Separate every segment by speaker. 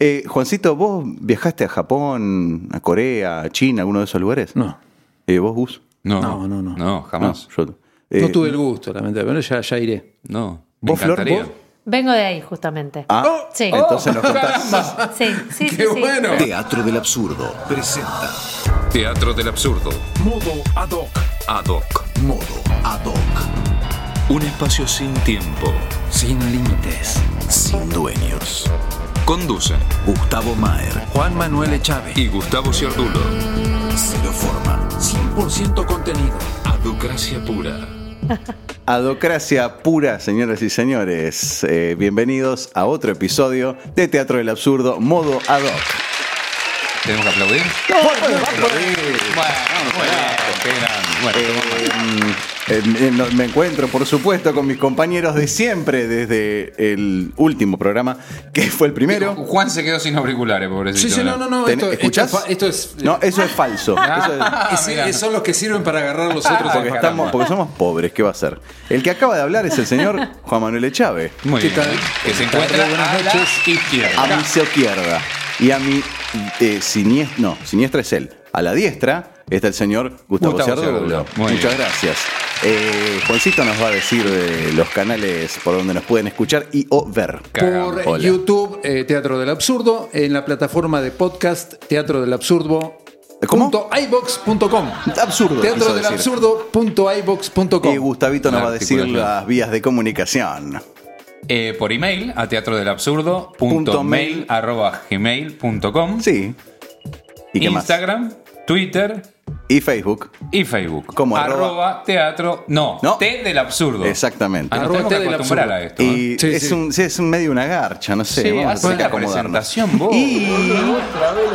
Speaker 1: Eh, Juancito, ¿vos viajaste a Japón, a Corea, a China, alguno de esos lugares?
Speaker 2: No.
Speaker 1: Eh, ¿Vos, Gus?
Speaker 3: No,
Speaker 2: No, no, no.
Speaker 3: jamás.
Speaker 1: No, yo- eh,
Speaker 2: no tuve el gusto, lamentablemente, pero ya, ya iré.
Speaker 3: No. me
Speaker 1: ¿Vos, Flor,
Speaker 3: encantaría.
Speaker 1: vos?
Speaker 4: Vengo de ahí, justamente.
Speaker 2: Oh,
Speaker 1: Ah,
Speaker 4: Sí.
Speaker 1: entonces nos contás.
Speaker 4: Sí, sí, sí.
Speaker 3: ¡Qué
Speaker 4: sí.
Speaker 3: bueno!
Speaker 5: Teatro del Absurdo presenta
Speaker 3: Teatro del absurdo.
Speaker 5: Modo Ad hoc.
Speaker 3: Ad hoc.
Speaker 5: Modo Ad hoc.
Speaker 3: Un espacio sin tiempo.
Speaker 6: Sin límites.
Speaker 5: Sin dueños.
Speaker 3: Conducen
Speaker 5: Gustavo Maher.
Speaker 6: Juan Manuel Chávez.
Speaker 3: y Gustavo Ciardulo.
Speaker 5: Cero forma.
Speaker 6: 100% contenido.
Speaker 3: Aducracia pura.
Speaker 1: Adocracia pura, señoras y señores. Eh, bienvenidos a otro episodio de Teatro del Absurdo, modo ad hoc.
Speaker 3: ¿Tenemos que aplaudir? Bueno, muy bien, qué grande. Bueno, toma más.
Speaker 1: Eh, me- no- me encuentro, por supuesto, con mis compañeros de siempre desde el último programa, que fue el primero.
Speaker 3: Juan se quedó sin auriculares, pobrecito.
Speaker 2: Sí, sí, no, no, no.
Speaker 1: Ten-
Speaker 2: Esto,
Speaker 1: ¿Escuchás?
Speaker 2: esto es fa- Esto es.
Speaker 1: No, eso es falso. Eso es-
Speaker 3: Ah,
Speaker 2: es-
Speaker 3: mira.
Speaker 2: es- son los que sirven para agarrar los otros.
Speaker 1: porque, estamos, porque somos pobres, ¿qué va a ser? El que acaba de hablar es el señor Juan Manuel Chávez.
Speaker 3: Muy
Speaker 2: ¿Qué
Speaker 3: bien.
Speaker 2: tal?
Speaker 3: Que se
Speaker 2: ¿Qué tal?
Speaker 3: encuentra
Speaker 2: Buenas
Speaker 3: a la
Speaker 2: noches.
Speaker 3: izquierda.
Speaker 1: A mi izquierda y a mi siniestra, no, siniestra es él. A la diestra está el señor Gustavo,
Speaker 3: Gustavo
Speaker 1: Cerrulo.
Speaker 3: Cerrulo. Muy
Speaker 1: Muchas
Speaker 3: bien.
Speaker 1: gracias. Eh, Juancito nos va a decir eh, los canales por donde nos pueden escuchar y o ver.
Speaker 3: Cagamos.
Speaker 2: Por
Speaker 1: Hola.
Speaker 2: YouTube, eh, Teatro del Absurdo, en la plataforma de podcast Teatro del Absurdo.
Speaker 1: ¿Cómo?
Speaker 2: punto iVox.com.
Speaker 1: Absurdo, quiso
Speaker 2: Teatro del
Speaker 1: decir.
Speaker 2: Absurdo. punto iVox.com.
Speaker 1: Y Gustavito nos
Speaker 3: La
Speaker 1: va a decir
Speaker 3: articulación.
Speaker 1: las vías de comunicación.
Speaker 3: Eh, por email a
Speaker 1: Punto mail.
Speaker 3: teatrodelabsurdo.mail.gmail.com
Speaker 1: Sí. ¿Y qué más?
Speaker 3: Instagram, Twitter
Speaker 1: Y Facebook.
Speaker 3: y Facebook.
Speaker 1: ¿Cómo?
Speaker 3: Arroba,
Speaker 1: Arroba-
Speaker 3: teatro... No,
Speaker 1: No.
Speaker 3: T del absurdo.
Speaker 1: Exactamente.
Speaker 3: Ah, nos
Speaker 2: Arroba
Speaker 3: tenemos
Speaker 2: T
Speaker 3: que
Speaker 2: del
Speaker 3: acostumbrar
Speaker 2: absurdo.
Speaker 3: a esto. ¿eh?
Speaker 1: Y
Speaker 2: Sí,
Speaker 1: es,
Speaker 2: sí.
Speaker 1: Un, sí, es un medio una garcha, no sé.
Speaker 3: Sí,
Speaker 1: vamos a
Speaker 3: haz
Speaker 1: tener que
Speaker 3: la
Speaker 1: acomodarnos.
Speaker 3: presentación vos.
Speaker 1: Y...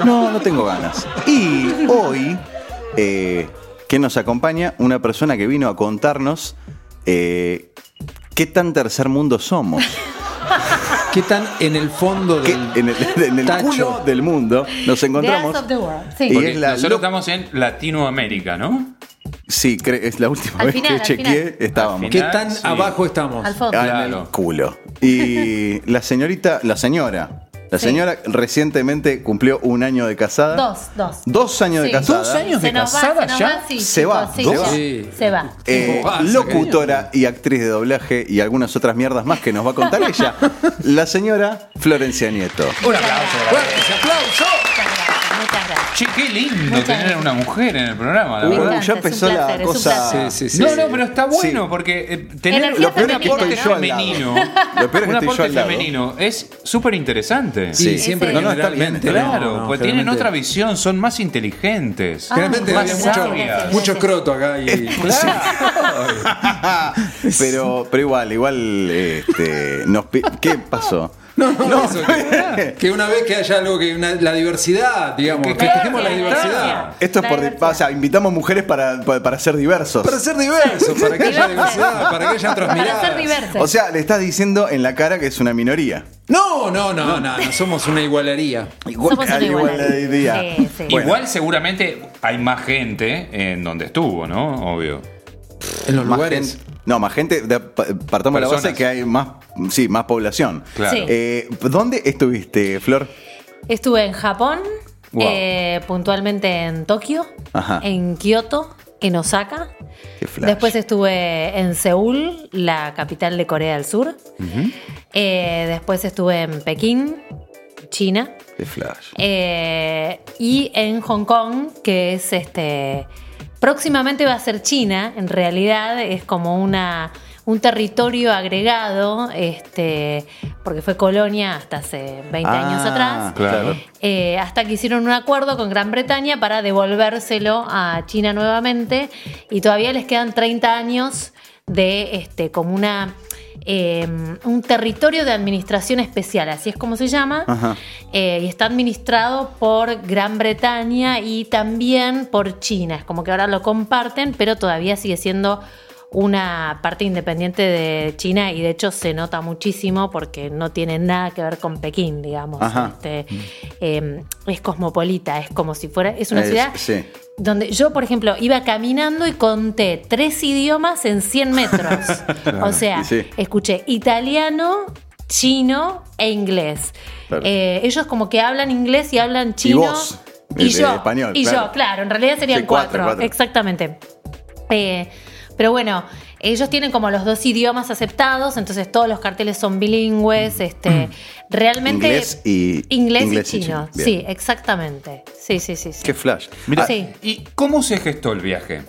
Speaker 1: No, no tengo ganas. Y hoy, eh, ¿quién nos acompaña? Una persona que vino a contarnos eh, qué tan tercer mundo somos.
Speaker 2: ¿Qué tan en el fondo
Speaker 1: Que en
Speaker 2: del.
Speaker 1: el, en el
Speaker 2: Tacho.
Speaker 1: culo del mundo nos
Speaker 4: The
Speaker 1: encontramos.
Speaker 4: Ass of the World.
Speaker 1: Y
Speaker 4: Sí.
Speaker 3: Porque
Speaker 1: es la
Speaker 3: nosotros
Speaker 1: lo-
Speaker 3: estamos en Latinoamérica, ¿no?
Speaker 1: Sí, cre- es la última
Speaker 4: Al
Speaker 1: vez
Speaker 4: final, al
Speaker 1: que chequeé,
Speaker 4: final.
Speaker 1: estábamos.
Speaker 2: ¿Qué
Speaker 3: Ah,
Speaker 2: tan
Speaker 3: sí.
Speaker 2: abajo estamos?
Speaker 4: Al fondo.
Speaker 1: Ah, en
Speaker 3: Claro.
Speaker 1: el culo. Y la señorita, la señora, la
Speaker 4: Sí.
Speaker 1: señora recientemente cumplió un año de casada.
Speaker 4: Dos, dos.
Speaker 1: Dos años de
Speaker 4: Sí.
Speaker 1: casada.
Speaker 3: Dos años.
Speaker 4: Se
Speaker 3: de
Speaker 4: nos va,
Speaker 3: casada
Speaker 4: se nos
Speaker 3: ya?
Speaker 4: va, sí,
Speaker 1: Se
Speaker 4: chicos,
Speaker 1: va,
Speaker 4: sí,
Speaker 1: se
Speaker 4: ya.
Speaker 1: va.
Speaker 2: Sí.
Speaker 4: Se va.
Speaker 1: Eh,
Speaker 3: Bobaza,
Speaker 1: locutora y actriz de doblaje y algunas otras mierdas más que nos va a contar ella, la señora Florencia Nieto.
Speaker 3: Un aplauso.
Speaker 2: ¡Fuerte ese aplauso!
Speaker 4: Muchas gracias, muchas gracias.
Speaker 3: Che, qué lindo
Speaker 4: Muchas
Speaker 3: tener
Speaker 4: gracias.
Speaker 3: una mujer en el programa, la
Speaker 1: Uh,
Speaker 4: Me
Speaker 3: verdad.
Speaker 1: ya
Speaker 4: encanta, es un
Speaker 1: empezó la
Speaker 4: placer, es un
Speaker 1: cosa-
Speaker 4: placer.
Speaker 2: Sí, sí, sí.
Speaker 3: No, no, pero está bueno
Speaker 1: Sí.
Speaker 3: porque eh, tener
Speaker 4: Energía Lo peor es que
Speaker 3: aporte
Speaker 4: femenina. estoy yo
Speaker 1: al lado.
Speaker 3: femenino,
Speaker 1: Lo peor es que
Speaker 3: un
Speaker 1: estoy yo
Speaker 3: aporte
Speaker 1: al lado.
Speaker 3: femenino es súper interesante.
Speaker 2: Sí,
Speaker 1: Sí.
Speaker 2: siempre
Speaker 4: No, no,
Speaker 1: está bien,
Speaker 2: generalmente.
Speaker 3: Claro,
Speaker 2: no, no,
Speaker 3: pues tienen
Speaker 2: generalmente-
Speaker 3: otra visión, son más inteligentes.
Speaker 4: Ah,
Speaker 2: Generalmente
Speaker 3: más
Speaker 2: había mucho,
Speaker 3: sabias.
Speaker 2: mucho croto acá y.
Speaker 1: Ah, Pero, pero igual, igual, este, nos pi- ¿qué pasó?
Speaker 2: No, no, eso, que, que una vez que haya algo que una- la diversidad, digamos, que
Speaker 3: Que-
Speaker 2: festejemos la
Speaker 4: Gracias,
Speaker 2: diversidad.
Speaker 4: gracias.
Speaker 1: Esto es
Speaker 4: La
Speaker 1: por, di-
Speaker 4: diversidad.
Speaker 1: o sea, invitamos mujeres para, para, para ser diversos.
Speaker 2: Para ser diversos, para que haya
Speaker 4: Diversos.
Speaker 2: diversidad, para que haya otras
Speaker 4: Para ser
Speaker 2: miradas.
Speaker 4: diversos.
Speaker 1: O sea, le estás diciendo en la cara que es una minoría.
Speaker 2: No, no, no, no, no, somos una igualería.
Speaker 1: Igual,
Speaker 4: Somos una
Speaker 1: igual
Speaker 4: igualdad.
Speaker 1: de día.
Speaker 4: Sí, sí.
Speaker 1: Bueno,
Speaker 3: Igual seguramente hay más gente en donde estuvo, ¿no? Obvio.
Speaker 2: En los
Speaker 1: más
Speaker 2: lugares.
Speaker 1: gente- no, más gente, de- pa- partamos de la base
Speaker 3: Personas.
Speaker 1: que hay más, sí, más población.
Speaker 3: Claro.
Speaker 4: Sí.
Speaker 1: Eh, ¿Dónde estuviste, Flor?
Speaker 4: Estuve en Japón,
Speaker 3: Wow.
Speaker 4: eh, puntualmente en Tokio,
Speaker 1: Ajá.
Speaker 4: en Kioto, en Osaka.
Speaker 1: Qué flash.
Speaker 4: Después estuve en Seúl, la capital de Corea del Sur. Eh, después estuve en Pekín, China.
Speaker 1: Qué flash.
Speaker 4: Eh, y en Hong Kong, que es este. Próximamente va a ser China, en realidad es como una, un territorio agregado, este, porque fue colonia hasta hace 20 años
Speaker 1: Ah,
Speaker 4: atrás.
Speaker 3: Claro.
Speaker 4: Eh, hasta que hicieron un acuerdo con Gran Bretaña para devolvérselo a China nuevamente y todavía les quedan 30 años de este como una eh, un territorio de administración especial, así es como se llama,
Speaker 1: Ajá.
Speaker 4: Eh, y está administrado por Gran Bretaña y también por China, es como que ahora lo comparten, pero todavía sigue siendo una parte independiente de China y de hecho se nota muchísimo porque no tiene nada que ver con Pekín, digamos.
Speaker 1: Ajá.
Speaker 4: Este, eh, es cosmopolita, es como si fuera, es una
Speaker 1: Es-
Speaker 4: ciudad
Speaker 1: sí.
Speaker 4: donde yo, por ejemplo, iba caminando y conté tres idiomas en 100 metros. o sea,
Speaker 1: y sí.
Speaker 4: escuché italiano, chino e inglés.
Speaker 1: Claro.
Speaker 4: Eh, ellos como que hablan inglés y hablan chino.
Speaker 1: vos,
Speaker 4: y
Speaker 1: eh,
Speaker 4: yo,
Speaker 1: español,
Speaker 4: Y
Speaker 1: claro.
Speaker 4: yo, claro, en realidad serían
Speaker 1: Sí, cuatro,
Speaker 4: cuatro,
Speaker 1: cuatro.
Speaker 4: Exactamente. Eh, pero bueno, ellos tienen como los dos idiomas aceptados, entonces todos los carteles son bilingües, este, realmente
Speaker 1: Mm. Inglés y-
Speaker 4: inglés y
Speaker 1: inglés y
Speaker 4: chino.
Speaker 1: chino, bien.
Speaker 4: Sí, exactamente. Sí, sí, sí. sí.
Speaker 1: Qué flash.
Speaker 3: Mira,
Speaker 1: Ah,
Speaker 4: Sí.
Speaker 3: ¿y cómo se gestó el viaje?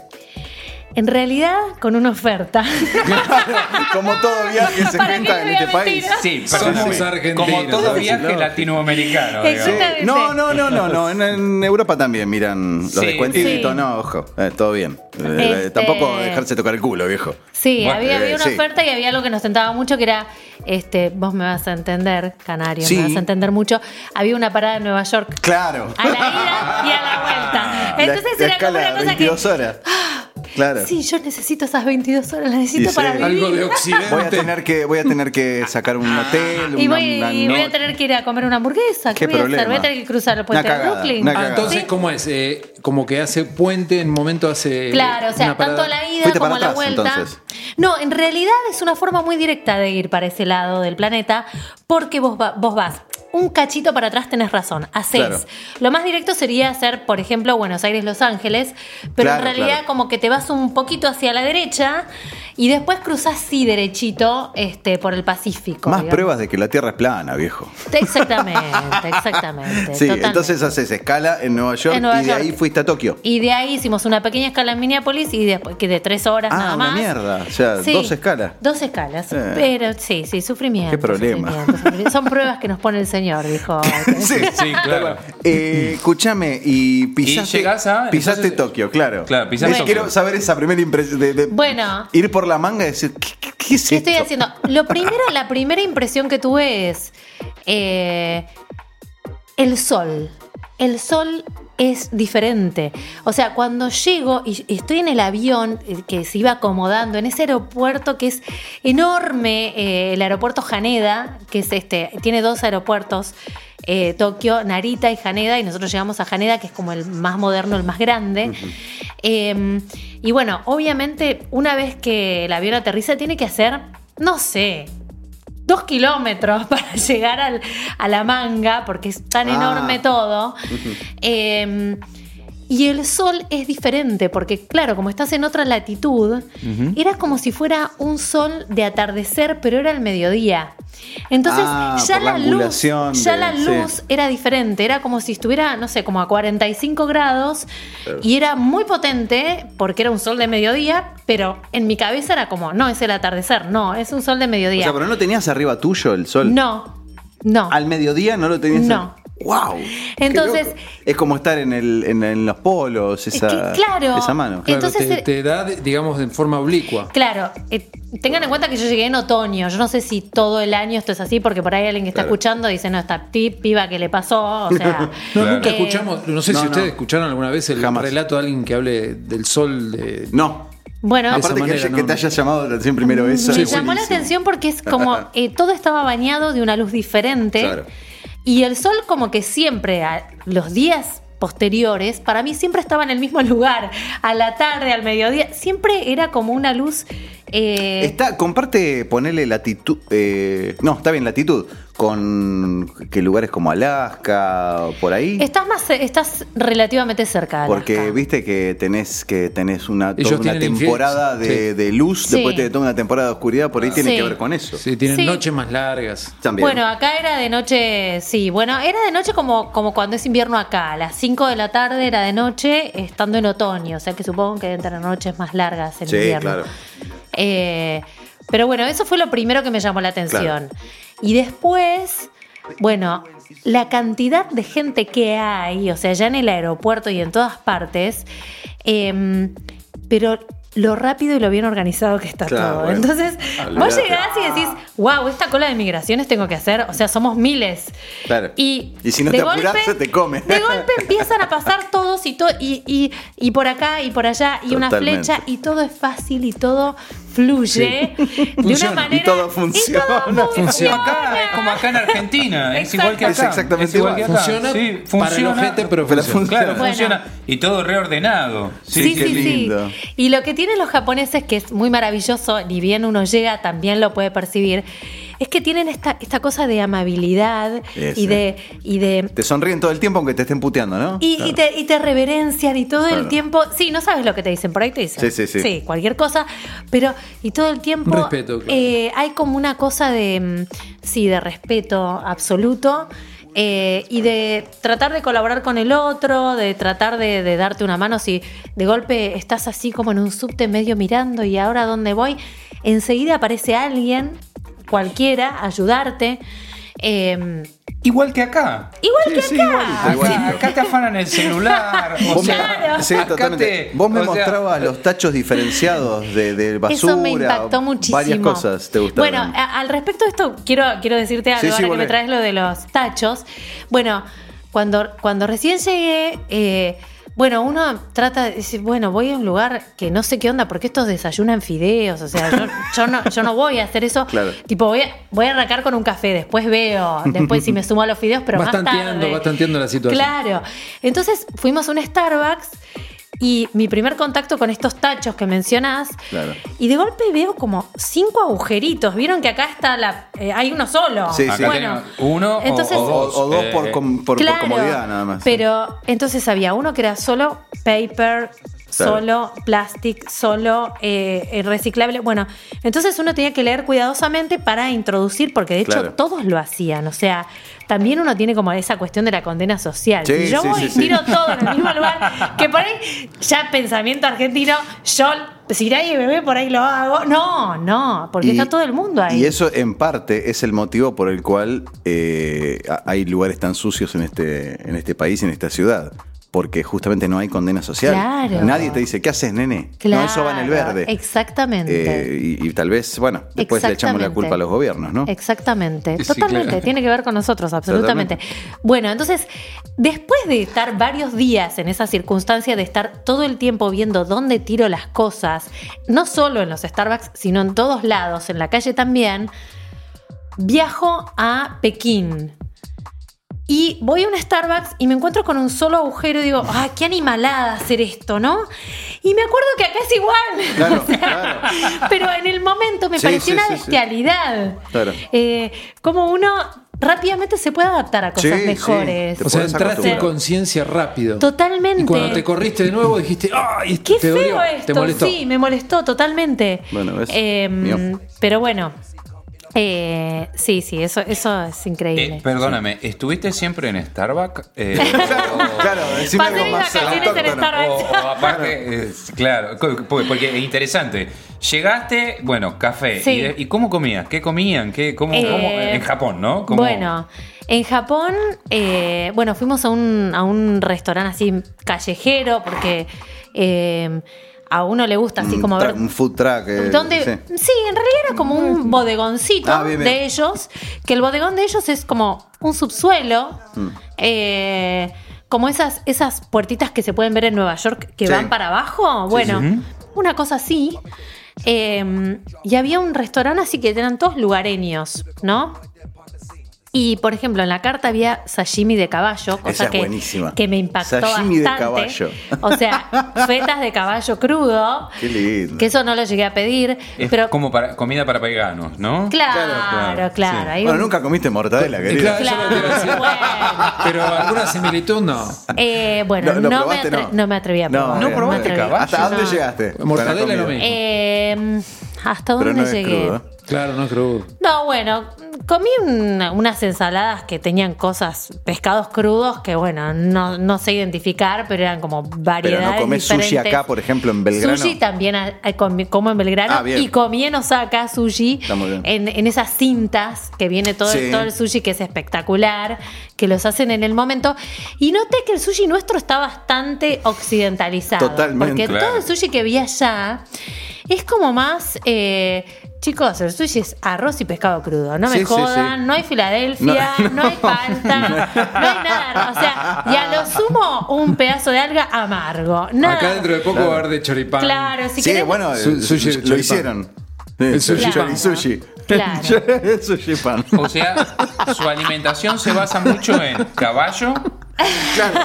Speaker 4: En realidad, con una oferta.
Speaker 1: como todo viaje se
Speaker 4: ¿Para qué
Speaker 1: junta
Speaker 4: te
Speaker 1: en
Speaker 4: voy a
Speaker 1: este país.
Speaker 4: mentir?
Speaker 3: Sí,
Speaker 2: Somos
Speaker 3: perdóname.
Speaker 2: argentinos,
Speaker 3: Como todo
Speaker 2: ¿sabes?
Speaker 3: viaje
Speaker 2: Claro.
Speaker 3: latinoamericano. digamos.
Speaker 4: Exactamente.
Speaker 1: No, no, no, no, no. En, en Europa también miran los
Speaker 3: Sí.
Speaker 1: descuentitos,
Speaker 4: Sí.
Speaker 1: no, ojo. Eh, todo bien. Eh,
Speaker 4: Este-
Speaker 1: Tampoco dejarse tocar el culo, viejo.
Speaker 4: Sí,
Speaker 3: Bueno,
Speaker 4: había, había
Speaker 1: eh,
Speaker 4: una
Speaker 1: sí.
Speaker 4: oferta y había algo que nos tentaba mucho, que era, este, vos me vas a entender, Canario,
Speaker 1: Sí.
Speaker 4: me vas a entender mucho. Había una parada en Nueva York
Speaker 1: Claro.
Speaker 4: a la ida y a la vuelta. Ah, Entonces
Speaker 1: la,
Speaker 4: era
Speaker 1: escala,
Speaker 4: como una cosa
Speaker 1: 22
Speaker 4: que...
Speaker 1: horas. Claro.
Speaker 4: Sí, yo necesito esas 22 horas, las necesito
Speaker 1: sí.
Speaker 4: para vivir.
Speaker 2: Algo de
Speaker 1: Voy a
Speaker 2: Occidente.
Speaker 1: tener que, voy a tener que sacar un hotel,
Speaker 4: Ah. Y
Speaker 1: una,
Speaker 4: voy,
Speaker 1: una
Speaker 4: y voy a
Speaker 1: no-
Speaker 4: tener que ir a comer una hamburguesa.
Speaker 1: Qué
Speaker 4: ¿Qué, voy a hacer?
Speaker 1: problema.
Speaker 4: Voy a tener que cruzar el puente
Speaker 1: Una
Speaker 4: de
Speaker 1: cagada,
Speaker 4: Brooklyn.
Speaker 1: una
Speaker 2: Ah, entonces,
Speaker 4: Sí.
Speaker 2: ¿cómo es? Eh, como que hace puente, en momento hace.
Speaker 4: Claro, o sea,
Speaker 2: una parada.
Speaker 4: tanto la ida
Speaker 1: Fuiste
Speaker 4: como
Speaker 1: para
Speaker 4: la
Speaker 1: atrás,
Speaker 4: vuelta.
Speaker 1: entonces.
Speaker 4: No, en realidad es una forma muy directa de ir para ese lado del planeta, porque vos, va- vos vas un cachito para atrás, tenés razón, haces.
Speaker 1: Claro.
Speaker 4: Lo más directo sería hacer, por ejemplo, Buenos Aires-Los Ángeles, pero en
Speaker 1: Claro,
Speaker 4: realidad
Speaker 1: claro.
Speaker 4: como que te vas un poquito hacia la derecha y después cruzás sí derechito este, por el Pacífico.
Speaker 1: Más
Speaker 4: digamos.
Speaker 1: pruebas de que la Tierra es plana, viejo.
Speaker 4: Exactamente, exactamente.
Speaker 1: Sí,
Speaker 4: Este, totalmente.
Speaker 1: entonces ah, haces escala en Nueva York
Speaker 4: En Nueva
Speaker 1: y de
Speaker 4: York.
Speaker 1: ahí fuiste a Tokio.
Speaker 4: Y de ahí hicimos una pequeña escala en Minneapolis y después que de tres horas
Speaker 1: Ah,
Speaker 4: nada
Speaker 1: una
Speaker 4: más.
Speaker 1: mierda. O sea, dos escalas.
Speaker 4: Dos escalas.
Speaker 1: Eh.
Speaker 4: Pero sí, sí, sufrimiento.
Speaker 1: Qué problema.
Speaker 4: sufrimiento, sufrimiento. Son pruebas que nos pone el Señor, dijo.
Speaker 1: Sí.
Speaker 3: Sí, claro.
Speaker 1: Eh, escúchame, y pisaste,
Speaker 3: Y llegás a-
Speaker 1: pisaste
Speaker 3: entonces-
Speaker 1: Tokio, claro.
Speaker 3: Claro, pisaste
Speaker 1: Eh,
Speaker 3: Tokio.
Speaker 1: Quiero saber esa primera impresión de, de
Speaker 4: Bueno.
Speaker 1: ir por la manga y decir, ¿qué, qué- qué es
Speaker 4: ¿Qué
Speaker 1: esto?
Speaker 4: estoy haciendo? Lo primero, la primera impresión que tuve es eh, el sol. El sol es diferente. O sea, cuando llego y y estoy en el avión eh, que se iba acomodando, en ese aeropuerto que es enorme, eh, el aeropuerto Haneda, que es este, tiene dos aeropuertos. eh, Tokio, Narita y Haneda, y nosotros llegamos a Haneda, que es como el más moderno, el más grande. Eh, y bueno, obviamente, una vez que el avión aterriza, tiene que hacer, no sé, dos kilómetros para llegar al- a la manga, porque es tan
Speaker 1: Ah.
Speaker 4: enorme todo. Eh, y el sol es diferente, porque claro, como estás en otra latitud, era como si fuera un sol de atardecer, pero era el mediodía. Entonces
Speaker 1: Ah,
Speaker 4: ya
Speaker 1: por la
Speaker 4: la, luz,
Speaker 1: angulación
Speaker 4: ya
Speaker 1: de-
Speaker 4: la
Speaker 1: sí.
Speaker 4: luz era diferente, era como si estuviera, no sé, como a 45 grados y era muy potente porque era un sol de mediodía, pero en mi cabeza era como, no, es el atardecer, no, es un sol de
Speaker 1: O
Speaker 4: mediodía.
Speaker 1: sea, pero no tenías arriba tuyo el sol.
Speaker 4: no, no.
Speaker 1: Al mediodía no lo tenías.
Speaker 4: No.
Speaker 1: ¡Wow!
Speaker 4: Entonces-
Speaker 1: Es como estar en, el, en, en los polos,
Speaker 4: Es
Speaker 1: esa,
Speaker 4: que, claro.
Speaker 1: esa mano.
Speaker 2: Claro,
Speaker 4: Entonces,
Speaker 2: te,
Speaker 4: eh,
Speaker 2: te da, de- digamos, en forma oblicua.
Speaker 4: Claro, eh, tengan en cuenta que yo llegué en otoño. Yo no sé si todo el año esto es así, porque por ahí alguien que está escuchando dice, no, esta pi- piba que le pasó, o sea...
Speaker 2: No,
Speaker 3: Claro.
Speaker 2: nunca
Speaker 4: Eh,
Speaker 2: escuchamos, no sé
Speaker 1: no,
Speaker 2: si
Speaker 1: no.
Speaker 2: ustedes escucharon alguna vez el
Speaker 1: Jamás.
Speaker 2: relato de alguien que hable del sol de...
Speaker 1: No.
Speaker 4: Bueno,
Speaker 1: Aparte que,
Speaker 2: manera,
Speaker 1: haya-
Speaker 2: no,
Speaker 1: que te
Speaker 2: no.
Speaker 1: haya llamado la atención primero eso.
Speaker 4: Mm, me
Speaker 1: es
Speaker 4: llamó la
Speaker 1: buenísimo.
Speaker 4: atención porque es como eh, todo estaba bañado de una luz diferente
Speaker 1: Claro.
Speaker 4: y el sol como que siempre a los días posteriores para mí siempre estaba en el mismo lugar a la tarde al mediodía siempre era como una luz eh,
Speaker 1: Está, comparte, ponele latitud. eh, no, está bien, latitud. Con que lugares como Alaska, por ahí.
Speaker 4: estás más estás relativamente cerca de
Speaker 1: porque
Speaker 4: Alaska.
Speaker 1: viste que tenés que tenés una, toda
Speaker 2: Ellos
Speaker 1: una
Speaker 2: tienen
Speaker 1: temporada
Speaker 2: infierno,
Speaker 1: de, de luz,
Speaker 4: Sí.
Speaker 1: después tenés toda una temporada de oscuridad, por ahí tiene
Speaker 4: Sí.
Speaker 1: que ver con eso.
Speaker 2: Sí, tienen
Speaker 4: Sí.
Speaker 2: noches más largas.
Speaker 1: También.
Speaker 4: Bueno, acá era de noche, sí, bueno, era de noche como, como cuando es invierno acá, a las 5 de la tarde era de noche estando en otoño, o sea que supongo que deben tener noches más largas en
Speaker 1: Sí,
Speaker 4: invierno.
Speaker 1: claro.
Speaker 4: Eh, pero bueno, eso fue lo primero que me llamó la atención. Y después, bueno, la cantidad de gente que hay, o sea, ya en el aeropuerto y en todas partes, eh, pero lo rápido y lo bien organizado que está
Speaker 1: Claro,
Speaker 4: todo.
Speaker 1: bueno.
Speaker 4: Entonces, vos
Speaker 1: Olvídate.
Speaker 4: llegás y decís, wow, esta cola de migraciones tengo que hacer, o sea, somos miles.
Speaker 1: Claro.
Speaker 4: Y,
Speaker 1: Y si no
Speaker 4: de
Speaker 1: te apurás, se te come.
Speaker 4: De golpe empiezan a pasar todos y, to- y, y, y por acá y por allá y una
Speaker 1: Totalmente.
Speaker 4: flecha y todo es fácil y todo fluye de una
Speaker 2: Funciona.
Speaker 4: manera
Speaker 1: Y todo funciona.
Speaker 4: y todo
Speaker 1: Funciona.
Speaker 4: funciona.
Speaker 3: Acá, es como acá en Argentina, es
Speaker 4: Exacto.
Speaker 3: igual que acá.
Speaker 1: Es exactamente
Speaker 3: es igual que
Speaker 1: igual.
Speaker 3: acá.
Speaker 2: Funciona
Speaker 3: sí,
Speaker 2: para el
Speaker 3: funciona.
Speaker 2: ojete,
Speaker 1: Pero
Speaker 2: pero funciona.
Speaker 1: funciona.
Speaker 3: Claro,
Speaker 4: Bueno.
Speaker 3: funciona. Y todo reordenado.
Speaker 4: Sí, sí,
Speaker 1: qué
Speaker 4: sí.
Speaker 1: lindo.
Speaker 4: Y lo que tienen los japoneses, que es muy maravilloso, ni bien uno llega, también lo puede percibir, es que tienen esta, esta cosa de amabilidad
Speaker 1: Eso.
Speaker 4: y de, y de
Speaker 1: Te sonríen todo el tiempo aunque te estén puteando, ¿no?
Speaker 4: y,
Speaker 1: Claro.
Speaker 4: y te, y te reverencian y todo
Speaker 1: Claro.
Speaker 4: el tiempo. Sí, no sabes lo que te dicen, por ahí te dicen.
Speaker 1: Sí, sí, sí.
Speaker 4: cualquier cosa. Pero, y todo el tiempo.
Speaker 2: Respeto, claro.
Speaker 4: eh, hay como una cosa de. mm, Sí, de respeto absoluto. eh, y de tratar de colaborar con el otro, de tratar de, de darte una mano. Si de golpe estás así como en un subte medio mirando y ahora dónde voy, enseguida aparece alguien, cualquiera, a ayudarte. Eh,
Speaker 3: Igual que acá.
Speaker 4: igual que acá.
Speaker 3: Acá,
Speaker 1: igualito.
Speaker 3: acá te afanan el celular. O
Speaker 1: Vos me-
Speaker 3: sea,
Speaker 1: sí,
Speaker 3: acá
Speaker 1: totalmente.
Speaker 3: te-
Speaker 1: Vos me
Speaker 3: o sea,
Speaker 1: mostrabas los tachos diferenciados de, de eh, basura.
Speaker 4: Eso me impactó muchísimo.
Speaker 1: Varias cosas te gustaron.
Speaker 4: Bueno, a- al respecto de esto, quiero, quiero decirte algo
Speaker 1: Sí, sí,
Speaker 4: ahora que
Speaker 1: volvé.
Speaker 4: me traes lo de los tachos. Bueno, cuando, cuando recién llegué, eh, bueno, uno trata de decir, bueno, voy a un lugar que no sé qué onda, porque estos desayunan fideos, o sea, yo, yo no, yo no voy a hacer eso.
Speaker 1: Claro.
Speaker 4: Tipo, voy a, voy a arrancar con un café, después veo, después si me sumo a los fideos, pero
Speaker 2: Vas
Speaker 4: más
Speaker 2: tanteando,
Speaker 4: tarde.
Speaker 2: vas tanteando la situación.
Speaker 4: Claro. Entonces fuimos a un Starbucks y mi primer contacto con estos tachos que mencionás.
Speaker 1: Claro.
Speaker 4: Y de golpe veo como cinco agujeritos. ¿Vieron que acá está la. eh, hay uno solo?
Speaker 1: Sí,
Speaker 3: acá
Speaker 1: sí.
Speaker 4: Bueno,
Speaker 3: tenemos uno o-
Speaker 4: entonces-
Speaker 3: o,
Speaker 1: O,
Speaker 3: dos.
Speaker 1: o dos
Speaker 3: eh,
Speaker 1: por, com- por- por comodidad nada más.
Speaker 4: Pero entonces había uno que era solo
Speaker 1: Claro.
Speaker 4: paper, solo plastic, solo eh, eh, reciclable. Bueno, entonces uno tenía que leer cuidadosamente para introducir, porque de hecho
Speaker 1: Claro.
Speaker 4: todos lo hacían. O sea, también uno tiene como esa cuestión de la condena social.
Speaker 1: Sí,
Speaker 4: si yo
Speaker 1: sí,
Speaker 4: voy
Speaker 1: sí,
Speaker 4: y
Speaker 1: sí.
Speaker 4: tiro todo en el mismo lugar, que por ahí ya pensamiento argentino, yo, si nadie me ve por ahí lo hago. No, no, porque
Speaker 1: Y-
Speaker 4: está todo el mundo ahí.
Speaker 1: Y eso en parte es el motivo por el cual eh, ha- hay lugares tan sucios en este, en este país, en esta ciudad. Porque justamente no hay condena social.
Speaker 4: Claro.
Speaker 1: Nadie te dice, ¿qué haces, nene? No, eso va en el
Speaker 4: Claro,
Speaker 1: verde.
Speaker 4: Exactamente.
Speaker 1: Eh, y, y tal vez, bueno, después le echamos la
Speaker 4: Exactamente.
Speaker 1: culpa a los gobiernos, ¿no?
Speaker 4: Exactamente,
Speaker 2: Sí,
Speaker 4: totalmente,
Speaker 2: claro.
Speaker 4: tiene que ver con nosotros, absolutamente. Bueno, entonces, después de estar varios días en esa circunstancia de estar todo el tiempo viendo dónde tiro las cosas, no solo en los Starbucks, sino en todos lados, en la calle también, viajo a Pekín. Y voy a un Starbucks y me encuentro con un solo agujero y digo, ¡ah, qué animalada hacer esto, ¿no? Y me acuerdo que acá es igual.
Speaker 1: Claro,
Speaker 4: O sea,
Speaker 1: claro.
Speaker 4: Pero en el momento me
Speaker 1: Sí,
Speaker 4: pareció
Speaker 1: sí,
Speaker 4: una
Speaker 1: sí, sí.
Speaker 4: bestialidad.
Speaker 1: Claro.
Speaker 4: Eh, como uno rápidamente se puede adaptar a cosas
Speaker 1: Sí, sí.
Speaker 4: mejores.
Speaker 1: Te
Speaker 2: O sea,
Speaker 1: podés
Speaker 2: entraste en
Speaker 1: acostumbrar.
Speaker 2: conciencia rápido.
Speaker 4: Totalmente.
Speaker 2: Y cuando te corriste de nuevo dijiste, ¡ay! este
Speaker 4: Qué
Speaker 2: te
Speaker 4: feo
Speaker 2: dolió,
Speaker 4: esto.
Speaker 2: Te molestó.
Speaker 4: Sí, me molestó totalmente.
Speaker 1: Bueno, ¿ves?
Speaker 4: Eh,
Speaker 1: Mío.
Speaker 4: pero bueno. Eh, sí, sí, eso, eso es increíble.
Speaker 3: eh, perdóname, ¿estuviste siempre en Starbucks? Eh, o-
Speaker 1: Claro, decime
Speaker 4: Pasé
Speaker 1: algo
Speaker 4: mis
Speaker 1: más
Speaker 4: vacaciones en
Speaker 1: autóctono.
Speaker 4: Starbucks.
Speaker 3: O, o aparte, eh, claro, co- co- porque es interesante. Llegaste, bueno, café.
Speaker 4: Sí.
Speaker 3: ¿Y, de- y cómo comías? ¿Qué comían? ¿Qué, cómo,
Speaker 4: Eh,
Speaker 3: cómo- en Japón, ¿no? ¿Cómo-
Speaker 4: Bueno, en Japón, eh, bueno, fuimos a un, a un restaurante así callejero porque eh, a uno le gusta así
Speaker 1: Un
Speaker 4: como
Speaker 1: tra-
Speaker 4: ver...
Speaker 1: Un food truck. eh,
Speaker 4: donde
Speaker 1: sí.
Speaker 4: sí. en realidad era como un bodegoncito
Speaker 1: Ah, bien, bien.
Speaker 4: de ellos, que el bodegón de ellos es como un subsuelo,
Speaker 1: Mm.
Speaker 4: eh, como esas, esas puertitas que se pueden ver en Nueva York que
Speaker 1: Sí.
Speaker 4: van para abajo, bueno, una cosa así. Eh, y había un restaurante así que eran todos lugareños, ¿no? Y por ejemplo, en la carta había sashimi de caballo, cosa
Speaker 1: Esa es
Speaker 4: que,
Speaker 1: buenísima.
Speaker 4: que me impactó
Speaker 1: Sashimi de
Speaker 4: bastante.
Speaker 1: caballo.
Speaker 4: O sea, fetas de caballo crudo.
Speaker 1: Qué lindo.
Speaker 4: Que eso no lo llegué a pedir,
Speaker 3: Es
Speaker 4: pero
Speaker 3: como para, comida para veganos, ¿no?
Speaker 4: claro, claro.
Speaker 3: sí.
Speaker 4: hay
Speaker 1: Bueno,
Speaker 4: un-
Speaker 1: nunca comiste mortadela,
Speaker 2: Eh,
Speaker 1: querida.
Speaker 2: claro, eso
Speaker 4: Claro,
Speaker 2: lo quiero decir.
Speaker 4: bueno.
Speaker 2: Pero alguna similitud no.
Speaker 4: Eh, bueno,
Speaker 1: Lo-
Speaker 4: no,
Speaker 1: lo
Speaker 4: me
Speaker 1: probaste,
Speaker 4: atre-
Speaker 1: no.
Speaker 4: no me atreví a probar.
Speaker 1: No,
Speaker 3: ¿No
Speaker 4: me
Speaker 3: probaste
Speaker 4: atreví.
Speaker 3: caballo?
Speaker 1: ¿Hasta dónde
Speaker 4: No.
Speaker 1: llegaste?
Speaker 2: Mortadela
Speaker 1: Para la
Speaker 2: no
Speaker 1: comida.
Speaker 2: me-
Speaker 4: Eh, ¿Hasta dónde
Speaker 1: Pero no es
Speaker 4: llegué?
Speaker 1: crudo, ¿eh?
Speaker 2: Claro, no es crudo.
Speaker 4: No, bueno, comí una- unas ensaladas que tenían cosas, pescados crudos que, bueno, no, no sé identificar, pero eran como variedades.
Speaker 1: Pero no comés
Speaker 4: diferentes.
Speaker 1: sushi acá, por ejemplo, en Belgrano.
Speaker 4: Sushi también ah, ah, comi- como en Belgrano
Speaker 1: Ah, bien.
Speaker 4: y comí en Osaka sushi
Speaker 1: Está muy bien.
Speaker 4: en, en esas cintas que viene todo,
Speaker 1: Sí.
Speaker 4: el, todo el sushi que es espectacular, que los hacen en el momento. Y noté que el sushi nuestro está bastante occidentalizado.
Speaker 1: Totalmente.
Speaker 4: Porque
Speaker 3: Claro.
Speaker 4: todo el sushi que vi allá es como más... eh, Chicos, el sushi es arroz y pescado crudo. No me
Speaker 1: Sí, sí,
Speaker 4: jodan,
Speaker 1: sí.
Speaker 4: no hay Filadelfia,
Speaker 1: No,
Speaker 4: no, hay palta, no. hay nada. O sea, y a lo sumo un pedazo de alga amargo. Nada.
Speaker 2: Acá dentro de poco va a haber de choripán.
Speaker 4: Claro, Ah, si
Speaker 1: sí,
Speaker 4: querés-
Speaker 1: bueno, el
Speaker 2: Su- sushi
Speaker 1: sushi- lo
Speaker 2: choripán.
Speaker 1: hicieron. Sí,
Speaker 2: El sushi
Speaker 1: chori-
Speaker 4: pan.
Speaker 1: sushi.
Speaker 4: Claro.
Speaker 1: El sushi pan.
Speaker 2: Oh,
Speaker 3: O sea, su alimentación se basa mucho en caballo,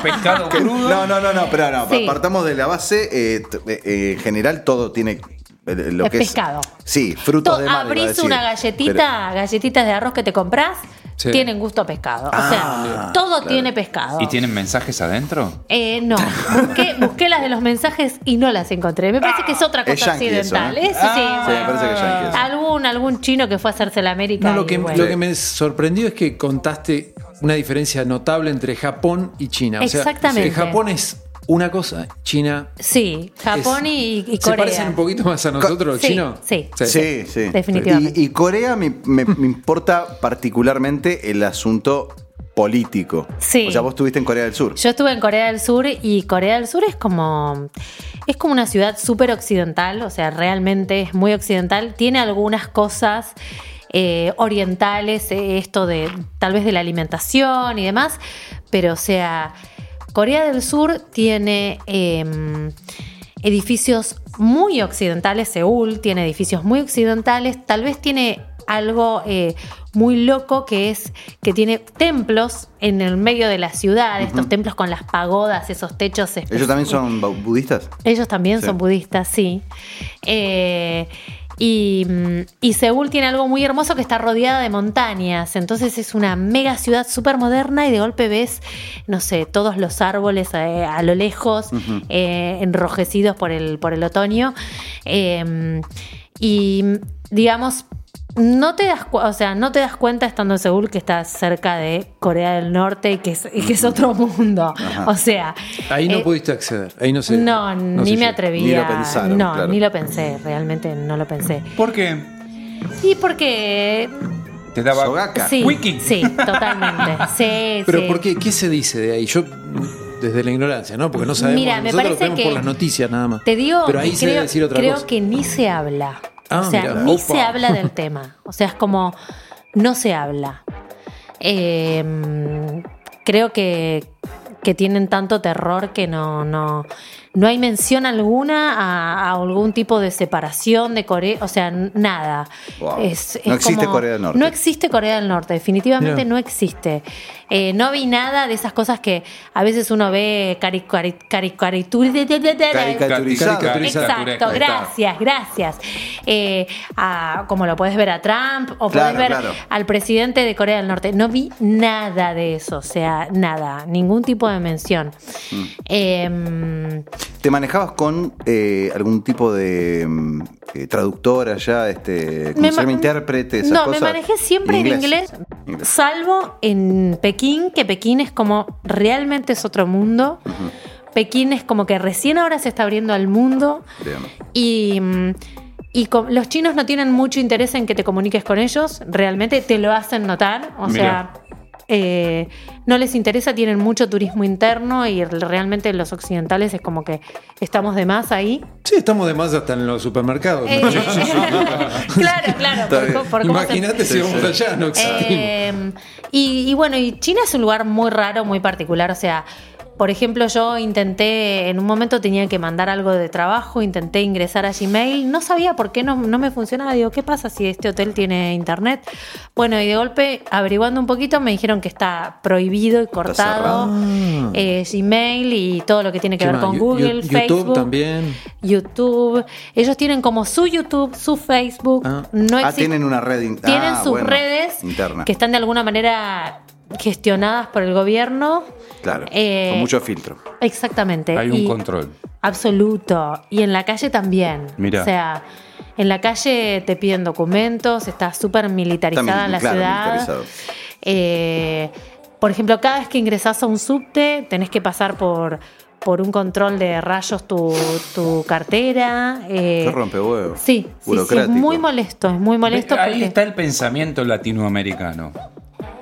Speaker 3: pescado
Speaker 1: Que-
Speaker 3: crudo.
Speaker 1: No, no, no, no, pero no,
Speaker 4: Sí.
Speaker 1: partamos de la base eh, t- eh, eh, general, todo tiene eh, lo
Speaker 4: Es
Speaker 1: que
Speaker 4: pescado.
Speaker 1: Sí, frutos
Speaker 4: To-
Speaker 1: de mar. iba a
Speaker 4: abrís
Speaker 1: decir.
Speaker 4: una galletita, galletitas de arroz que te compras,
Speaker 2: Sí.
Speaker 4: tienen gusto a pescado. o
Speaker 1: Ah,
Speaker 4: sea, todo
Speaker 1: claro.
Speaker 4: tiene pescado.
Speaker 3: ¿Y tienen mensajes adentro?
Speaker 4: Eh, no, busqué, busqué las de los mensajes y no las encontré. Me parece que es otra
Speaker 1: Ah, Es
Speaker 4: cosa
Speaker 1: yankee eso,
Speaker 4: occidental.
Speaker 1: ¿eh?
Speaker 4: Eso sí,
Speaker 1: Sí, me parece que es yankee eso.
Speaker 4: Algún, algún chino que fue a hacerse la América.
Speaker 2: No, lo
Speaker 4: y
Speaker 2: que,
Speaker 4: bueno.
Speaker 2: lo que me sorprendió es que contaste una diferencia notable entre Japón y China. O sea,
Speaker 4: Exactamente.
Speaker 2: que Japón es una cosa, China.
Speaker 4: Sí, Japón
Speaker 2: es-
Speaker 4: y, y
Speaker 2: ¿Se
Speaker 4: Corea.
Speaker 2: parecen un poquito más a nosotros los
Speaker 4: Sí,
Speaker 2: chinos?
Speaker 4: sí.
Speaker 1: Sí, sí.
Speaker 4: Definitivamente.
Speaker 1: Y, y Corea me, me- me importa particularmente el asunto político.
Speaker 4: Sí.
Speaker 1: O sea, vos estuviste en Corea del Sur.
Speaker 4: Yo estuve en Corea del Sur y Corea del Sur es como. Es como una ciudad súper occidental, o sea, realmente es muy occidental. Tiene algunas cosas eh, orientales, eh, esto de tal vez de la alimentación y demás, pero o sea, Corea del Sur tiene. em, edificios muy occidentales. Seúl tiene edificios muy occidentales. Tal vez tiene algo eh, muy loco que es que tiene templos en el medio de la ciudad, estos templos con las pagodas, esos techos. espe-
Speaker 1: ¿Ellos también son bau- budistas?
Speaker 4: Ellos también
Speaker 1: Sí.
Speaker 4: son budistas, sí. Eh, y, mm, y Seúl tiene algo muy hermoso que está rodeada de montañas. Entonces es una mega ciudad súper moderna y de golpe ves, no sé, todos los árboles eh, a lo lejos, eh, enrojecidos por el, por el otoño. Eh, y mm, digamos. No te das, cu- o sea, no te das cuenta estando en Seúl que estás cerca de Corea del Norte y que es, y que es otro mundo. O sea,
Speaker 2: Ahí no
Speaker 4: eh,
Speaker 2: pudiste acceder. Ahí no sé.
Speaker 4: no, ni me
Speaker 2: atrevo.
Speaker 4: atreví.
Speaker 1: Ni lo
Speaker 4: a-
Speaker 1: pensaron,
Speaker 4: No,
Speaker 1: claro.
Speaker 4: ni lo pensé, realmente no lo pensé.
Speaker 3: ¿Por qué?
Speaker 4: Y porque.
Speaker 3: Te daba.
Speaker 1: Sogaca.
Speaker 4: Sí,
Speaker 3: Wiki.
Speaker 4: sí, totalmente. Sí,
Speaker 2: Pero
Speaker 4: sí.
Speaker 2: ¿por qué? ¿Qué se dice de ahí? Yo desde la ignorancia, ¿no? Porque no sabemos.
Speaker 4: Mira, me
Speaker 2: Nosotros lo
Speaker 4: parece
Speaker 2: vemos
Speaker 4: que-
Speaker 2: por las noticias nada más.
Speaker 4: Te digo,
Speaker 2: Pero ahí
Speaker 4: que
Speaker 2: se
Speaker 4: creo,
Speaker 2: debe decir otra
Speaker 4: creo
Speaker 2: cosa.
Speaker 4: que ni se habla.
Speaker 2: Ah,
Speaker 4: o sea,
Speaker 2: mirá.
Speaker 4: ni
Speaker 2: Opa.
Speaker 4: se habla del tema. O sea, es como no se habla. Eh, creo que, que tienen tanto terror que no, no, no hay mención alguna a, a algún tipo de separación de Corea. O sea, n- nada.
Speaker 1: Wow. No existe Corea del Norte.
Speaker 4: No existe Corea del Norte, definitivamente
Speaker 2: Mirá.
Speaker 4: no existe. Eh, no vi nada de esas cosas que a veces uno ve cari- cari- cari- caricaturas-
Speaker 1: Caricaturizado.
Speaker 3: Caricaturizado.
Speaker 4: Exacto,
Speaker 3: Ahí está.
Speaker 4: gracias, gracias. Eh, a- como lo puedes ver a Trump o
Speaker 1: Claro,
Speaker 4: puedes ver
Speaker 1: claro.
Speaker 4: al presidente de Corea del Norte. No vi nada de eso, o sea, nada, ningún tipo de mención.
Speaker 1: Mm.
Speaker 4: Em,
Speaker 1: ¿Te manejabas con eh, algún tipo de mm, eh, traductora ya, este, ¿cómo
Speaker 4: Me
Speaker 1: se llama?
Speaker 4: ma-
Speaker 1: intérprete, esas
Speaker 4: no,
Speaker 1: cosas?
Speaker 4: me manejé siempre en inglés,
Speaker 1: Inglés.
Speaker 4: salvo en Pekín, que Pekín es como realmente es otro mundo. Pekín es como que recién ahora se está abriendo al mundo.
Speaker 1: Bien.
Speaker 4: Y, mm, y co- los chinos no tienen mucho interés en que te comuniques con ellos, realmente te lo hacen notar, o
Speaker 3: Mirá.
Speaker 4: sea, eh, no les interesa, tienen mucho turismo interno y realmente los occidentales es como que estamos de más ahí.
Speaker 2: Sí, estamos de más hasta en los supermercados.
Speaker 4: Eh,
Speaker 2: ¿no?
Speaker 4: claro, claro,
Speaker 1: Está
Speaker 4: por,
Speaker 1: bien.
Speaker 4: co- por cómo se-
Speaker 2: Imagínate si vamos allá, no existimos.
Speaker 4: Eh, y, y bueno, y China es un lugar muy raro, muy particular. O sea, por ejemplo, yo intenté, en un momento tenía que mandar algo de trabajo, intenté ingresar a Gmail, no sabía por qué no, no me funcionaba. Digo, ¿qué pasa si este hotel tiene internet? Bueno, y de golpe, averiguando un poquito, me dijeron que está prohibido y cortado eh, Gmail y todo lo que tiene que
Speaker 2: ¿Qué
Speaker 4: ver
Speaker 2: más?
Speaker 4: con
Speaker 2: Yu-
Speaker 4: Google,
Speaker 2: Yu- YouTube
Speaker 4: Facebook.
Speaker 2: también.
Speaker 4: YouTube, ellos tienen como su YouTube, su Facebook,
Speaker 2: Ah.
Speaker 4: no
Speaker 1: ah,
Speaker 4: exi-
Speaker 1: tienen una red in-
Speaker 4: tienen
Speaker 1: ah,
Speaker 4: sus
Speaker 1: bueno,
Speaker 4: redes
Speaker 1: interna.
Speaker 4: que están de alguna manera gestionadas por el gobierno.
Speaker 1: Claro,
Speaker 4: Eh,
Speaker 1: con mucho filtro.
Speaker 4: Exactamente.
Speaker 3: Hay un
Speaker 4: y-
Speaker 3: control.
Speaker 4: Absoluto. Y en la calle también.
Speaker 3: Mirá.
Speaker 4: O sea, en la calle te piden documentos, está súper
Speaker 1: Está
Speaker 4: militarizada
Speaker 1: mili-
Speaker 4: la
Speaker 1: claro,
Speaker 4: ciudad.
Speaker 1: militarizado.
Speaker 4: Eh, por ejemplo, cada vez que ingresás a un subte, tenés que pasar por, por un control de rayos tu, tu cartera. eh,
Speaker 1: Qué rompehuevos.
Speaker 4: Sí, sí, sí, es
Speaker 1: Burocrático.
Speaker 4: muy molesto, es muy molesto.
Speaker 3: Ahí
Speaker 4: porque-
Speaker 3: está el pensamiento latinoamericano.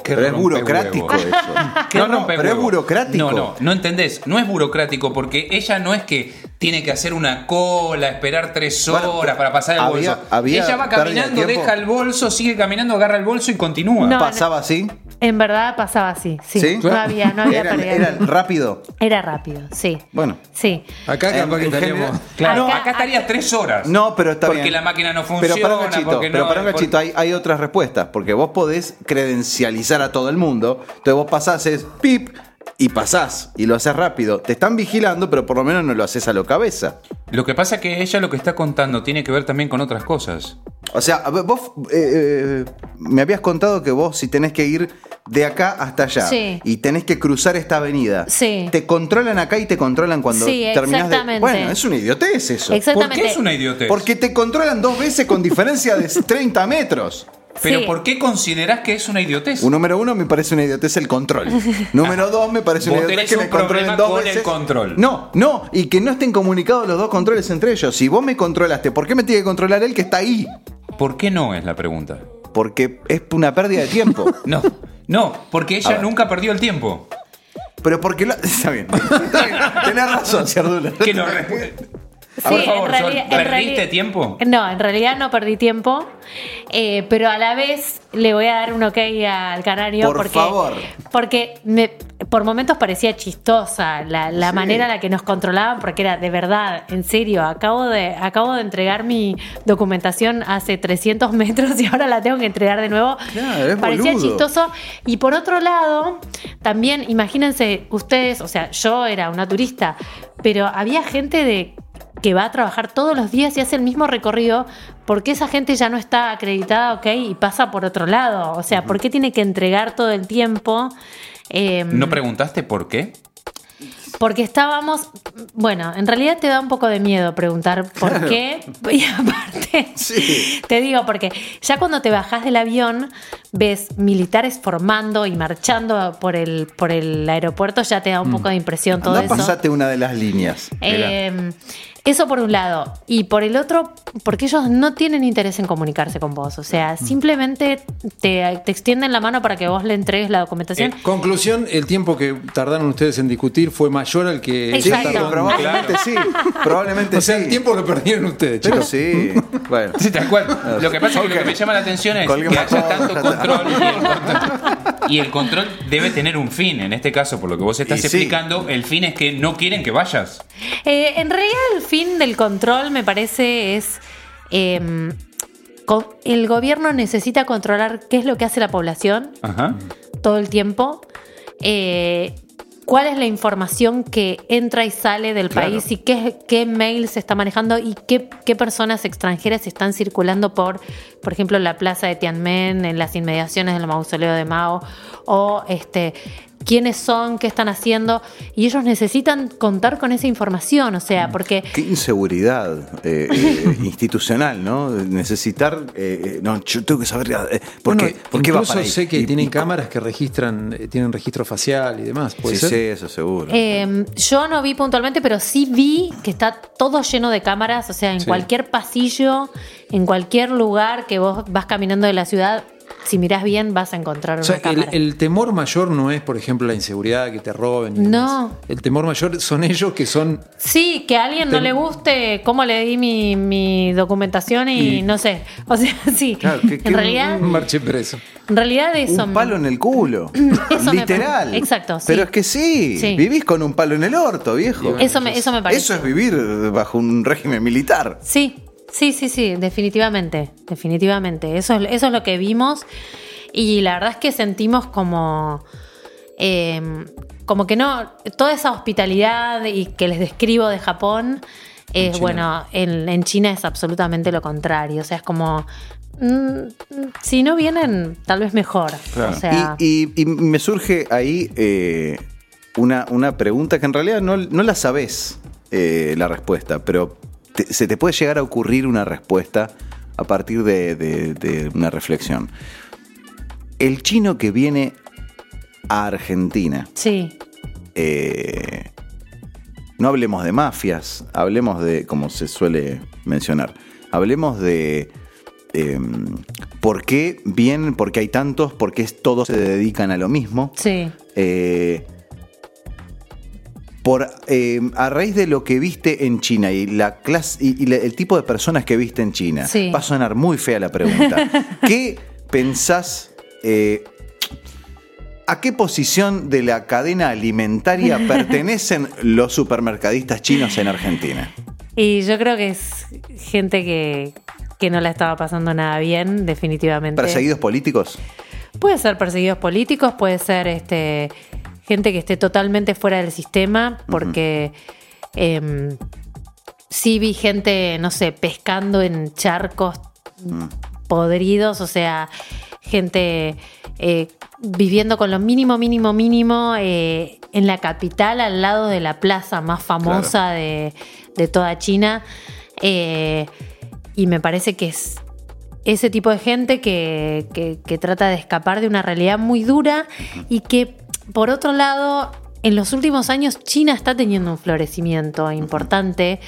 Speaker 3: Qué
Speaker 1: Pero es
Speaker 3: rompehuevo.
Speaker 1: burocrático eso.
Speaker 3: Qué
Speaker 1: No, no,
Speaker 3: rompehuevo.
Speaker 1: pero es burocrático.
Speaker 3: No, no, no entendés. No es burocrático porque ella no es que tiene que hacer una cola, esperar tres horas
Speaker 1: Bueno,
Speaker 3: para pasar el
Speaker 1: había-
Speaker 3: bolso.
Speaker 1: había
Speaker 3: ella va
Speaker 1: pérdida de
Speaker 3: caminando,
Speaker 1: tiempo.
Speaker 3: deja el bolso, sigue caminando, agarra el bolso y continúa.
Speaker 4: No.
Speaker 1: ¿Pasaba así?
Speaker 4: En verdad pasaba así, sí.
Speaker 1: ¿Sí?
Speaker 4: No había, no había
Speaker 1: Era-
Speaker 4: pérdida.
Speaker 1: era rápido.
Speaker 4: Era rápido, sí.
Speaker 1: Bueno.
Speaker 4: Sí.
Speaker 2: Acá
Speaker 1: En-
Speaker 2: capaz que
Speaker 1: en
Speaker 2: estaríamos.
Speaker 1: general-
Speaker 3: Claro,
Speaker 4: Acá-
Speaker 3: acá, estarías tres horas.
Speaker 1: No, pero está
Speaker 3: Porque
Speaker 1: bien.
Speaker 3: la máquina no
Speaker 1: Pero para
Speaker 3: funciona,
Speaker 1: un cachito,
Speaker 3: porque
Speaker 1: pero
Speaker 3: no-
Speaker 1: para un
Speaker 3: porque-
Speaker 1: cachito, hay, hay otras respuestas, porque vos podés credencializar a todo el mundo, entonces vos pasás, es pip, y pasás, y lo haces rápido. Te están vigilando, pero por lo menos no lo haces a lo cabeza.
Speaker 3: Lo que pasa es que ella lo que está contando tiene que ver también con otras cosas.
Speaker 1: O sea, a ver, vos eh, eh, me habías contado que vos si tenés que ir de acá hasta allá
Speaker 4: Sí.
Speaker 1: y tenés que cruzar esta avenida,
Speaker 4: Sí.
Speaker 1: te controlan acá y te controlan cuando
Speaker 4: Sí,
Speaker 1: terminás de...
Speaker 4: exactamente.
Speaker 1: Bueno, es una idiotez eso.
Speaker 3: ¿Por
Speaker 4: Exactamente.
Speaker 3: qué es una idiotez?
Speaker 1: Porque te controlan dos veces con diferencia de 30 metros.
Speaker 3: Pero
Speaker 4: Sí.
Speaker 3: ¿por qué considerás que es una idiotez?
Speaker 1: Un número uno me parece una idiotez el control. Número dos me parece una
Speaker 3: Vos
Speaker 1: idiotez
Speaker 3: tenés
Speaker 1: que
Speaker 3: un
Speaker 1: me controlen
Speaker 3: problema
Speaker 1: dos
Speaker 3: con el
Speaker 1: veces.
Speaker 3: control.
Speaker 1: No, no, y que no estén comunicados los dos controles entre ellos. Si vos me controlaste, ¿por qué me tiene que controlar él que está ahí?
Speaker 3: ¿Por qué no es la pregunta?
Speaker 1: Porque es una pérdida de tiempo.
Speaker 3: No, no, porque
Speaker 1: A
Speaker 3: ella
Speaker 1: ver.
Speaker 3: nunca perdió el tiempo.
Speaker 1: Pero porque lo... Está bien. Está bien. Tenés razón, Ciardula.
Speaker 3: Que lo re-
Speaker 4: Sí,
Speaker 3: Por favor, Sol,
Speaker 4: en
Speaker 3: ¿perdiste
Speaker 4: realidad-
Speaker 3: tiempo?
Speaker 4: No, en realidad no perdí tiempo, eh, pero a la vez le voy a dar un ok al canario
Speaker 1: Por
Speaker 4: porque,
Speaker 1: favor.
Speaker 4: porque me- por momentos parecía chistosa la, la manera en la que nos controlaban, porque era de verdad, en serio, acabo de, acabo de entregar mi documentación hace 300 metros y ahora la tengo que entregar de nuevo.
Speaker 1: Claro, es
Speaker 4: parecía
Speaker 1: boludo.
Speaker 4: chistoso eso. Y por otro lado, también imagínense ustedes, o sea, yo era una turista, pero había gente de que va a trabajar todos los días y hace el mismo recorrido, porque esa gente ya no está acreditada, ok, y pasa por otro lado. O sea, ¿por qué tiene que entregar todo el tiempo? Eh,
Speaker 3: ¿No preguntaste por qué?
Speaker 4: porque estábamos, bueno, en realidad te da un poco de miedo preguntar por qué. Y aparte,
Speaker 1: Sí.
Speaker 4: te digo, porque ya cuando te bajás del avión, ves militares formando y marchando por el, por el aeropuerto, ya te da un poco de impresión todo
Speaker 1: Mm. Andá,
Speaker 4: eso.
Speaker 1: pasate una de las líneas.
Speaker 4: Eh, eso por un lado. Y por el otro, porque ellos no tienen interés en comunicarse con vos. O sea,
Speaker 1: Mm.
Speaker 4: simplemente te, te extienden la mano para que vos le entregues la documentación.
Speaker 2: Eh, Conclusión, el tiempo que tardaron ustedes en discutir fue mayor al que...
Speaker 1: Sí,
Speaker 4: Exacto.
Speaker 2: tardaron-
Speaker 1: probablemente sí. Probablemente
Speaker 2: O sea,
Speaker 1: sí.
Speaker 2: el tiempo lo perdieron ustedes,
Speaker 1: Pero
Speaker 2: chicos.
Speaker 1: sí. Bueno.
Speaker 3: Sí, tal cual. Lo que pasa es que lo que me llama la atención es
Speaker 1: Colguemos
Speaker 3: que haya
Speaker 1: todo,
Speaker 3: tanto
Speaker 1: ya está.
Speaker 3: control y el control, y el control debe tener un fin. En este caso, por lo que vos estás
Speaker 1: Y sí.
Speaker 3: explicando, el fin es que no quieren que vayas.
Speaker 4: Eh, en realidad el fin del control me parece es... eh, co- el gobierno necesita controlar qué es lo que hace la población
Speaker 3: Ajá.
Speaker 4: todo el tiempo, eh, cuál es la información que entra y sale del país y qué, qué mail se está manejando y qué, qué personas extranjeras están circulando por, por ejemplo, la plaza de Tiananmen, en las inmediaciones del mausoleo de Mao, o este quiénes son, qué están haciendo, y ellos necesitan contar con esa información, o sea, porque
Speaker 1: Qué inseguridad eh, eh, institucional, ¿no? Necesitar. eh, eh, no, yo tengo que saber. eh, ¿Por
Speaker 2: Bueno,
Speaker 1: qué, por qué va
Speaker 2: incluso
Speaker 1: para ahí?
Speaker 2: sé que
Speaker 1: Y-
Speaker 2: tienen
Speaker 1: y-
Speaker 2: cámaras que registran, eh, tienen registro facial y demás, ¿puede
Speaker 1: Sí,
Speaker 2: ser?
Speaker 1: sí, eso seguro.
Speaker 4: Eh, yo no vi puntualmente, pero sí vi que está todo lleno de cámaras, o sea, en
Speaker 2: Sí.
Speaker 4: cualquier pasillo, en cualquier lugar que vos vas caminando de la ciudad, si mirás bien vas a encontrar
Speaker 2: O
Speaker 4: una
Speaker 2: sea, el,
Speaker 4: cámara.
Speaker 2: el temor mayor no es, por ejemplo, la inseguridad, que te roben. y demás.
Speaker 4: No.
Speaker 2: El temor mayor son ellos que son
Speaker 4: Sí, que a alguien no
Speaker 2: Ten-
Speaker 4: le guste cómo le di mi, mi documentación y,
Speaker 2: Y-
Speaker 4: no sé. O sea, sí.
Speaker 1: Claro, que- que
Speaker 4: en, realidad,
Speaker 2: un marche preso.
Speaker 4: en realidad eso...
Speaker 1: un palo en el culo.
Speaker 4: Eso me
Speaker 1: Literal.
Speaker 4: parece- exacto, sí.
Speaker 1: Pero es que sí,
Speaker 4: Sí.
Speaker 1: Vivís con un palo en el orto, viejo.
Speaker 4: Eso me, eso me parece.
Speaker 1: Eso es vivir bajo un régimen militar.
Speaker 4: Sí, sí, sí, sí, definitivamente, definitivamente. Eso es, eso es lo que vimos y la verdad es que sentimos como... eh, como que no, toda esa hospitalidad y que les describo de Japón, es bueno, en, en China es absolutamente lo contrario. O sea, es como, mm, si no vienen, tal vez mejor. O sea,
Speaker 1: Y, y- y me surge ahí eh, una, una pregunta que en realidad no, no la sabes eh, la respuesta, pero te- se te puede llegar a ocurrir una respuesta a partir de, de- de una reflexión. El chino que viene a Argentina,
Speaker 4: sí,
Speaker 1: eh, no hablemos de mafias, hablemos de, como se suele mencionar, hablemos de eh, por qué vienen, por qué hay tantos, por qué todos se dedican a lo mismo.
Speaker 4: sí.
Speaker 1: Eh, por, eh, a raíz de lo que viste en China y, la clase, y, y la- el tipo de personas que viste en China,
Speaker 4: Sí.
Speaker 1: va a sonar muy fea la pregunta. ¿Qué pensás? eh, ¿A qué posición de la cadena alimentaria pertenecen los supermercadistas chinos en Argentina?
Speaker 4: Y yo creo que es gente que, que no la estaba pasando nada bien, definitivamente.
Speaker 1: ¿Perseguidos políticos?
Speaker 4: Puede ser perseguidos políticos, puede ser este, gente que esté totalmente fuera del sistema, porque em, sí vi gente, no sé, pescando en charcos podridos, o sea, gente eh, viviendo con lo mínimo, mínimo, mínimo eh, en la capital, al lado de la plaza más famosa de, de toda China. Eh, y me parece que es ese tipo de gente que, que- que trata de escapar de una realidad muy dura y que, por otro lado, en los últimos años China está teniendo un florecimiento importante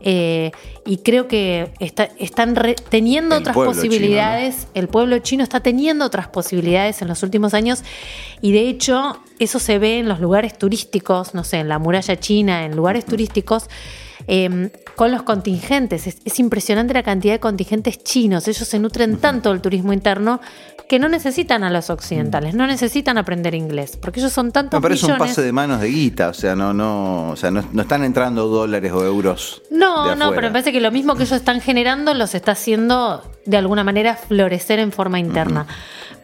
Speaker 4: eh, y creo que está- están re- teniendo
Speaker 1: El
Speaker 4: otras
Speaker 1: pueblo
Speaker 4: posibilidades, el pueblo chino está teniendo otras posibilidades en los últimos años y de hecho eso se ve en los lugares turísticos, no sé, en la muralla china, en lugares turísticos. eh, con los contingentes. Es, es impresionante la cantidad de contingentes chinos. Ellos se nutren tanto del turismo interno que no necesitan a los occidentales, no necesitan aprender inglés, porque ellos son tantos
Speaker 1: No, pero es Mm. un
Speaker 4: millones.
Speaker 1: pase de manos de guita, o sea, no, no, o sea, no, no están entrando dólares o euros.
Speaker 4: No,
Speaker 1: de
Speaker 4: no,
Speaker 1: afuera.
Speaker 4: pero me parece que lo mismo que ellos están generando los está haciendo de alguna manera florecer en forma interna.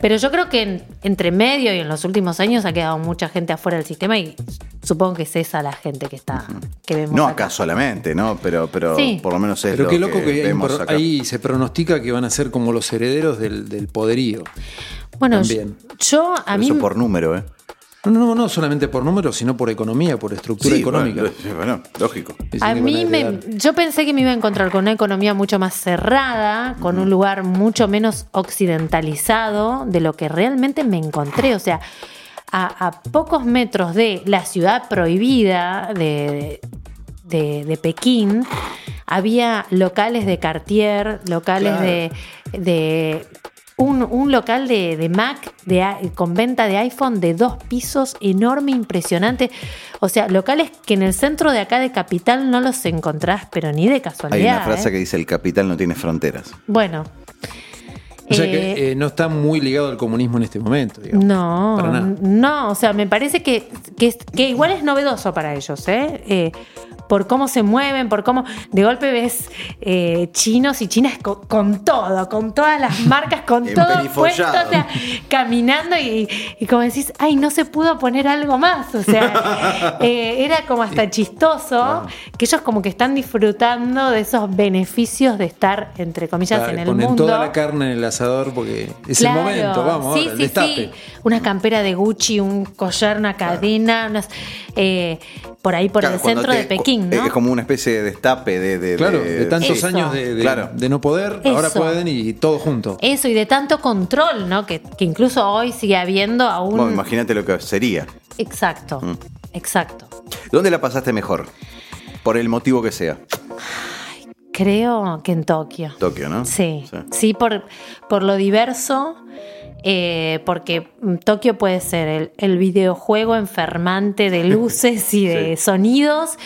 Speaker 4: Pero yo creo que en- entre medio y en los últimos años ha quedado mucha gente afuera del sistema y supongo que es esa la gente que está que vemos.
Speaker 1: No
Speaker 4: acá.
Speaker 1: acá solamente, ¿no? Pero, pero
Speaker 4: Sí.
Speaker 1: por lo menos es
Speaker 2: Pero
Speaker 1: lo
Speaker 2: qué loco que, ahí,
Speaker 1: vemos
Speaker 2: por-
Speaker 1: acá.
Speaker 2: ahí se pronostica que van a ser como los herederos del, del poderío.
Speaker 4: Bueno,
Speaker 2: También.
Speaker 4: yo a
Speaker 1: Pero
Speaker 4: mí
Speaker 1: Eso por número, ¿eh?
Speaker 2: No, no, no solamente por números, sino por economía, por estructura
Speaker 1: Sí,
Speaker 2: económica.
Speaker 1: bueno, sí, bueno, lógico.
Speaker 2: Dicen
Speaker 4: A
Speaker 2: que van
Speaker 4: mí me,
Speaker 2: heredar.
Speaker 4: yo pensé que me iba a encontrar con una economía mucho más cerrada, con un lugar mucho menos occidentalizado de lo que realmente me encontré. O sea, a, a pocos metros de la ciudad prohibida de, de- de Pekín, había locales de Cartier, locales
Speaker 2: Claro.
Speaker 4: de... de- un, un local de, de Mac de, a- con venta de iPhone de dos pisos, enorme, impresionante. O sea, locales que en el centro de acá de Capital no los encontrás, pero ni de
Speaker 1: Hay
Speaker 4: casualidad.
Speaker 1: una frase
Speaker 4: ¿eh?
Speaker 1: que dice: el capital no tiene fronteras.
Speaker 4: Bueno.
Speaker 2: O sea
Speaker 4: Eh,
Speaker 2: que eh, no está muy ligado al comunismo en este momento. digamos.
Speaker 4: No,
Speaker 2: Para nada.
Speaker 4: no, o sea, me parece que, que, es- que igual es novedoso para ellos, ¿eh? Eh, Por cómo se mueven, por cómo. De golpe ves eh, chinos y chinas co- con, todo, con todas las marcas, con todo puesto,
Speaker 1: Emperifollado.
Speaker 4: o sea, caminando y, y como decís, ay, no se pudo poner algo más, o sea, eh, era como hasta chistoso que ellos como que están disfrutando de esos beneficios de estar, entre comillas,
Speaker 2: Claro,
Speaker 4: en el
Speaker 2: ponen
Speaker 4: mundo.
Speaker 2: toda la carne en el asador porque es
Speaker 4: Claro.
Speaker 2: el momento, vamos,
Speaker 4: Sí,
Speaker 2: ahora, el
Speaker 4: sí,
Speaker 2: destape.
Speaker 4: sí. Una campera de Gucci, un collar, una cadena, unas, eh, por ahí por
Speaker 1: Claro,
Speaker 4: el
Speaker 1: cuando
Speaker 4: centro
Speaker 1: te-
Speaker 4: de Pekín,
Speaker 2: eh,
Speaker 1: cu-
Speaker 4: ¿no?
Speaker 1: Es como una especie de destape de. de-
Speaker 2: Claro, de tantos
Speaker 4: Eso.
Speaker 2: años de, de-
Speaker 1: Eh, Claro.
Speaker 2: de no poder, ahora
Speaker 4: Eso.
Speaker 2: pueden y, todo junto.
Speaker 4: Eso, y de tanto control, ¿no? Que, que incluso hoy sigue habiendo aún.
Speaker 1: Bueno, imagínate lo que sería.
Speaker 4: exacto,
Speaker 2: Mm.
Speaker 4: exacto.
Speaker 1: ¿Dónde la pasaste mejor? Por el motivo que sea.
Speaker 4: Creo que en Tokio.
Speaker 1: Tokio, ¿no?
Speaker 4: Sí, sí, por, por lo diverso, eh, porque mm, Tokio puede ser el, el videojuego enfermante de luces y de sonidos,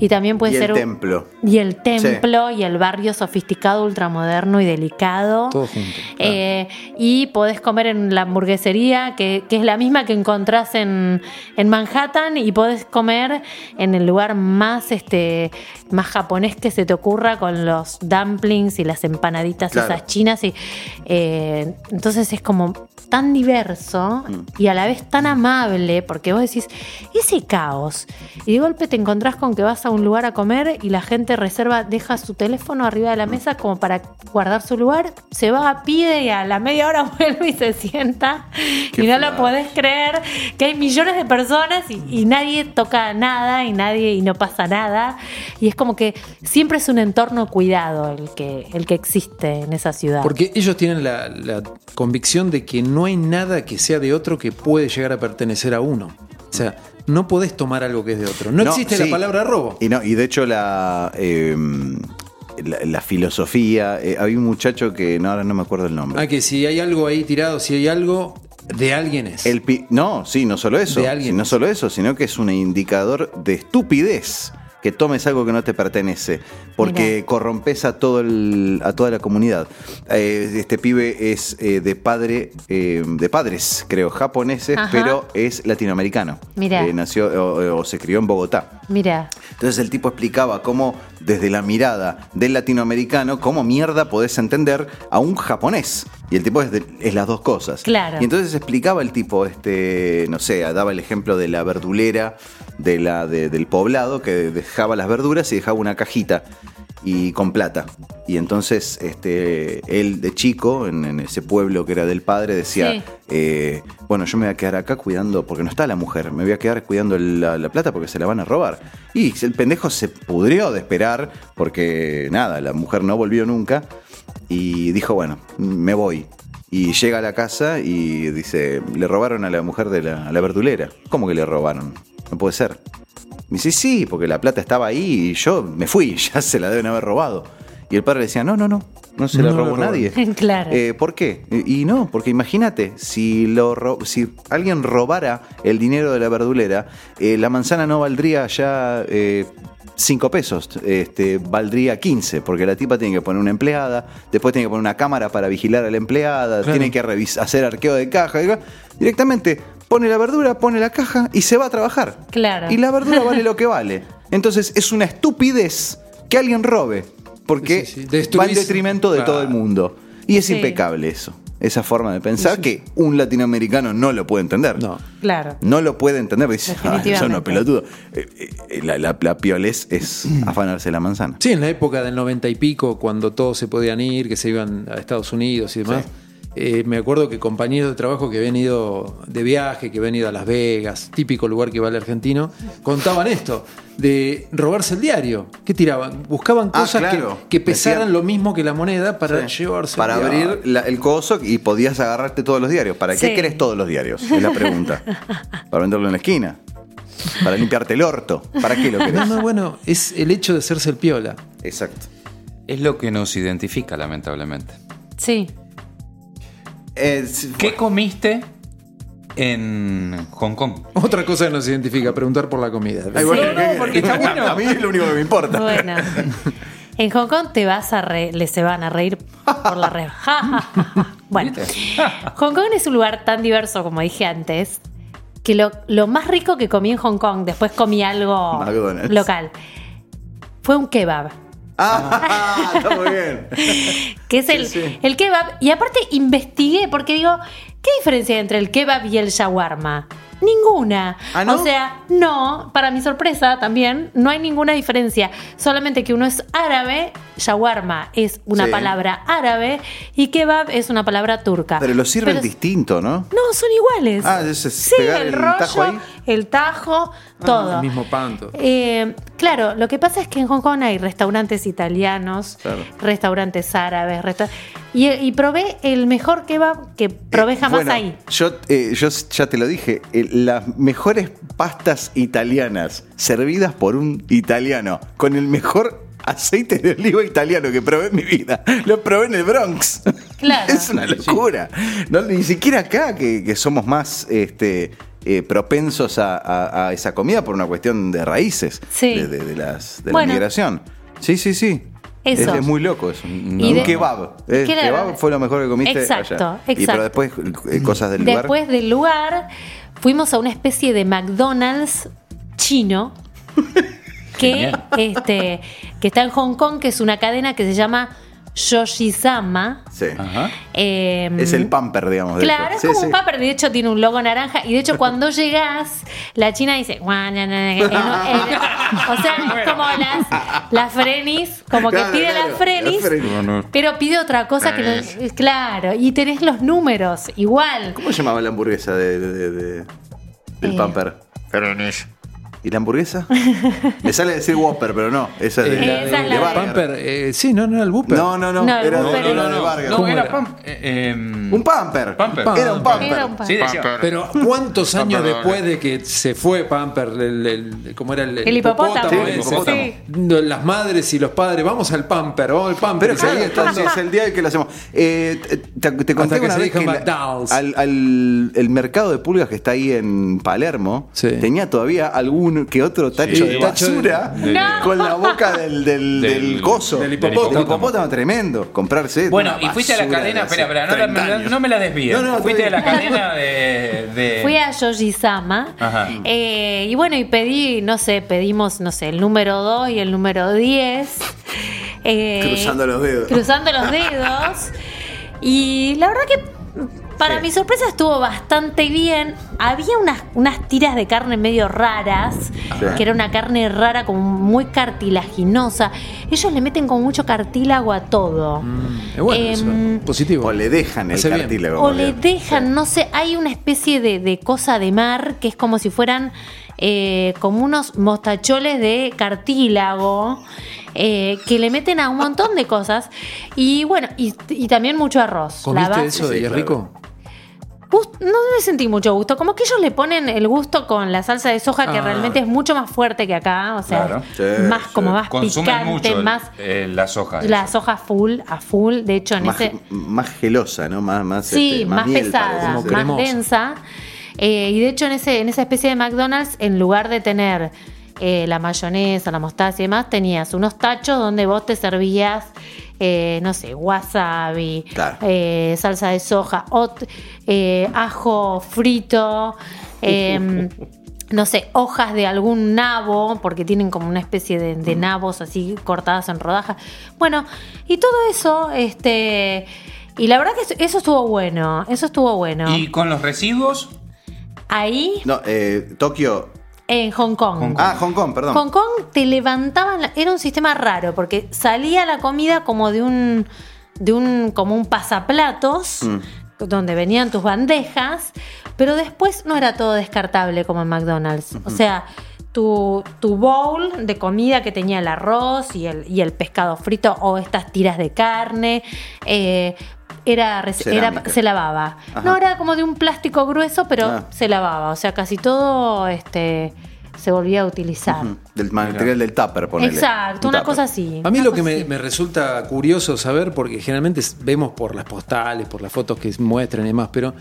Speaker 4: y también puede
Speaker 1: Y el
Speaker 4: ser... un-
Speaker 1: templo.
Speaker 4: Y el templo y el barrio sofisticado, ultramoderno y delicado.
Speaker 2: Todo junto, claro.
Speaker 4: Eh, y podés comer en la hamburguesería, que, que es la misma que encontrás en, en Manhattan, y podés comer en el lugar más, este, más japonés que se te ocurra, con los dumplings y las empanaditas
Speaker 1: Claro.
Speaker 4: esas chinas. Y, eh, entonces es como tan diverso y a la vez tan amable, porque vos decís, ese caos. Y de golpe te encontrás con que vas a un lugar a comer y la gente reserva, deja su teléfono arriba de la mesa como para guardar su lugar, se va, pide y a la media hora vuelve y se sienta.
Speaker 1: Qué
Speaker 4: y no
Speaker 1: flash.
Speaker 4: lo podés creer que hay millones de personas y, y nadie toca nada y nadie y no pasa nada. Y es como que siempre es un entorno cuidado el que, el que existe en esa ciudad.
Speaker 2: Porque ellos tienen la, la convicción de que no hay nada que sea de otro que puede llegar a pertenecer a uno. O sea, no podés tomar algo que es de otro. No, existe
Speaker 1: sí.
Speaker 2: la palabra robo.
Speaker 1: Y, no, y de hecho la, eh, la, la filosofía, eh, había un muchacho que no, ahora no me acuerdo el nombre.
Speaker 2: Ah, que si hay algo ahí tirado, si hay algo, de alguien es.
Speaker 1: El pi- no, sí, no solo eso.
Speaker 2: De alguien.
Speaker 1: sí, No solo eso, sino que es un indicador de estupidez que tomes algo que no te pertenece, porque
Speaker 4: Mirá.
Speaker 1: corrompes a, todo el, a toda la comunidad. Eh, este pibe es eh, de padre, eh, de padres, creo, japoneses,
Speaker 4: Ajá.
Speaker 1: pero es latinoamericano.
Speaker 4: Mirá.
Speaker 1: Eh, nació o- o se crió en Bogotá.
Speaker 4: Mira,
Speaker 1: Entonces el tipo explicaba cómo, desde la mirada del latinoamericano, cómo mierda podés entender a un japonés. Y el tipo es, de- es las dos cosas.
Speaker 4: Claro.
Speaker 1: Y entonces explicaba el tipo, este, no sé, daba el ejemplo de la verdulera de la, de- del poblado que dejaba las verduras y dejaba una cajita. y con plata. Y entonces este, él de chico, en, en ese pueblo que era del padre, decía,
Speaker 4: Sí.
Speaker 1: eh, bueno, yo me voy a quedar acá cuidando, porque no está la mujer, me voy a quedar cuidando la, la plata porque se la van a robar. Y el pendejo se pudrió de esperar, porque nada, la mujer no volvió nunca, y dijo, bueno, me voy. Y llega a la casa y dice, le robaron a la mujer de la, a la verdulera. ¿Cómo que le robaron? No puede ser. Me dice, sí, porque la plata estaba ahí y yo me fui, ya se la deben haber robado. Y el padre le decía, no, no, no, no se la
Speaker 2: No la
Speaker 1: robó
Speaker 2: robaron.
Speaker 1: nadie.
Speaker 4: Claro.
Speaker 1: Eh, ¿Por qué? Y, y no, porque imagínate, si, lo ro- si alguien robara el dinero de la verdulera, eh, la manzana no valdría ya 5 pesos, este, valdría 15, porque la tipa tiene que poner una empleada, después tiene que poner una cámara para vigilar a la empleada,
Speaker 2: Claro.
Speaker 1: tiene que revis- hacer arqueo de caja. digo, Directamente pone la verdura, pone la caja y se va a trabajar.
Speaker 4: Claro.
Speaker 1: Y la verdura vale lo que vale. Entonces es una estupidez que alguien robe. Porque
Speaker 2: Sí, sí, sí.
Speaker 1: va en
Speaker 2: Destruís-
Speaker 1: detrimento de
Speaker 2: Claro.
Speaker 1: todo el mundo. Y es
Speaker 4: Sí.
Speaker 1: impecable eso. Esa forma de pensar que un latinoamericano no lo puede entender.
Speaker 2: No.
Speaker 4: Claro.
Speaker 1: No lo puede entender. porque Dice, "Ah, son unos
Speaker 4: Definitivamente.
Speaker 1: pelotudos. Eh, eh, la, la, la piolez es afanarse la manzana.
Speaker 2: Sí, en la época del noventa y pico, cuando todos se podían ir, que se iban a Estados Unidos y demás, eh, me acuerdo que compañeros de trabajo que habían ido de viaje, que habían ido a Las Vegas, típico lugar que va el argentino, contaban esto, de robarse el diario. ¿Qué tiraban? Buscaban
Speaker 1: Ah,
Speaker 2: cosas que-
Speaker 1: claro.
Speaker 2: que, pesaran
Speaker 1: Decían-
Speaker 2: lo mismo que la moneda para
Speaker 1: Sí.
Speaker 2: llevarse.
Speaker 1: Para
Speaker 2: el diario.
Speaker 1: abrir la- el coso y podías agarrarte todos los diarios. ¿Para qué
Speaker 4: Sí.
Speaker 1: querés todos los diarios? Es la pregunta. ¿Para venderlo en la esquina? ¿Para limpiarte el orto? ¿Para qué lo
Speaker 2: No,
Speaker 1: querés?
Speaker 2: Ah, no, bueno, es el hecho de hacerse el piola.
Speaker 1: Exacto.
Speaker 3: Es lo que nos identifica, lamentablemente.
Speaker 4: Sí.
Speaker 1: Es-
Speaker 3: ¿Qué comiste en Hong Kong?
Speaker 2: Otra cosa que nos identifica, preguntar por la comida.
Speaker 1: Ay, bueno, ¿qué- qué-
Speaker 3: porque está bueno.
Speaker 1: A mí es lo único que me importa.
Speaker 4: Bueno. En Hong Kong te vas a re- le se van a reír por la red. bueno. Hong Kong es un lugar tan diverso, como dije antes, que lo, lo más rico que comí en Hong Kong, después comí algo
Speaker 1: McDonald's.
Speaker 4: local, fue un kebab.
Speaker 1: Ah, está muy bien.
Speaker 4: Que es el, el kebab. Y aparte investigué, porque digo, ¿qué diferencia hay entre el kebab y el shawarma? Ninguna.
Speaker 1: ¿Ah, no?
Speaker 4: O sea, no, para mi sorpresa también, no hay ninguna diferencia. Solamente que uno es árabe, shawarma es una
Speaker 1: Sí.
Speaker 4: palabra árabe y kebab es una palabra turca.
Speaker 1: Pero lo sirven
Speaker 4: Pero-
Speaker 1: distinto, ¿no?
Speaker 4: No, son iguales.
Speaker 1: Ah, es- es
Speaker 4: sí,
Speaker 1: pegar
Speaker 4: el
Speaker 1: el
Speaker 4: rollo,
Speaker 1: tajo ahí. Ah,
Speaker 4: el tajo, todo.
Speaker 2: El mismo panto.
Speaker 4: Eh, claro, lo que pasa es que en Hong Kong hay restaurantes italianos,
Speaker 1: Claro.
Speaker 4: restaurantes árabes, resta- y, y probé el mejor kebab que probé
Speaker 1: Eh,
Speaker 4: jamás
Speaker 1: bueno,
Speaker 4: ahí.
Speaker 1: Yo, eh, yo ya te lo dije, eh, las mejores pastas italianas servidas por un italiano con el mejor aceite de oliva italiano que probé en mi vida. Lo probé en el Bronx.
Speaker 4: Claro.
Speaker 1: es una locura. No, ni siquiera acá que, que somos más este, eh, propensos a, a- a esa comida por una cuestión de raíces
Speaker 4: Sí.
Speaker 1: de, de- de las, de
Speaker 4: Bueno.
Speaker 1: la migración. Sí, sí, sí.
Speaker 4: Eso.
Speaker 1: Es, es muy loco eso.
Speaker 4: Y
Speaker 1: un
Speaker 4: de-
Speaker 1: kebab. El
Speaker 4: ¿Qué era?
Speaker 1: kebab fue lo mejor que comiste
Speaker 4: Exacto,
Speaker 1: allá. Y,
Speaker 4: exacto.
Speaker 1: pero después eh, cosas del lugar.
Speaker 4: Después del lugar, fuimos a una especie de McDonald's chino que,
Speaker 3: Genial.
Speaker 4: este, que está en Hong Kong, que es una cadena que se llama Yoshizama.
Speaker 1: Sí.
Speaker 3: Ajá.
Speaker 4: Eh,
Speaker 1: Es el pamper, digamos. de eso.
Speaker 4: Claro, es
Speaker 1: Sí,
Speaker 4: como
Speaker 1: sí.
Speaker 4: un paper, de hecho tiene un logo naranja y de hecho cuando llegás, la china dice, "Guá, na, na, na", en un- en- o sea, es como las, las frenis, como que
Speaker 1: Claro,
Speaker 4: pide
Speaker 1: claro,
Speaker 4: las frenis, Mm.
Speaker 1: la frenis.
Speaker 4: pero pide otra cosa que
Speaker 3: Eh.
Speaker 4: no, claro, y tenés los números igual.
Speaker 1: ¿Cómo se llamaba la hamburguesa de, de- de- del
Speaker 4: Eh.
Speaker 1: pamper? ¿Y la hamburguesa? Me sale decir Whopper, pero no. Esa es de,
Speaker 4: Eh, Esa es
Speaker 1: de
Speaker 4: la-
Speaker 1: Burger.
Speaker 2: Pamper, eh, sí, no, no era el Booper.
Speaker 1: Eh, No, no, no.
Speaker 4: No, el
Speaker 1: era de,
Speaker 4: Whopper
Speaker 1: era
Speaker 4: no,
Speaker 1: de
Speaker 4: no,
Speaker 1: Burger.
Speaker 3: No,
Speaker 2: ¿Cómo
Speaker 3: era
Speaker 2: era?
Speaker 3: pam. eh, em,
Speaker 1: Un pamper.
Speaker 3: Pamper.
Speaker 1: Era un pamper.
Speaker 4: Era un pamper.
Speaker 3: Sí, decía.
Speaker 2: Pero ¿cuántos años
Speaker 1: eh.
Speaker 2: después de que se fue Pamper, el, el- ¿cómo era el,
Speaker 4: El hipopótamo.
Speaker 1: Sí,
Speaker 2: ese?
Speaker 1: el hipopótamo.
Speaker 4: Sí.
Speaker 2: No, Las madres y los padres, vamos al oh, Pamper, vamos al Pamper.
Speaker 1: Pero
Speaker 2: Y
Speaker 1: es ahí
Speaker 2: seguía
Speaker 1: está,
Speaker 2: estando-
Speaker 1: es el día en que lo hacemos. Eh, te, te- te conté
Speaker 2: Hasta que
Speaker 1: una
Speaker 2: se
Speaker 1: vez
Speaker 2: dijo
Speaker 1: que la-
Speaker 2: McDonald's.
Speaker 1: al, al- el mercado de pulgas que está ahí en Palermo
Speaker 2: Sí.
Speaker 1: tenía todavía algún que otro tacho
Speaker 2: Sí,
Speaker 1: de
Speaker 2: tacho de-
Speaker 1: basura
Speaker 3: de-
Speaker 4: No.
Speaker 1: con la boca del, del,
Speaker 3: Del-
Speaker 1: del coso.
Speaker 2: del hipopótamo.
Speaker 1: Del hipopótamo tremendo. Comprarse.
Speaker 3: Bueno,
Speaker 1: una
Speaker 3: y fuiste a la
Speaker 1: basura
Speaker 3: cadena,
Speaker 1: de hace
Speaker 3: espera, espera, no, la-
Speaker 1: 30
Speaker 3: no-
Speaker 1: años.
Speaker 3: no me la desvíes.
Speaker 1: No, no, está
Speaker 3: fuiste a
Speaker 1: bien.
Speaker 3: la cadena de. de-
Speaker 4: Fui a Yoshizama
Speaker 3: Ajá.
Speaker 4: eh, y bueno, y pedí, no sé, pedimos, no sé, el número 2 y el número 10. eh,
Speaker 1: Cruzando los dedos.
Speaker 4: Cruzando los dedos. Y la verdad que Para mi sorpresa estuvo bastante bien. Había unas, unas tiras de carne medio raras, que era una carne rara, como muy cartilaginosa. Ellos le meten con mucho cartílago a todo.
Speaker 2: Es Eh, bueno, eso,
Speaker 4: Em,
Speaker 2: positivo.
Speaker 1: O le dejan el
Speaker 2: Hace bien.
Speaker 1: cartílago.
Speaker 4: O le dejan, no sé, hay una especie de, de cosa de mar que es como si fueran eh, como unos mostacholes de cartílago eh, que le meten a un montón de cosas. Y bueno, y, y también mucho arroz. La
Speaker 2: ¿Comiste
Speaker 4: base-
Speaker 2: eso de
Speaker 1: Sí,
Speaker 2: y es
Speaker 1: claro.
Speaker 2: rico?
Speaker 4: Gust- no le sentí mucho gusto. Como que ellos le ponen el gusto con la salsa de soja, que
Speaker 2: Ah.
Speaker 4: realmente es mucho más fuerte que acá. O sea,
Speaker 1: Claro.
Speaker 4: es
Speaker 1: Sí,
Speaker 4: más,
Speaker 1: sí.
Speaker 4: como más
Speaker 3: Consumen
Speaker 4: picante,
Speaker 3: mucho el-
Speaker 4: más
Speaker 3: eh, la soja.
Speaker 4: la soja full, a full. De hecho, en
Speaker 1: Más,
Speaker 4: ese.
Speaker 1: más gelosa, ¿no? Más, más,
Speaker 4: Sí,
Speaker 1: este,
Speaker 4: más,
Speaker 1: miel,
Speaker 4: pesada,
Speaker 1: parece.
Speaker 2: como
Speaker 4: más
Speaker 2: cremosa.
Speaker 4: densa. Eh, y de hecho, en, ese, en esa especie de McDonald's, en lugar de tener eh, la mayonesa, la mostaza y demás, tenías unos tachos donde vos te servías, eh, no sé, wasabi,
Speaker 1: Claro.
Speaker 4: eh, salsa de soja, ot- eh, ajo frito. eh, No sé, hojas de algún nabo, porque tienen como una especie de, de nabos así cortadas en rodajas. Bueno, y todo eso, este. Y la verdad que eso estuvo bueno, eso estuvo bueno.
Speaker 3: Y con los residuos,
Speaker 4: Ahí,
Speaker 1: No, eh, Tokio.
Speaker 4: en Hong Kong.
Speaker 3: Hong Kong.
Speaker 1: Ah, Hong Kong, perdón.
Speaker 4: Hong Kong te levantaban, la- era un sistema raro porque salía la comida como de un de un como un pasaplatos
Speaker 1: Mm.
Speaker 4: donde venían tus bandejas, pero después no era todo descartable como en McDonald's. O sea, tu, tu bowl de comida que tenía el arroz y el, y el pescado frito o estas tiras de carne, eh, era, reci- era,
Speaker 1: Cerámica.
Speaker 4: se lavaba.
Speaker 1: Ajá.
Speaker 4: No era como de un plástico grueso, pero
Speaker 1: Ah.
Speaker 4: se lavaba. O sea, casi todo este, se volvía a utilizar.
Speaker 1: Mm, Del material del tupper, ponele.
Speaker 4: Exacto,
Speaker 1: Un
Speaker 4: una
Speaker 1: tupper.
Speaker 4: cosa así.
Speaker 2: A mí
Speaker 4: una
Speaker 2: lo
Speaker 4: cosa
Speaker 2: que me,
Speaker 4: así.
Speaker 2: me resulta curioso saber, porque generalmente s- vemos por las postales, por las fotos que muestran y demás, pero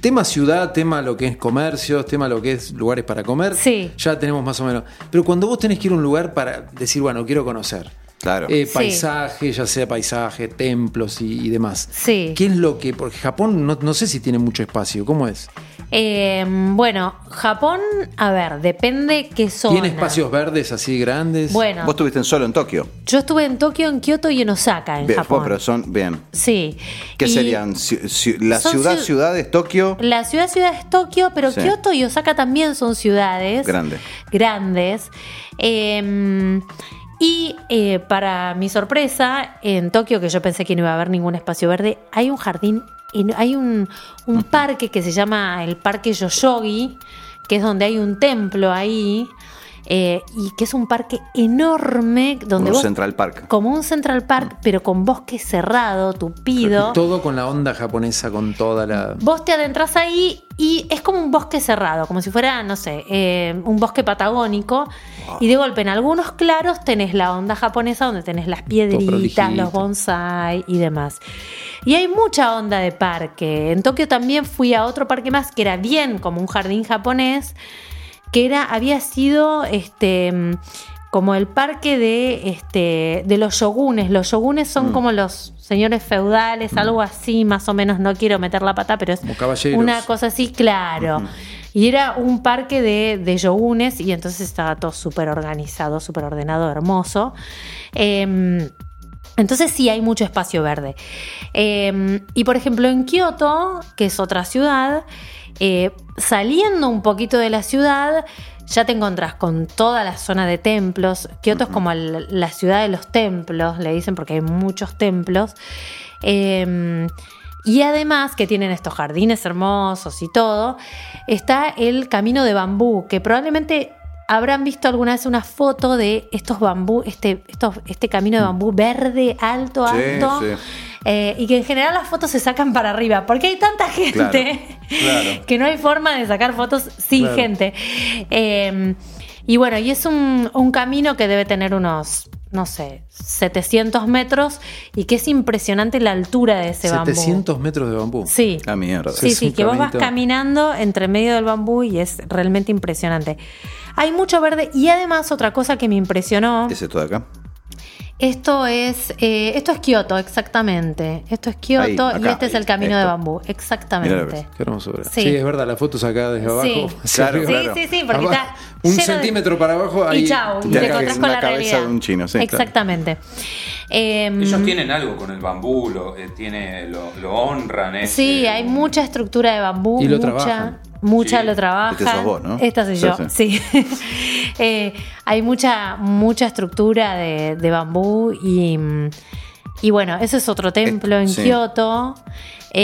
Speaker 2: tema ciudad, tema lo que es comercios, tema lo que es lugares para comer,
Speaker 4: Sí.
Speaker 2: ya tenemos más o menos. Pero cuando vos tenés que ir a un lugar para decir, bueno, quiero conocer.
Speaker 1: Claro.
Speaker 2: eh,
Speaker 4: Sí.
Speaker 2: paisaje, ya sea paisaje, templos y, y demás.
Speaker 4: Sí.
Speaker 2: ¿Qué es lo que.? Porque Japón no, no sé si tiene mucho espacio. ¿Cómo es?
Speaker 4: Eh, bueno, Japón, a ver, depende qué zona.
Speaker 2: ¿Tiene espacios verdes así grandes?
Speaker 4: Bueno,
Speaker 1: Vos estuviste en solo en Tokio.
Speaker 4: yo estuve en Tokio, en Kioto y en Osaka, en
Speaker 1: Bien,
Speaker 4: Japón.
Speaker 1: pero son. Bien.
Speaker 4: Sí.
Speaker 1: ¿Qué
Speaker 4: Y
Speaker 1: serían? Ci- ci- la
Speaker 4: son
Speaker 1: ciudad,
Speaker 4: ciu-
Speaker 1: ciudades, Tokio.
Speaker 4: La ciudad, ciudad es Tokio, pero
Speaker 1: Sí.
Speaker 4: Kioto y Osaka también son ciudades.
Speaker 1: Grande.
Speaker 4: Grandes. Eh, y eh, para mi sorpresa, en Tokio, que yo pensé que no iba a haber ningún espacio verde, hay un jardín, en- hay un, un parque que se llama el Parque Yoyogi, que es donde hay un templo ahí. eh, y que es un parque enorme donde
Speaker 1: un
Speaker 4: vos-
Speaker 1: Central Park.
Speaker 4: como un Central Park pero con bosque cerrado tupido
Speaker 2: Todo con la onda japonesa, con toda la.
Speaker 4: Vos te adentrás ahí y es como un bosque cerrado, como si fuera, no sé, eh, un bosque patagónico. Y de golpe en algunos claros tenés la onda japonesa donde tenés las piedritas,
Speaker 2: prolijito.
Speaker 4: los bonsai y demás. Y hay mucha onda de parque. En Tokio también fui a otro parque más que era bien como un jardín japonés, que era, había sido este mm, como el parque de, este, de los yogunes. Los yogunes son
Speaker 2: Mm.
Speaker 4: como los señores feudales, algo así, más o menos, no quiero meter la pata, pero es
Speaker 2: Como caballeros. Mm.
Speaker 4: una cosa así, claro. Y era un parque de, de yogunes y entonces estaba todo súper organizado, súper ordenado, hermoso. Em, entonces sí hay mucho espacio verde. Eh, y por ejemplo en Kioto, que es otra ciudad, eh, saliendo un poquito de la ciudad, ya te encontrás con toda la zona de templos. Kioto es como el- la ciudad de los templos, le dicen porque hay muchos templos. Eh, y además que tienen estos jardines hermosos y todo, está el camino de bambú, que probablemente habrán visto alguna vez una foto de estos bambú, este, estos, este camino de bambú verde, alto,
Speaker 1: Sí,
Speaker 4: alto.
Speaker 1: sí.
Speaker 4: eh, y que en general las fotos se sacan para arriba, porque hay tanta gente que no hay forma de sacar fotos sin
Speaker 2: Claro.
Speaker 4: gente. Eh, y bueno, y es un, un camino que debe tener unos, no sé, 700 metros y que es impresionante la altura de ese bambú.
Speaker 2: 700 metros de bambú.
Speaker 4: Sí.
Speaker 1: La Ah, mierda.
Speaker 4: Sí,
Speaker 2: Es
Speaker 4: sí,
Speaker 2: un
Speaker 4: que vos vas
Speaker 2: caminito.
Speaker 4: caminando entre medio del bambú y es realmente impresionante. Hay mucho verde y además otra cosa que me impresionó
Speaker 1: ¿Es esto de acá?
Speaker 4: Esto es, eh, esto es Kioto, exactamente. Esto es Kioto
Speaker 1: Ahí, acá,
Speaker 4: y este es
Speaker 1: ahí,
Speaker 4: el camino de
Speaker 1: esto.
Speaker 4: bambú,
Speaker 1: Mirá lo que
Speaker 4: exactamente.
Speaker 1: es.
Speaker 2: Qué hermosura.
Speaker 4: Sí.
Speaker 2: Sí. es verdad, la foto sacada desde abajo.
Speaker 4: Sí.
Speaker 2: hacia
Speaker 1: Claro,
Speaker 2: arriba.
Speaker 1: claro.
Speaker 4: Sí, sí, sí, porque
Speaker 2: Abajo.
Speaker 4: está
Speaker 2: Un
Speaker 4: lleno de-
Speaker 2: centímetro para abajo, ahí
Speaker 4: Y chao,
Speaker 1: la
Speaker 4: y te
Speaker 1: cabeza-
Speaker 4: encontrás con la,
Speaker 1: la cabeza
Speaker 4: realidad.
Speaker 1: de un chino, sí, claro.
Speaker 4: Exactamente. Em,
Speaker 7: Ellos tienen algo con el bambú, lo, eh, tiene, lo, lo honran. es,
Speaker 4: Sí,
Speaker 7: eh,
Speaker 4: hay mucha estructura de bambú.
Speaker 2: Este, Y lo
Speaker 4: mucha,
Speaker 2: trabajan.
Speaker 4: Mucha
Speaker 7: Sí.
Speaker 4: lo trabajan.
Speaker 1: Este sos vos, ¿no?
Speaker 4: Esta soy
Speaker 1: Sí,
Speaker 4: yo, sí. Eh, hay mucha, mucha estructura de, de bambú y, mm, y bueno, eso es otro templo en
Speaker 1: sí.
Speaker 4: Kioto.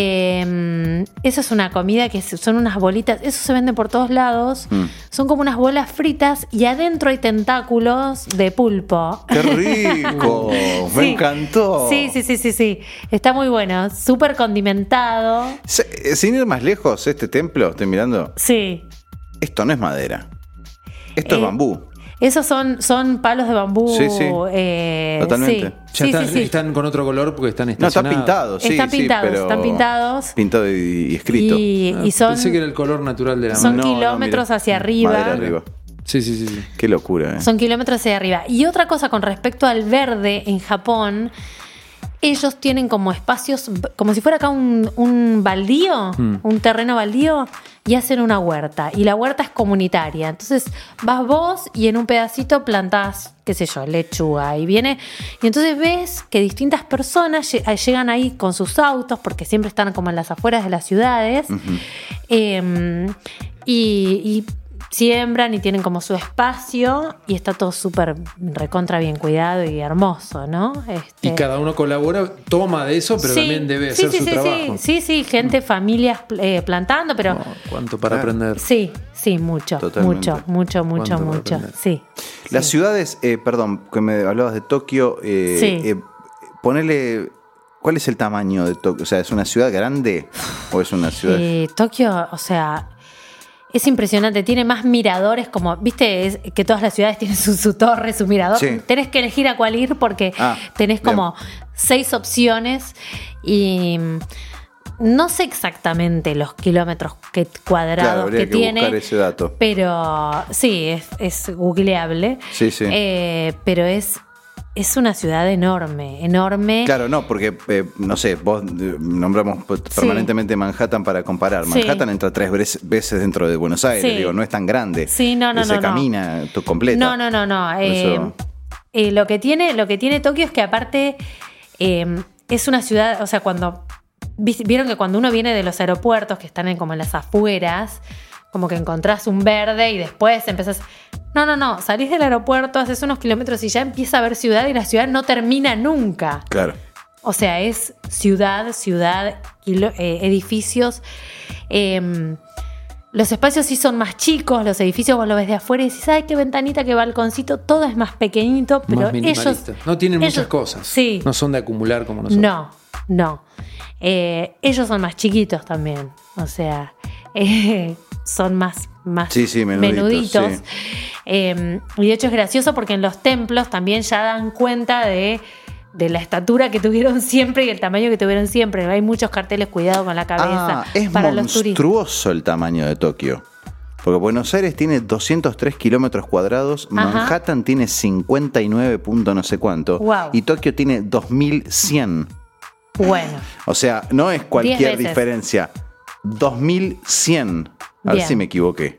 Speaker 4: Eh, eso es una comida que se- son unas bolitas, eso se vende por todos lados.
Speaker 1: Mm.
Speaker 4: Son como unas bolas fritas y adentro hay tentáculos de pulpo.
Speaker 1: ¡Qué rico! Me
Speaker 4: Sí.
Speaker 1: encantó.
Speaker 4: Sí, sí, sí, sí, sí. Está muy bueno. Súper condimentado.
Speaker 1: Se- eh, sin ir más lejos, este templo, estoy mirando,
Speaker 4: Sí.
Speaker 1: esto no es madera. Esto
Speaker 4: Eh,
Speaker 1: es bambú.
Speaker 4: Esos son, son palos de bambú.
Speaker 1: Sí, sí.
Speaker 4: eh,
Speaker 1: Totalmente.
Speaker 4: sí.
Speaker 2: Ya
Speaker 4: Sí,
Speaker 2: están,
Speaker 4: sí, sí.
Speaker 2: están con otro color porque están
Speaker 1: No, están
Speaker 2: estacionados.
Speaker 1: pintados, sí,
Speaker 4: Están
Speaker 1: sí,
Speaker 4: pintados,
Speaker 1: pero-
Speaker 4: están pintados.
Speaker 1: Pintado y, y escrito.
Speaker 4: Y,
Speaker 2: Ah,
Speaker 4: y son,
Speaker 2: Pensé que era el color natural de la
Speaker 4: son
Speaker 2: mano.
Speaker 1: no,
Speaker 4: kilómetros
Speaker 1: mira.
Speaker 4: hacia arriba.
Speaker 1: Madera arriba.
Speaker 2: Sí, sí, sí. sí.
Speaker 1: Qué locura, ¿eh?
Speaker 4: Son kilómetros hacia arriba. Y otra cosa con respecto al verde en Japón, ellos tienen como espacios, como si fuera acá un, un baldío,
Speaker 2: Hmm.
Speaker 4: un terreno baldío, y hacen una huerta. Y la huerta es comunitaria. Entonces vas vos y en un pedacito plantás, qué sé yo, lechuga. Y viene. Y entonces ves que distintas personas lle- ah, llegan ahí con sus autos, porque siempre están como en las afueras de las ciudades. Em, y, y siembran y tienen como su espacio y está todo súper recontra bien cuidado y hermoso, ¿no? Este,
Speaker 2: Y cada uno colabora, toma de eso, pero
Speaker 4: Sí,
Speaker 2: también debe
Speaker 4: sí,
Speaker 2: hacer
Speaker 4: sí,
Speaker 2: su
Speaker 4: sí,
Speaker 2: trabajo.
Speaker 4: Sí, sí, sí, gente, familias pl- eh, plantando, pero
Speaker 2: No, cuánto para aprender.
Speaker 4: sí, sí, mucho,
Speaker 1: Totalmente.
Speaker 4: mucho, mucho, mucho,
Speaker 2: Cuánto para
Speaker 4: mucho,
Speaker 2: aprender.
Speaker 4: sí.
Speaker 1: Las ciudades, eh, perdón, que me hablabas de Tokio, eh,
Speaker 4: Sí.
Speaker 1: eh, ponele, ¿cuál es el tamaño de Tokio? O sea, ¿es una ciudad grande o es una ciudad...
Speaker 4: Eh, Tokio, o sea, es impresionante, tiene más miradores, como, viste, Es que todas las ciudades tienen su, su torre, su mirador.
Speaker 1: Sí.
Speaker 4: Tenés que elegir a cuál ir porque
Speaker 1: Ah,
Speaker 4: tenés como seis opciones y mm, no sé exactamente los kilómetros que, cuadrados
Speaker 1: claro, habría
Speaker 4: que,
Speaker 1: que, buscar
Speaker 4: tiene.
Speaker 1: ese dato.
Speaker 4: Pero sí, es, es googleable.
Speaker 1: Sí, sí.
Speaker 4: Eh, pero es, es una ciudad enorme, enorme.
Speaker 1: Claro, no, porque, eh, no sé, vos eh, nombramos pues,
Speaker 4: Sí.
Speaker 1: permanentemente Manhattan para comparar.
Speaker 4: Sí.
Speaker 1: Manhattan entra tres bre- veces dentro de Buenos Aires,
Speaker 4: Sí.
Speaker 1: digo, no es tan grande.
Speaker 4: Sí, no, no,
Speaker 1: Eh, Se
Speaker 4: no, no.
Speaker 1: camina to- completa.
Speaker 4: No, no, no, no.
Speaker 1: Por
Speaker 4: eh,
Speaker 1: eso-
Speaker 4: eh, lo, que tiene, lo que tiene Tokio es que aparte eh, es una ciudad, o sea, cuando vi- vieron que cuando uno viene de los aeropuertos que están en, como en las afueras, como que encontrás un verde y después empezás... No, no, no, salís del aeropuerto, haces unos kilómetros y ya empieza a ver ciudad y la ciudad no termina nunca.
Speaker 1: Claro.
Speaker 4: O sea, es ciudad, ciudad, kilo- eh, edificios. Em, los espacios sí son más chicos, los edificios vos lo ves de afuera y decís, ay, qué ventanita, qué balconcito, todo es más pequeñito, pero
Speaker 2: Más minimalista.
Speaker 4: ellos...
Speaker 2: no tienen
Speaker 4: ellos-
Speaker 2: muchas cosas.
Speaker 4: Sí.
Speaker 2: No son de acumular como nosotros.
Speaker 4: No, no. Eh, ellos son más chiquitos también. O sea, eh, son más, más
Speaker 1: Sí, sí, menuditos,
Speaker 4: menuditos. Eh, y de hecho es gracioso porque en los templos también ya dan cuenta de, de la estatura que tuvieron siempre y el tamaño que tuvieron siempre. Hay muchos carteles, cuidado con la cabeza.
Speaker 1: Ah, es
Speaker 4: para los turistas.
Speaker 1: monstruoso el tamaño de Tokio. Porque Buenos Aires tiene 203 kilómetros cuadrados,
Speaker 4: Ajá.
Speaker 1: Manhattan tiene 59 punto no sé cuánto,
Speaker 4: Guau.
Speaker 1: y Tokio tiene 2100.
Speaker 4: Bueno,
Speaker 1: O sea, no es
Speaker 4: Diez
Speaker 1: cualquier
Speaker 4: veces.
Speaker 1: diferencia. 2100. A ver
Speaker 4: Bien.
Speaker 1: si me equivoqué.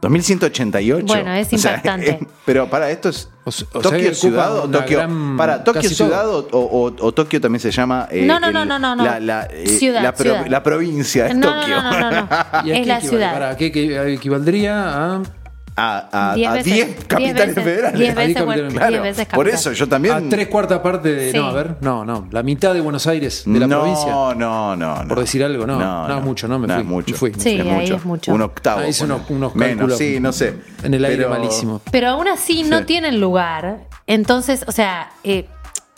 Speaker 1: 2188.
Speaker 4: Bueno, es
Speaker 1: O sea,
Speaker 4: impactante.
Speaker 1: eh, pero para esto es.
Speaker 2: O s- o sea,
Speaker 1: Tokio
Speaker 2: que
Speaker 1: ciudad
Speaker 2: ocupa
Speaker 1: o
Speaker 2: una
Speaker 1: Tokio.
Speaker 2: gran-
Speaker 1: para, Tokio
Speaker 2: casi
Speaker 1: ciudad o, o- o Tokio también se llama. eh,
Speaker 4: No, no, no, no, no, no.
Speaker 1: La, la, eh,
Speaker 4: Ciudad,
Speaker 1: la pro-
Speaker 4: ciudad.
Speaker 1: la provincia es
Speaker 4: no, no,
Speaker 1: Tokio.
Speaker 4: no, no, no, no.
Speaker 2: Ah, ¿Y a
Speaker 4: Es
Speaker 2: qué
Speaker 4: la
Speaker 2: equivale?
Speaker 4: ciudad.
Speaker 2: Pará, ¿A qué equi- equivaldría a.?
Speaker 1: A a-
Speaker 4: Diez
Speaker 1: a
Speaker 4: veces-
Speaker 1: 10 capitales
Speaker 4: diez veces-
Speaker 1: federales.
Speaker 4: Diez
Speaker 2: A diez
Speaker 4: veces,
Speaker 2: capitales
Speaker 4: bueno,
Speaker 2: federales.
Speaker 4: diez
Speaker 1: Claro.
Speaker 4: veces
Speaker 1: Por eso
Speaker 4: capital.
Speaker 1: yo también.
Speaker 2: A tres cuartas partes de.
Speaker 4: Sí.
Speaker 2: No, a ver. No, no. La mitad de Buenos Aires, de la
Speaker 1: no,
Speaker 2: provincia.
Speaker 1: No, no, no.
Speaker 2: Por decir algo, no. No, es mucho, no, me fui,
Speaker 1: es mucho.
Speaker 2: me fui, me
Speaker 4: Sí, fui. ahí es mucho.
Speaker 1: Un octavo.
Speaker 2: Ah, hice
Speaker 1: ponele.
Speaker 2: unos, unos
Speaker 1: Menos,
Speaker 2: cálculos
Speaker 1: sí, no sé.
Speaker 2: En el aire
Speaker 1: Pero-
Speaker 2: malísimo.
Speaker 4: Pero aún
Speaker 1: Sí.
Speaker 4: así no tienen lugar. Entonces, o sea, eh,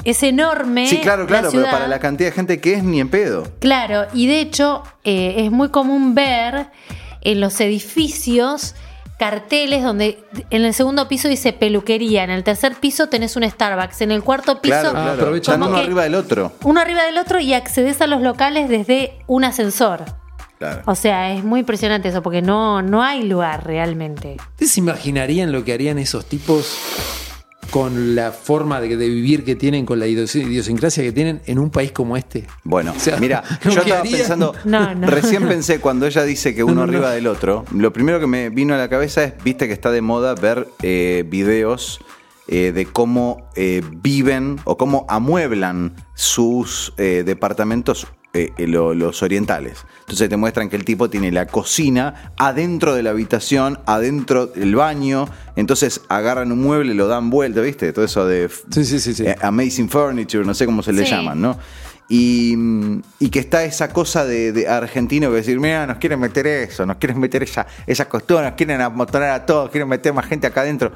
Speaker 4: es enorme.
Speaker 1: Sí, claro,
Speaker 4: Eh, la
Speaker 1: claro, pero
Speaker 4: ciudad.
Speaker 1: para la cantidad de gente que es, ni en pedo.
Speaker 4: Claro, y de hecho eh, es muy común ver en los edificios carteles donde en el segundo piso dice peluquería, en el tercer piso tenés un Starbucks, en el cuarto piso
Speaker 1: Claro,
Speaker 2: Ah,
Speaker 1: claro.
Speaker 2: aprovechan
Speaker 1: Están uno
Speaker 4: que-
Speaker 1: arriba del otro.
Speaker 4: uno arriba del otro y accedes a los locales desde un ascensor.
Speaker 1: Claro.
Speaker 4: O sea, es muy impresionante eso porque no, no hay lugar realmente.
Speaker 2: ¿Ustedes se imaginarían lo que harían esos tipos con la forma de, de vivir que tienen, con la idios- idiosincrasia que tienen en un país como este.
Speaker 1: Bueno,
Speaker 2: O sea,
Speaker 1: mira,
Speaker 2: ¿no
Speaker 1: yo estaba
Speaker 2: quedarían?
Speaker 1: pensando,
Speaker 4: No, no.
Speaker 1: recién pensé cuando ella dice que uno
Speaker 2: no, no.
Speaker 1: arriba del otro, lo primero que me vino a la cabeza es, viste que está de moda ver eh, videos eh, de cómo eh, viven o cómo amueblan sus eh, departamentos eh, eh, lo- los orientales. Entonces te muestran que el tipo tiene la cocina adentro de la habitación, adentro del baño, entonces agarran un mueble, lo dan vuelta, viste, todo eso de
Speaker 2: Sí, sí, sí, sí.
Speaker 1: eh, Amazing Furniture, no sé cómo se le
Speaker 4: Sí.
Speaker 1: llaman, ¿no? Y, mm, y que está esa cosa de, de argentino que decir, mira, nos quieren meter eso, nos quieren meter esa, esa costura, nos quieren amotonar a todos, quieren meter más gente acá adentro.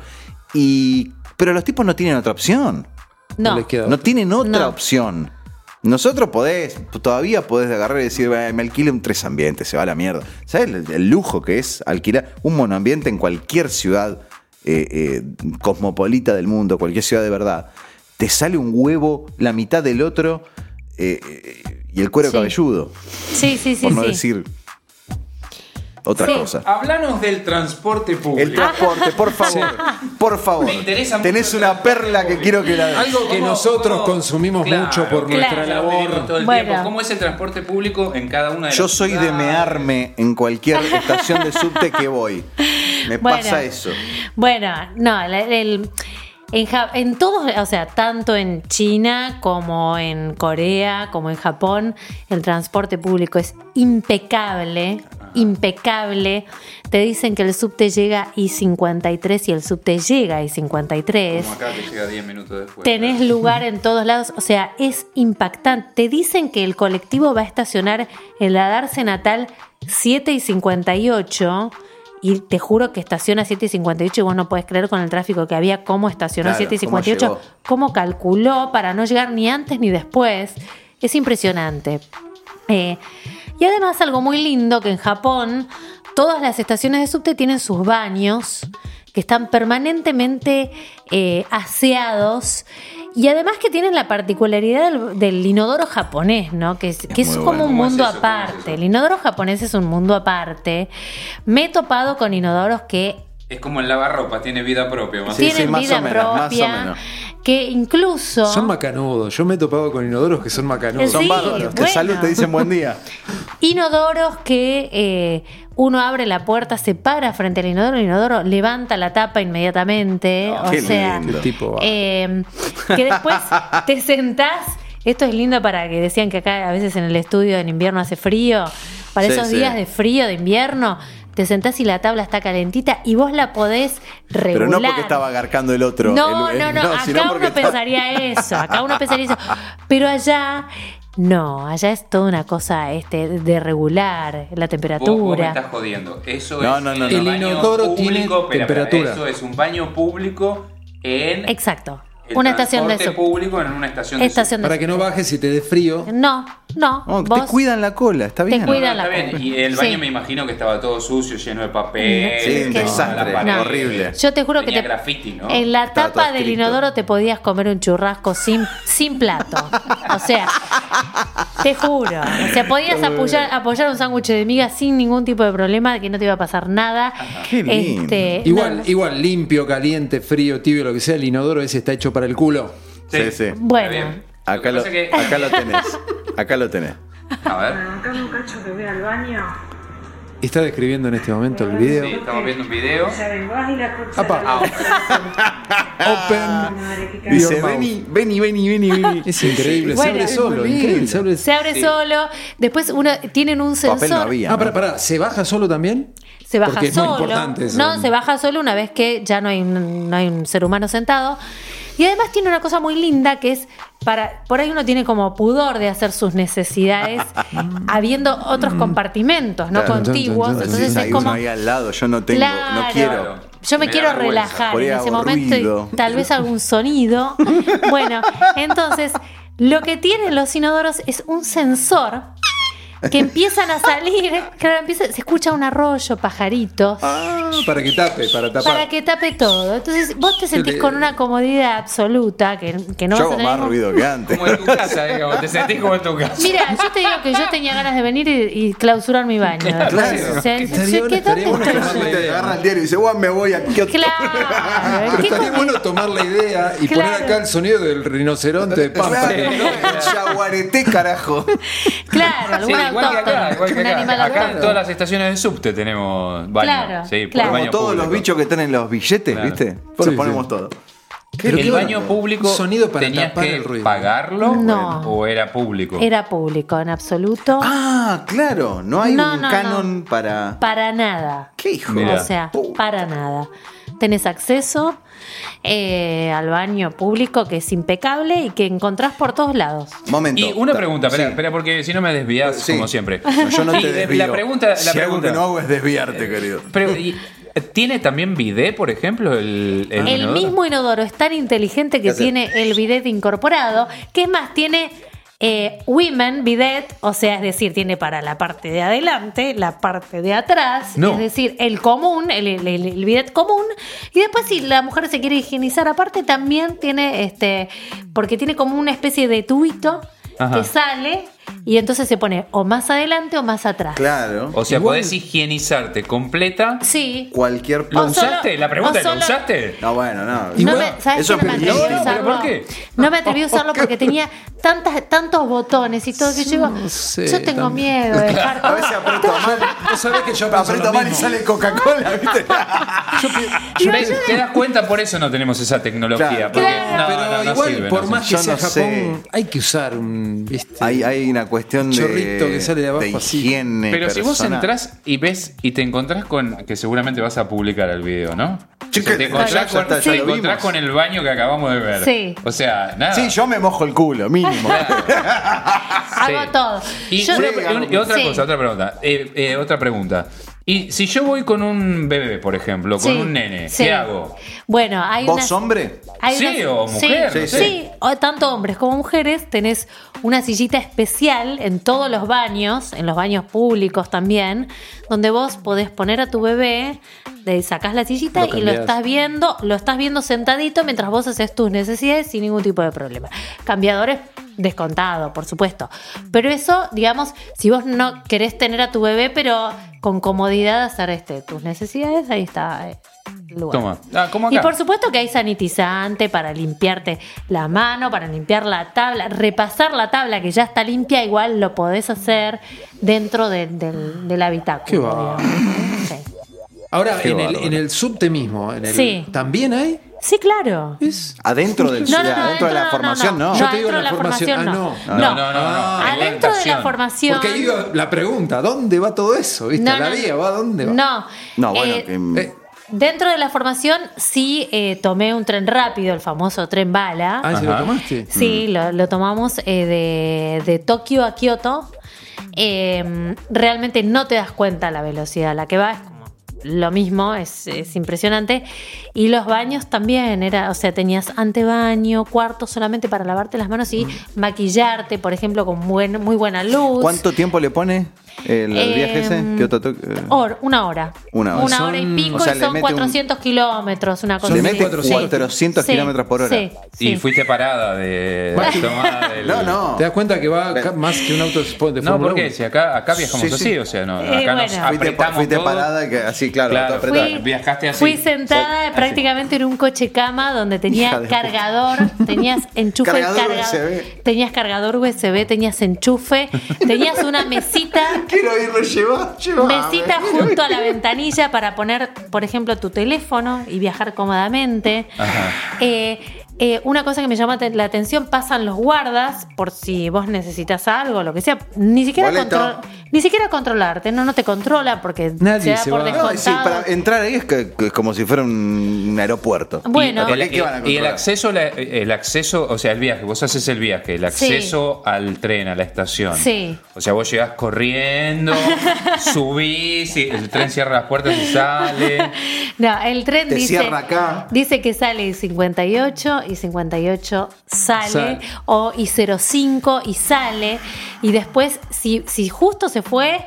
Speaker 1: Y, pero los tipos no tienen otra opción.
Speaker 4: No.
Speaker 2: les queda-
Speaker 1: No tienen otra
Speaker 4: No.
Speaker 1: opción. Nosotros podés, todavía podés agarrar y decir, "Bah, me alquilo un tres ambientes, se va a la mierda. ¿Sabes el, el lujo que es alquilar un monoambiente en cualquier ciudad eh, eh, cosmopolita del mundo, cualquier ciudad de verdad? Te sale un huevo, la mitad del otro eh, eh, y el cuero
Speaker 4: Sí.
Speaker 1: cabelludo,
Speaker 4: Sí, sí, sí.
Speaker 1: por no
Speaker 4: sí.
Speaker 1: decir otra
Speaker 4: Sí.
Speaker 1: cosa.
Speaker 7: Hablanos del transporte público. Ah,
Speaker 1: El transporte, por favor, por favor.
Speaker 7: Me interesa mucho
Speaker 1: Tenés
Speaker 7: el
Speaker 1: una
Speaker 7: transporte
Speaker 1: perla que
Speaker 7: público.
Speaker 1: quiero que la veas.
Speaker 2: Algo que
Speaker 7: ¿Cómo-
Speaker 2: nosotros
Speaker 7: cómo-
Speaker 2: consumimos
Speaker 7: Claro,
Speaker 2: mucho
Speaker 7: claro,
Speaker 2: por nuestra
Speaker 7: lo
Speaker 2: labor.
Speaker 7: pedimos todo el
Speaker 4: Bueno.
Speaker 7: tiempo. ¿Cómo es el transporte público en cada una de
Speaker 1: Yo
Speaker 7: las
Speaker 1: soy de
Speaker 7: ciudades?
Speaker 1: mearme en cualquier estación de subte que voy. Me
Speaker 4: Bueno.
Speaker 1: pasa eso.
Speaker 4: Bueno, no, la- el- en, Ja- en todos, o sea, tanto en China como en Corea, como en Japón, el transporte público es impecable, impecable. Te dicen que el subte llega y 53 y el subte llega y 53.
Speaker 7: Como acá que llega 10 minutos después.
Speaker 4: Tenés lugar en todos lados, o sea, es impactante. Te dicen que el colectivo va a estacionar en la Darse Natal 7 y 58 y te juro que estaciona 7 y 58 y vos no podés creer con el tráfico que había cómo estacionó
Speaker 1: Claro,
Speaker 4: 7 y
Speaker 1: cómo
Speaker 4: 58,
Speaker 1: llegó.
Speaker 4: cómo, calculó para no llegar ni antes ni después. Es impresionante. Eh, y además algo muy lindo que en Japón todas las estaciones de subte tienen sus baños que están permanentemente eh, aseados y además que tienen la particularidad del, del inodoro japonés, ¿no? Que es, que es
Speaker 1: muy
Speaker 4: como
Speaker 1: bueno.
Speaker 4: un
Speaker 7: ¿Cómo es
Speaker 4: mundo
Speaker 7: eso? ¿Cómo es
Speaker 4: aparte.
Speaker 7: eso?
Speaker 4: El inodoro japonés es un mundo aparte. Me he topado con inodoros que
Speaker 7: Es como el lavarropa, tiene vida propia. Más
Speaker 1: Sí,
Speaker 4: tienen
Speaker 1: más o
Speaker 4: vida
Speaker 1: menos, más o
Speaker 4: propia,
Speaker 1: menos.
Speaker 4: que incluso...
Speaker 2: Son macanudos. Yo me he topado con inodoros que son macanudos.
Speaker 1: Son
Speaker 4: Sí,
Speaker 1: bárbaros. Te
Speaker 4: bueno.
Speaker 1: saludan, te dicen buen día.
Speaker 4: Inodoros que eh, uno abre la puerta, se para frente al inodoro, el inodoro levanta la tapa inmediatamente. o
Speaker 1: qué
Speaker 4: sea,
Speaker 1: lindo.
Speaker 2: Tipo, ah.
Speaker 4: eh, que después te sentás. Esto es lindo para que decían que acá a veces en el estudio en invierno hace frío. Para
Speaker 1: Sí,
Speaker 4: esos
Speaker 1: sí.
Speaker 4: días de frío, de invierno, te sentás y la tabla está calentita y vos la podés
Speaker 1: Pero
Speaker 4: regular.
Speaker 1: no porque estaba agarcando el otro.
Speaker 4: No,
Speaker 1: el- el-
Speaker 4: no, no,
Speaker 1: sino
Speaker 4: acá
Speaker 1: porque
Speaker 4: uno
Speaker 1: estaba-
Speaker 4: pensaría eso, acá uno pensaría eso. Pero allá, no, allá es toda una cosa este, de regular,
Speaker 7: Vos, vos
Speaker 4: la
Speaker 7: me estás
Speaker 4: temperatura.
Speaker 7: jodiendo. Eso
Speaker 1: No,
Speaker 7: es
Speaker 1: no, no,
Speaker 7: en
Speaker 1: no.
Speaker 7: un
Speaker 2: El
Speaker 7: baño
Speaker 2: inodoro
Speaker 7: público,
Speaker 2: tiene
Speaker 7: espera, espera,
Speaker 2: temperatura.
Speaker 7: Eso es un baño público en
Speaker 4: Exacto,
Speaker 7: el
Speaker 4: una estación de
Speaker 7: transporte
Speaker 4: sub.
Speaker 7: público en una estación de
Speaker 4: Estación de
Speaker 2: Para que no bajes y te dé frío.
Speaker 4: sub. No, no,
Speaker 1: No, te
Speaker 4: vos-
Speaker 1: cuidan la cola, está
Speaker 4: Te
Speaker 1: bien.
Speaker 7: sub.
Speaker 4: cuidan.
Speaker 7: No, está
Speaker 4: la
Speaker 7: bien.
Speaker 4: cola.
Speaker 7: Y el baño
Speaker 4: Sí.
Speaker 7: me imagino que estaba todo sucio, lleno de papel.
Speaker 1: Sí, un
Speaker 7: lleno de la
Speaker 1: desastre,
Speaker 7: pared.
Speaker 1: horrible.
Speaker 4: Yo te juro
Speaker 7: Tenía
Speaker 4: que te-
Speaker 7: graffiti, ¿no?
Speaker 4: en la
Speaker 1: Estaba todo
Speaker 4: tapa del
Speaker 1: escrito.
Speaker 4: inodoro te podías comer un churrasco sin, sin plato. O sea, te juro. O sea, podías apoyar, apoyar un sándwich de miga sin ningún tipo de problema, que no te iba a pasar nada. Este,
Speaker 1: Qué lindo.
Speaker 2: Igual,
Speaker 4: no,
Speaker 2: igual, limpio, caliente, frío, tibio, lo que sea, el inodoro ese está hecho para el culo.
Speaker 1: Sí, sí.
Speaker 4: Bueno.
Speaker 7: Está bien.
Speaker 1: Acá lo,
Speaker 7: que pasa es que-
Speaker 1: acá lo tenés. Acá lo tenés.
Speaker 7: A ver.
Speaker 8: Bancame un cacho que voy al baño.
Speaker 2: Está describiendo en este momento el video.
Speaker 7: Sí, estamos viendo un video.
Speaker 8: Ya vengo, ay, la concha.
Speaker 2: Apa.
Speaker 8: de la-
Speaker 1: Ah.
Speaker 2: Open.
Speaker 8: Madre, qué cagada.
Speaker 1: Dice,
Speaker 2: Mouth.
Speaker 1: vení, vení, vení, vení, vení.
Speaker 2: Es increíble, se
Speaker 4: Bueno.
Speaker 2: abre solo,
Speaker 1: Muy
Speaker 2: increíble,
Speaker 1: lindo.
Speaker 2: se abre-
Speaker 4: Se abre
Speaker 7: Sí.
Speaker 4: solo, después uno tienen un sensor.
Speaker 1: Papel no había.
Speaker 2: Ah, pará,
Speaker 1: ¿no?
Speaker 2: pará, ¿se baja solo también?
Speaker 4: Se baja
Speaker 2: Porque es muy
Speaker 4: solo.
Speaker 2: importante eso.
Speaker 4: no, se baja solo una vez que ya no hay, un, no hay un ser humano sentado. Y además tiene una cosa muy linda que es para por ahí uno tiene como pudor de hacer sus necesidades habiendo otros compartimentos no
Speaker 2: Mm. Claro.
Speaker 4: contiguos,
Speaker 2: Entonces
Speaker 4: entonces
Speaker 1: hay
Speaker 4: es
Speaker 1: uno
Speaker 4: como
Speaker 1: ahí al lado, yo no tengo, no
Speaker 4: Claro.
Speaker 1: quiero.
Speaker 4: Yo me,
Speaker 7: Me
Speaker 4: quiero
Speaker 7: da vergüenza.
Speaker 4: relajar
Speaker 1: Por ahí
Speaker 4: en
Speaker 1: hago
Speaker 4: ese momento y
Speaker 1: ruido.
Speaker 4: tal vez algún sonido. bueno, entonces lo que tienen los inodoros es un sensor que empiezan a salir, claro, empieza- se escucha un arroyo, pajaritos,
Speaker 2: Ah, para que tape, para tapar.
Speaker 4: para que tape todo. Entonces vos te sentís
Speaker 2: le-
Speaker 4: con una comodidad absoluta que, que
Speaker 1: Yo
Speaker 4: no vas a
Speaker 1: hago
Speaker 4: tener
Speaker 1: más
Speaker 4: ningún-
Speaker 1: ruido que antes.
Speaker 3: Como en tu casa, digamos. Te sentís como en tu casa.
Speaker 4: Mira, yo te digo que yo tenía ganas de venir y, y clausurar mi baño. Entonces,
Speaker 2: Estaría
Speaker 4: o sea,
Speaker 2: bueno,
Speaker 4: ¿qué-
Speaker 2: estaría
Speaker 4: dónde
Speaker 2: bueno
Speaker 4: estoy
Speaker 2: tomar
Speaker 4: yo?
Speaker 2: la idea.
Speaker 1: Agarra el diario y dice, guau, me voy a Kioto".
Speaker 4: Claro,
Speaker 2: Pero
Speaker 4: ¿qué
Speaker 2: estaría
Speaker 4: co-
Speaker 2: bueno tomar la idea y
Speaker 4: Claro.
Speaker 2: poner acá el sonido del rinoceronte de
Speaker 1: Claro,
Speaker 2: Pampa.
Speaker 1: ¿no? Yaguareté, carajo.
Speaker 4: claro,
Speaker 3: Sí,
Speaker 4: algún
Speaker 3: igual que acá,
Speaker 4: autóctono,
Speaker 3: igual que
Speaker 4: un animal
Speaker 3: acá. Acá en
Speaker 4: autóctono.
Speaker 3: todas las estaciones de subte tenemos baño.
Speaker 4: Claro,
Speaker 3: sí, por
Speaker 4: claro.
Speaker 3: el
Speaker 1: Como
Speaker 3: baño
Speaker 1: todos los
Speaker 3: público.
Speaker 1: bichos que están en los billetes,
Speaker 3: Claro.
Speaker 1: ¿viste?
Speaker 2: Sí,
Speaker 1: Los
Speaker 2: sí.
Speaker 1: ponemos todos.
Speaker 2: Pero
Speaker 3: ¿El
Speaker 2: qué
Speaker 3: baño
Speaker 2: bueno.
Speaker 3: público
Speaker 2: Sonido para
Speaker 3: tenías
Speaker 2: tapar
Speaker 3: que
Speaker 2: el ruido.
Speaker 3: pagarlo
Speaker 4: No.
Speaker 3: o era público?
Speaker 4: Era público en absoluto.
Speaker 1: Ah, claro, no hay
Speaker 4: No,
Speaker 1: un
Speaker 4: no,
Speaker 1: canon
Speaker 4: no.
Speaker 1: para.
Speaker 4: Para nada.
Speaker 1: ¿Qué hijo?
Speaker 3: Mirá.
Speaker 1: de
Speaker 4: O sea,
Speaker 1: puta?
Speaker 4: para nada. Tenés acceso eh, al baño público que es impecable y que encontrás por todos lados.
Speaker 1: Momento.
Speaker 3: Y una pregunta, espera,
Speaker 1: Sí.
Speaker 3: espera, porque si no me desvías
Speaker 1: Sí.
Speaker 3: como siempre.
Speaker 1: No, yo no
Speaker 3: Y
Speaker 1: te
Speaker 3: de-
Speaker 1: desvío.
Speaker 3: La pregunta, la
Speaker 1: si algo
Speaker 3: pregunta. Eh,
Speaker 1: que no hago es desviarte, querido.
Speaker 3: Pero, y- ¿Tiene también bidet, por ejemplo, el, el
Speaker 4: El
Speaker 3: inodoro?
Speaker 4: mismo inodoro es tan inteligente que
Speaker 1: Gracias.
Speaker 4: tiene el bidet incorporado, que es más, tiene eh, women bidet, o sea, es decir, tiene para la parte de adelante, la parte de atrás,
Speaker 3: No.
Speaker 4: es decir, el común, el, el- el- el bidet común, y después si la mujer se quiere higienizar aparte, también tiene, este, porque tiene como una especie de tubito
Speaker 3: Ajá.
Speaker 4: que sale y entonces se pone o más adelante o más atrás.
Speaker 1: Claro.
Speaker 3: O sea,
Speaker 2: Igual-
Speaker 3: podés higienizarte completa.
Speaker 4: Sí.
Speaker 1: Cualquier
Speaker 3: ¿Lo
Speaker 4: O solo-
Speaker 3: usaste? la pregunta es,
Speaker 4: o
Speaker 3: ¿lo
Speaker 4: solo-
Speaker 3: usaste?
Speaker 1: No, bueno, no.
Speaker 4: No
Speaker 2: Igual,
Speaker 4: me, ¿Sabes
Speaker 1: eso
Speaker 4: que no me
Speaker 1: es
Speaker 4: atreví a
Speaker 1: peligroso.
Speaker 4: usarlo?
Speaker 3: ¿Pero por qué?
Speaker 4: No me atreví a usarlo porque tenía tantas, tantos botones y todo que yo digo,
Speaker 2: No sé,
Speaker 4: yo tengo
Speaker 2: también.
Speaker 4: miedo de dejar
Speaker 1: A veces aprieto mal.
Speaker 2: Vos sabés que yo pienso
Speaker 1: Aprieto
Speaker 2: lo
Speaker 1: mal y
Speaker 2: mismo.
Speaker 1: sale Coca-Cola, ¿viste?
Speaker 4: Yo-
Speaker 3: ¿Ves? ¿Te das cuenta? Por eso no tenemos esa tecnología.
Speaker 1: Claro.
Speaker 3: porque
Speaker 4: Claro.
Speaker 3: no,
Speaker 2: Pero
Speaker 3: no, no
Speaker 2: igual,
Speaker 3: sirve,
Speaker 2: por
Speaker 3: no
Speaker 2: más
Speaker 1: sirve.
Speaker 2: que
Speaker 1: Yo
Speaker 2: sea
Speaker 1: no
Speaker 2: Japón, hay que usar un. ¿viste?
Speaker 1: Hay, hay una cuestión de,
Speaker 2: Chorrito que sale de abajo así.
Speaker 1: higiene
Speaker 3: Pero si vos
Speaker 1: personal.
Speaker 3: entrás y ves y te encontrás con. que seguramente vas a publicar el video, ¿no?
Speaker 1: Sí,
Speaker 3: O sea,
Speaker 1: que-
Speaker 3: te encontrás,
Speaker 1: ya
Speaker 3: con,
Speaker 1: está, ya
Speaker 3: te
Speaker 1: lo vimos.
Speaker 3: encontrás con el baño que acabamos de ver.
Speaker 4: Sí.
Speaker 3: O sea, nada.
Speaker 1: Sí, yo me mojo el culo, mínimo.
Speaker 4: hago todo.
Speaker 3: Y,
Speaker 4: Yo-
Speaker 3: una- y un- y otra
Speaker 4: Sí.
Speaker 3: cosa, otra pregunta. Eh, eh, otra pregunta. Y si yo voy con un bebé, por ejemplo, con
Speaker 4: Sí,
Speaker 3: un nene,
Speaker 4: sí.
Speaker 3: ¿qué hago?
Speaker 4: Bueno, hay
Speaker 1: ¿Vos,
Speaker 4: unas-
Speaker 1: hombre?
Speaker 4: hay
Speaker 3: Sí,
Speaker 4: unas-
Speaker 3: o mujer,
Speaker 4: sí,
Speaker 3: no
Speaker 4: sí.
Speaker 3: sé.
Speaker 4: o tanto hombres como mujeres tenés una sillita especial en todos los baños, en los baños públicos también, donde vos podés poner a tu bebé, le sacás la sillita
Speaker 2: Lo
Speaker 4: y lo
Speaker 2: cambiás.
Speaker 4: estás viendo, lo estás viendo sentadito mientras vos haces tus necesidades sin ningún tipo de problema. Cambiadores descontado, por supuesto. Pero eso, digamos, si vos no querés tener a tu bebé, pero con comodidad hacer este tus necesidades, ahí está. eh, el lugar.
Speaker 3: Toma. Ah, ¿cómo
Speaker 4: Y
Speaker 3: acá?
Speaker 4: por supuesto que hay sanitizante para limpiarte la mano, para limpiar la tabla, repasar la tabla que ya está limpia, igual lo podés hacer dentro de- del, del habitáculo.
Speaker 2: Qué va.
Speaker 4: digamos. Sí.
Speaker 2: Ahora,
Speaker 1: Qué
Speaker 2: en el,
Speaker 1: bárbaro.
Speaker 2: en el subte mismo, en el-
Speaker 4: Sí.
Speaker 2: ¿también hay?
Speaker 4: Sí, claro.
Speaker 2: ¿Es?
Speaker 1: Adentro del
Speaker 4: No, no, no,
Speaker 1: adentro de la
Speaker 4: no,
Speaker 1: formación, no.
Speaker 4: no.
Speaker 2: Yo te digo
Speaker 4: adentro de la formación no.
Speaker 2: Ah,
Speaker 3: No, no, no. no. En la
Speaker 4: Adentro de la
Speaker 3: estación.
Speaker 4: formación.
Speaker 2: Porque ahí iba la pregunta, ¿dónde va todo eso? ¿Viste?
Speaker 4: No,
Speaker 2: la
Speaker 4: no,
Speaker 2: vía,
Speaker 4: no.
Speaker 2: ¿va dónde va?
Speaker 4: No.
Speaker 1: No, bueno,
Speaker 4: Eh,
Speaker 1: que-
Speaker 2: Eh,
Speaker 4: Dentro de la formación sí eh, tomé un tren rápido, el famoso tren bala.
Speaker 2: ah, ¿se lo
Speaker 3: Ajá.
Speaker 2: tomaste?
Speaker 4: Sí, lo, lo tomamos eh, de, de Tokio a Kioto. Eh, realmente no te das cuenta la velocidad a la que va, es como lo mismo, es, es impresionante. Y los baños también, era, o sea, tenías antebaño, cuarto solamente para lavarte las manos y
Speaker 1: Mm.
Speaker 4: maquillarte, por ejemplo, con buen- muy buena luz.
Speaker 1: ¿Cuánto tiempo le pone el
Speaker 4: Eh, oh.
Speaker 1: viaje ese? Kioto, Tokio, eh,
Speaker 4: Hor- una hora.
Speaker 1: Una hora. Son-
Speaker 4: y pico
Speaker 1: o sea,
Speaker 4: y
Speaker 1: le
Speaker 4: son
Speaker 1: mete un-
Speaker 4: 400 kilómetros, una cosa
Speaker 1: Le
Speaker 4: así.
Speaker 1: mete
Speaker 4: Sí.
Speaker 1: 400
Speaker 4: Sí,
Speaker 1: kilómetros por hora.
Speaker 4: sí,
Speaker 3: Y
Speaker 4: sí.
Speaker 3: fuiste parada de.
Speaker 2: Bueno.
Speaker 3: tomada del-
Speaker 1: No, no.
Speaker 2: ¿Te das cuenta que va ca- más que un auto de Fórmula
Speaker 3: No, porque
Speaker 2: uno?
Speaker 3: si acá, acá viajamos
Speaker 1: Sí, sí.
Speaker 3: así, o sea, no,
Speaker 4: Eh,
Speaker 3: acá nos apretamos
Speaker 4: bueno.
Speaker 1: Fuiste, pa- fuiste
Speaker 3: todo.
Speaker 1: parada, que, así, claro,
Speaker 3: Claro.
Speaker 1: todo apretado.
Speaker 4: Fui,
Speaker 3: Viajaste así.
Speaker 4: fui sentada prácticamente en un coche cama donde tenía
Speaker 1: Hija de puta.
Speaker 4: cargador, tenías enchufe
Speaker 1: Cargador
Speaker 4: cargador,
Speaker 1: USB.
Speaker 4: tenías cargador USB, tenías enchufe, tenías una mesita,
Speaker 1: Quiero irlo llevar,
Speaker 4: mesita junto a la ventanilla para poner, por ejemplo, tu teléfono y viajar cómodamente. Eh, eh, una cosa que me llama te- la atención, pasan los guardas por si vos necesitas algo, lo que sea. Ni siquiera,
Speaker 1: Boleto.
Speaker 4: control- ni siquiera controlarte, no, no te controla porque
Speaker 2: Nadie
Speaker 4: se da
Speaker 2: se
Speaker 4: por
Speaker 1: No,
Speaker 2: va.
Speaker 4: descontado.
Speaker 1: sí, para entrar ahí es, que- que es como si fuera un aeropuerto.
Speaker 4: Bueno.
Speaker 3: Y, el-
Speaker 7: eh,
Speaker 1: ¿Qué- qué van a
Speaker 3: y el
Speaker 1: controlar?
Speaker 3: acceso, la- el acceso, o sea, el viaje, vos haces el viaje, el acceso al tren, a la estación.
Speaker 4: Sí.
Speaker 3: O sea, vos llegás corriendo, subís, y el tren cierra las puertas y sale.
Speaker 4: No, el tren
Speaker 1: Te
Speaker 4: dice,
Speaker 1: cierra acá.
Speaker 4: dice que sale 58 y 58 sale,
Speaker 2: Sale.
Speaker 4: o y 05 y sale, y después, si, si justo se fue,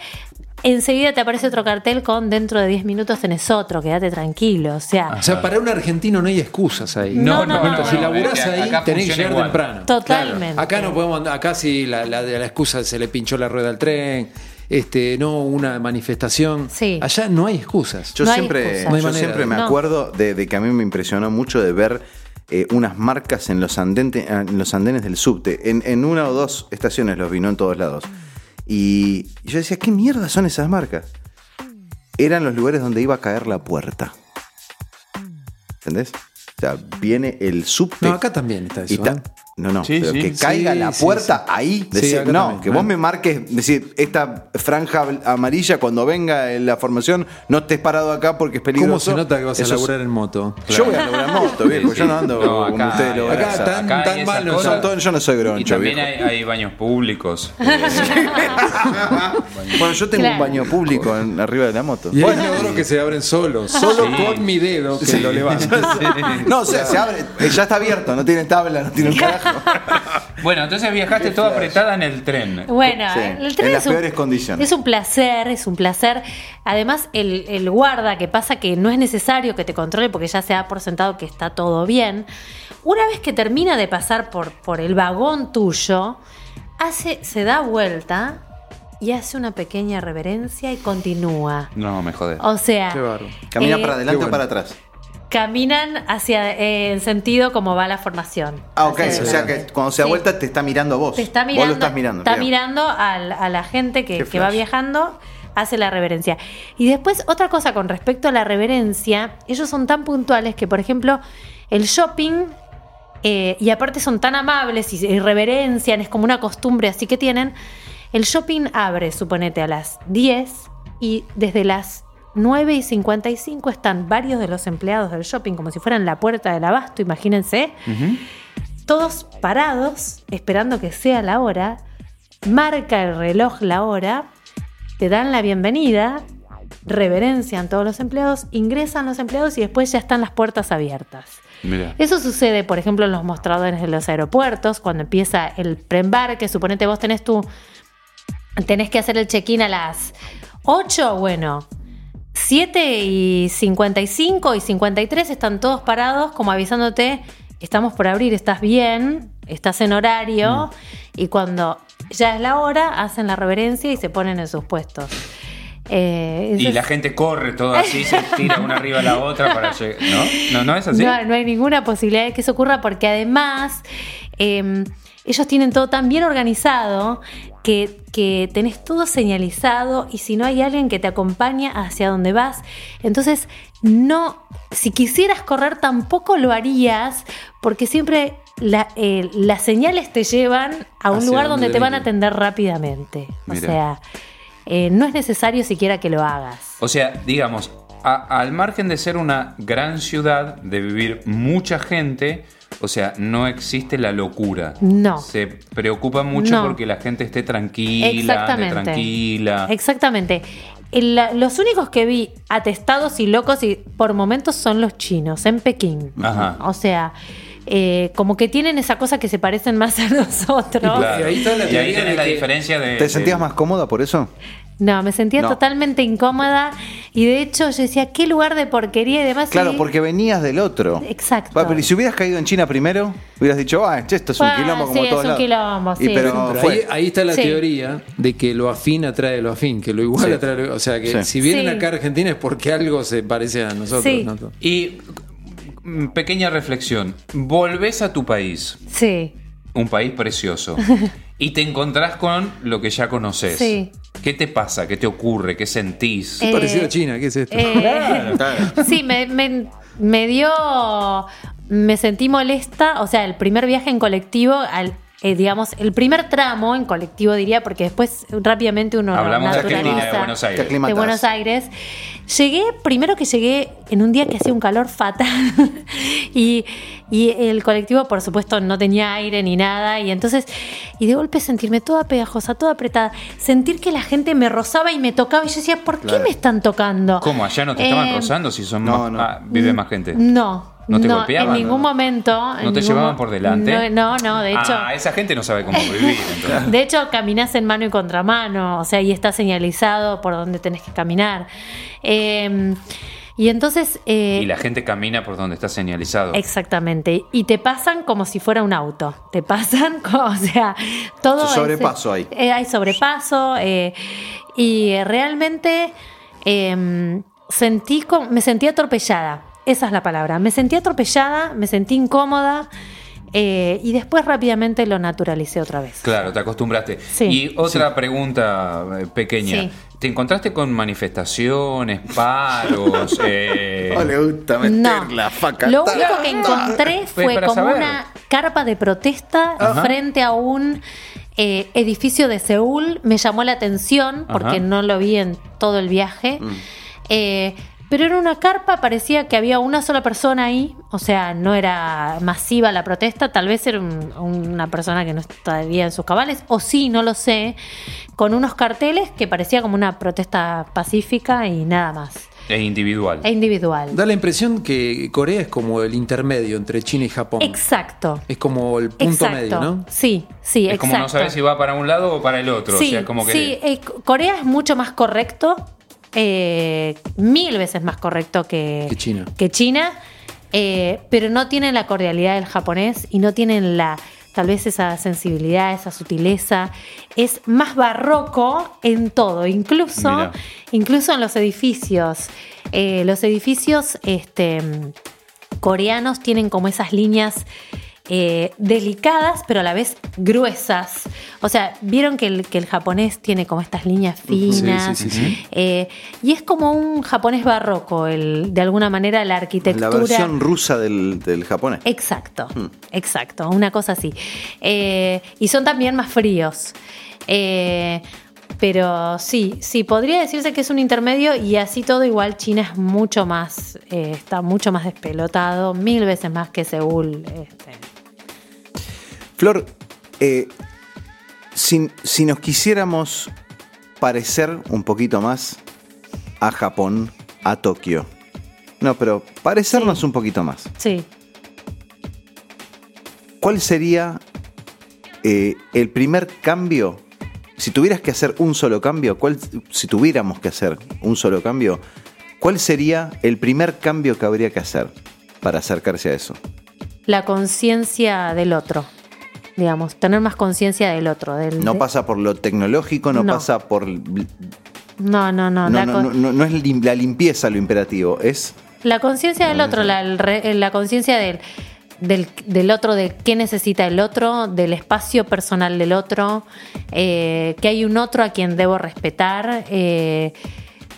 Speaker 4: enseguida te aparece otro cartel con dentro de 10 minutos tenés otro, quédate tranquilo, o
Speaker 1: Ah.
Speaker 4: sea,
Speaker 2: O sea, para un argentino no hay excusas ahí.
Speaker 4: No, no, no,
Speaker 2: Si
Speaker 4: no,
Speaker 2: laburás ahí, tenés que llegar temprano.
Speaker 4: Totalmente.
Speaker 2: Claro. Acá no podemos andar- acá sí la, la, la excusa se le pinchó la rueda al tren, este, no una manifestación.
Speaker 4: Sí.
Speaker 2: Allá no hay excusas.
Speaker 1: Yo
Speaker 4: No hay
Speaker 1: siempre,
Speaker 4: excusa. No
Speaker 2: hay
Speaker 1: yo
Speaker 2: manera.
Speaker 1: siempre me
Speaker 4: No.
Speaker 1: acuerdo de, de que a mí me impresionó mucho de ver eh, unas marcas en los, andente- ah, en los andenes del subte. En, en una o dos estaciones los vino en todos lados. Y yo decía, ¿qué mierda son esas marcas? Eran los lugares donde iba a caer la puerta. ¿Entendés? O sea, viene el subte.
Speaker 2: No, acá también está eso.
Speaker 1: y ta-
Speaker 2: ¿eh?
Speaker 1: No, no,
Speaker 3: Sí,
Speaker 1: pero
Speaker 3: sí.
Speaker 1: que caiga
Speaker 2: Sí,
Speaker 1: la
Speaker 2: sí,
Speaker 1: puerta
Speaker 2: sí.
Speaker 1: ahí.
Speaker 2: Sí,
Speaker 1: decir,
Speaker 2: acá
Speaker 1: no,
Speaker 2: también,
Speaker 1: que vos
Speaker 2: ¿no?
Speaker 1: me marques, decir, esta franja bl- amarilla cuando venga en la formación, no estés parado acá porque es peligroso.
Speaker 2: ¿Cómo se nota que vas a
Speaker 1: Eso es-
Speaker 2: laburar en moto?
Speaker 1: Yo voy a lograr moto, viejo.
Speaker 7: Sí,
Speaker 1: Yo no
Speaker 7: sí.
Speaker 1: ando
Speaker 7: No,
Speaker 1: como
Speaker 7: acá-
Speaker 1: ustedes lo
Speaker 7: acá
Speaker 1: abrazan.
Speaker 2: tan-
Speaker 7: hay
Speaker 2: tan
Speaker 7: esas
Speaker 2: mal no
Speaker 7: cosas.
Speaker 1: Son todos- yo no soy
Speaker 7: Y
Speaker 1: groncho,
Speaker 7: también
Speaker 1: viejo.
Speaker 7: hay, hay baños públicos. eh,
Speaker 1: Bueno, yo tengo un
Speaker 4: Claro.
Speaker 1: baño público en- arriba de la moto.
Speaker 2: Y hay logros que se abren solo, solo con mi dedo que lo levanto.
Speaker 1: No, o sea, se abre, eh, ya está abierto, no tiene tabla, no tiene un carajo.
Speaker 7: bueno, entonces viajaste toda apretada en el tren.
Speaker 4: Bueno,
Speaker 1: Sí,
Speaker 4: el
Speaker 1: en
Speaker 4: tren es
Speaker 1: las
Speaker 4: un-
Speaker 1: peores condiciones.
Speaker 4: Es un placer, es un placer. Además, el, el guarda que pasa que no es necesario que te controle porque ya se ha por sentado que está todo bien. Una vez que termina de pasar por, por el vagón tuyo, hace, se da vuelta y hace una pequeña reverencia y continúa.
Speaker 7: No, me jodés.
Speaker 4: O sea,
Speaker 2: Qué bárbaro.
Speaker 1: Camina
Speaker 4: eh,
Speaker 1: para adelante
Speaker 2: Qué
Speaker 1: o
Speaker 2: bueno.
Speaker 1: para atrás.
Speaker 4: caminan hacia eh, en sentido como va la formación.
Speaker 1: Ah, ok.
Speaker 4: Hacia
Speaker 1: o sea
Speaker 4: adelante.
Speaker 1: que cuando se da
Speaker 4: Sí.
Speaker 1: vuelta te está mirando a vos.
Speaker 4: Te está
Speaker 1: Vos
Speaker 4: mirando.
Speaker 1: lo estás mirando.
Speaker 4: Está
Speaker 1: bien.
Speaker 4: mirando al- a la gente
Speaker 1: Qué
Speaker 4: que, que va
Speaker 1: flash.
Speaker 4: viajando, hace la reverencia. Y después, otra cosa con respecto a la reverencia, ellos son tan puntuales que, por ejemplo, el shopping. eh, y aparte son tan amables y, y reverencian, es como una costumbre así que tienen. El shopping abre, suponete, a las 10 y desde las 9 y 55 están varios de los empleados del shopping, como si fueran la puerta del abasto, imagínense todos parados, esperando que sea la hora, marca el reloj la hora, te dan la bienvenida, reverencian todos los empleados, ingresan los empleados y después ya están las puertas abiertas.
Speaker 7: Mira.
Speaker 4: Eso sucede, por ejemplo, en los mostradores de los aeropuertos, cuando empieza el preembarque, suponete vos tenés tu tenés que hacer el check-in a las 8, bueno. 7 y 55 y 53 están todos parados como avisándote, estamos por abrir, estás bien, estás en horario
Speaker 7: Mm.
Speaker 4: y cuando ya es la hora hacen la reverencia y se ponen en sus puestos. Eh, ese
Speaker 7: Y la
Speaker 4: es-
Speaker 7: gente corre todo así, se tira una arriba a la otra para llegar. ¿No? ¿No, no es así?
Speaker 4: No, no hay ninguna posibilidad de que eso ocurra porque además eh, ellos tienen todo tan bien organizado que, que tenés todo señalizado y si no hay alguien que te acompaña hacia donde vas, entonces no, si quisieras correr tampoco lo harías porque siempre la- eh, las señales te llevan a un
Speaker 2: Hacia
Speaker 4: lugar
Speaker 2: donde
Speaker 4: donde te van a
Speaker 2: debe.
Speaker 4: atender rápidamente. O
Speaker 7: Mira.
Speaker 4: sea, eh, no es necesario siquiera que lo hagas.
Speaker 7: O sea, digamos, a- al margen de ser una gran ciudad, de vivir mucha gente, o sea, no existe la locura.
Speaker 4: No.
Speaker 7: Se preocupa mucho
Speaker 4: No.
Speaker 7: porque la gente esté tranquila, ande
Speaker 4: Exactamente.
Speaker 7: tranquila.
Speaker 4: Exactamente. El- la- los únicos que vi atestados y locos y por momentos son los chinos en Pekín.
Speaker 7: Ajá.
Speaker 4: O sea, eh, como que tienen esa cosa que se parecen más a nosotros.
Speaker 7: Claro.
Speaker 2: Y ahí está la
Speaker 7: y ahí
Speaker 2: teoría
Speaker 7: tenés
Speaker 2: de
Speaker 7: la
Speaker 2: que-
Speaker 7: diferencia de.
Speaker 1: ¿Te sentías
Speaker 7: de-
Speaker 1: más cómoda por eso?
Speaker 4: No, me sentía
Speaker 1: No.
Speaker 4: totalmente incómoda y de hecho yo decía, qué lugar de porquería y demás.
Speaker 1: Claro,
Speaker 4: y-
Speaker 1: porque venías del otro.
Speaker 4: Exacto.
Speaker 1: Pa, pero y si hubieras caído en China primero, hubieras dicho, ah, che, esto es un
Speaker 4: Ah,
Speaker 1: quilombo como
Speaker 4: sí, es
Speaker 1: todos
Speaker 4: un
Speaker 1: lados".
Speaker 4: quilombo,
Speaker 1: Y
Speaker 4: sí.
Speaker 1: pero
Speaker 2: Pero
Speaker 1: fue.
Speaker 2: ahí, ahí está la
Speaker 4: Sí.
Speaker 2: teoría de que lo afín atrae lo afín, que lo igual
Speaker 1: Sí.
Speaker 2: atrae lo O sea, que
Speaker 1: Sí.
Speaker 2: si vienen
Speaker 4: Sí.
Speaker 2: acá a Argentina es porque algo se parece a nosotros.
Speaker 4: Sí.
Speaker 2: ¿no?
Speaker 7: Y mm, pequeña reflexión. Volvés a tu país,
Speaker 4: Sí.
Speaker 7: un país precioso, y te encontrás con lo que ya conoces.
Speaker 4: Sí.
Speaker 7: ¿Qué te pasa? ¿Qué te ocurre? ¿Qué sentís?
Speaker 4: Eh,
Speaker 2: Parecido a China, ¿qué es esto?
Speaker 4: Eh, Sí, me, me- me dio. Me sentí molesta. O sea, el primer viaje en colectivo, al, eh, digamos, el primer tramo en colectivo, diría, porque después rápidamente uno
Speaker 7: Hablamos de Argentina, de
Speaker 4: naturaliza
Speaker 7: Buenos Aires.
Speaker 1: Te aclimatás.
Speaker 4: de Buenos Aires. Llegué, primero que llegué en un día que hacía un calor fatal y, y el colectivo, por supuesto, no tenía aire ni nada y entonces, y de golpe sentirme toda pegajosa, toda apretada, sentir que la gente me rozaba y me tocaba y yo decía, ¿por qué me están tocando?
Speaker 7: ¿Cómo? ¿Allá no te estaban
Speaker 4: Eh,
Speaker 7: rozando si son
Speaker 1: no,
Speaker 7: más-
Speaker 1: no.
Speaker 7: ah, vive más gente?
Speaker 4: No,
Speaker 7: ¿No te golpeaban?
Speaker 4: En ningún momento. en
Speaker 7: ¿No te
Speaker 4: ningún
Speaker 7: llevaban
Speaker 4: mo-
Speaker 7: por delante?
Speaker 4: No, no, no, de hecho.
Speaker 7: Ah, esa gente no sabe cómo vivir. entonces.
Speaker 4: De hecho, caminás en mano y contramano, o sea, y está señalizado por dónde tenés que caminar. Eh, y entonces. eh,
Speaker 7: Y la gente camina por donde está señalizado.
Speaker 4: Exactamente. Y te pasan como si fuera un auto. Te pasan, como, o sea, todo.
Speaker 1: Es sobrepaso ahí.
Speaker 4: Eh, hay sobrepaso. eh, y eh, realmente eh, sentí, co- me sentí atropellada. Esa es la palabra. Me sentí atropellada, me sentí incómoda. eh, y después rápidamente lo naturalicé otra vez.
Speaker 7: Claro, te acostumbraste.
Speaker 4: Sí.
Speaker 7: Y otra pregunta eh, pequeña.
Speaker 4: Sí.
Speaker 7: ¿Te encontraste con manifestaciones, paros? eh,
Speaker 1: No le gusta meter
Speaker 4: No.
Speaker 1: la faca.
Speaker 4: Lo único que encontré fue
Speaker 7: para
Speaker 4: como
Speaker 7: saber.
Speaker 4: una carpa de protesta frente a un eh, edificio de Seúl. Me llamó la atención porque
Speaker 7: Ajá.
Speaker 4: no lo vi en todo el viaje.
Speaker 1: Mm.
Speaker 4: Eh, pero era una carpa, parecía que había una sola persona ahí, o sea, no era masiva la protesta, tal vez era un- una persona que no estaría en sus cabales, o sí, no lo sé, con unos carteles que parecía como una protesta pacífica y nada más,
Speaker 7: e individual.
Speaker 4: e individual.
Speaker 2: Da la impresión que Corea es como el intermedio entre China y Japón.
Speaker 4: Exacto.
Speaker 2: es como el punto
Speaker 4: exacto.
Speaker 2: medio, ¿no?
Speaker 4: Sí, sí,
Speaker 7: es
Speaker 4: exacto.
Speaker 7: como no sabes si va para un lado o para el otro.
Speaker 4: sí,
Speaker 7: o sea, como que
Speaker 4: sí, eh, Co- Corea es mucho más correcto, eh, mil veces más correcto que,
Speaker 2: Que China.
Speaker 4: que China, eh, pero no tienen la cordialidad del japonés y no tienen la tal vez esa sensibilidad, esa sutileza. Es más barroco en todo, incluso,
Speaker 7: Mirá.
Speaker 4: incluso en los edificios. Eh, los edificios, este coreanos tienen como esas líneas eh, delicadas, pero a la vez gruesas. O sea, vieron que el, que el japonés tiene como estas líneas finas.
Speaker 2: sí, sí, sí.
Speaker 4: Eh, y es como un japonés barroco, el, de alguna manera la
Speaker 1: La
Speaker 4: arquitectura.
Speaker 1: versión rusa del, del japonés.
Speaker 4: Exacto, exacto, una cosa así. Eh, y son también más fríos. Eh, pero sí, sí, podría decirse que es un intermedio y así todo igual China es mucho más, eh, está mucho más despelotado, mil veces más que Seúl. este.
Speaker 1: Flor, eh, si, si nos quisiéramos parecer un poquito más a Japón, a Tokio. No, pero parecernos un poquito más.
Speaker 4: Sí,
Speaker 1: ¿Cuál sería eh, el primer cambio? Si tuvieras que hacer un solo cambio, ¿cuál, si tuviéramos que hacer un solo cambio, ¿cuál sería el primer cambio que habría que hacer para acercarse a eso?
Speaker 4: la conciencia del otro, digamos, tener más conciencia del otro. Del,
Speaker 1: No
Speaker 4: de-
Speaker 1: pasa por lo tecnológico, no,
Speaker 4: No.
Speaker 1: pasa por... No,
Speaker 4: No, no,
Speaker 1: no,
Speaker 4: no. la con-
Speaker 1: no, no- no es lim- la limpieza lo imperativo, es...
Speaker 4: La conciencia del otro, la, el re- eh, la conciencia del, del, del otro, de qué necesita el otro, del espacio personal del otro, eh, que hay un otro a quien debo respetar. eh,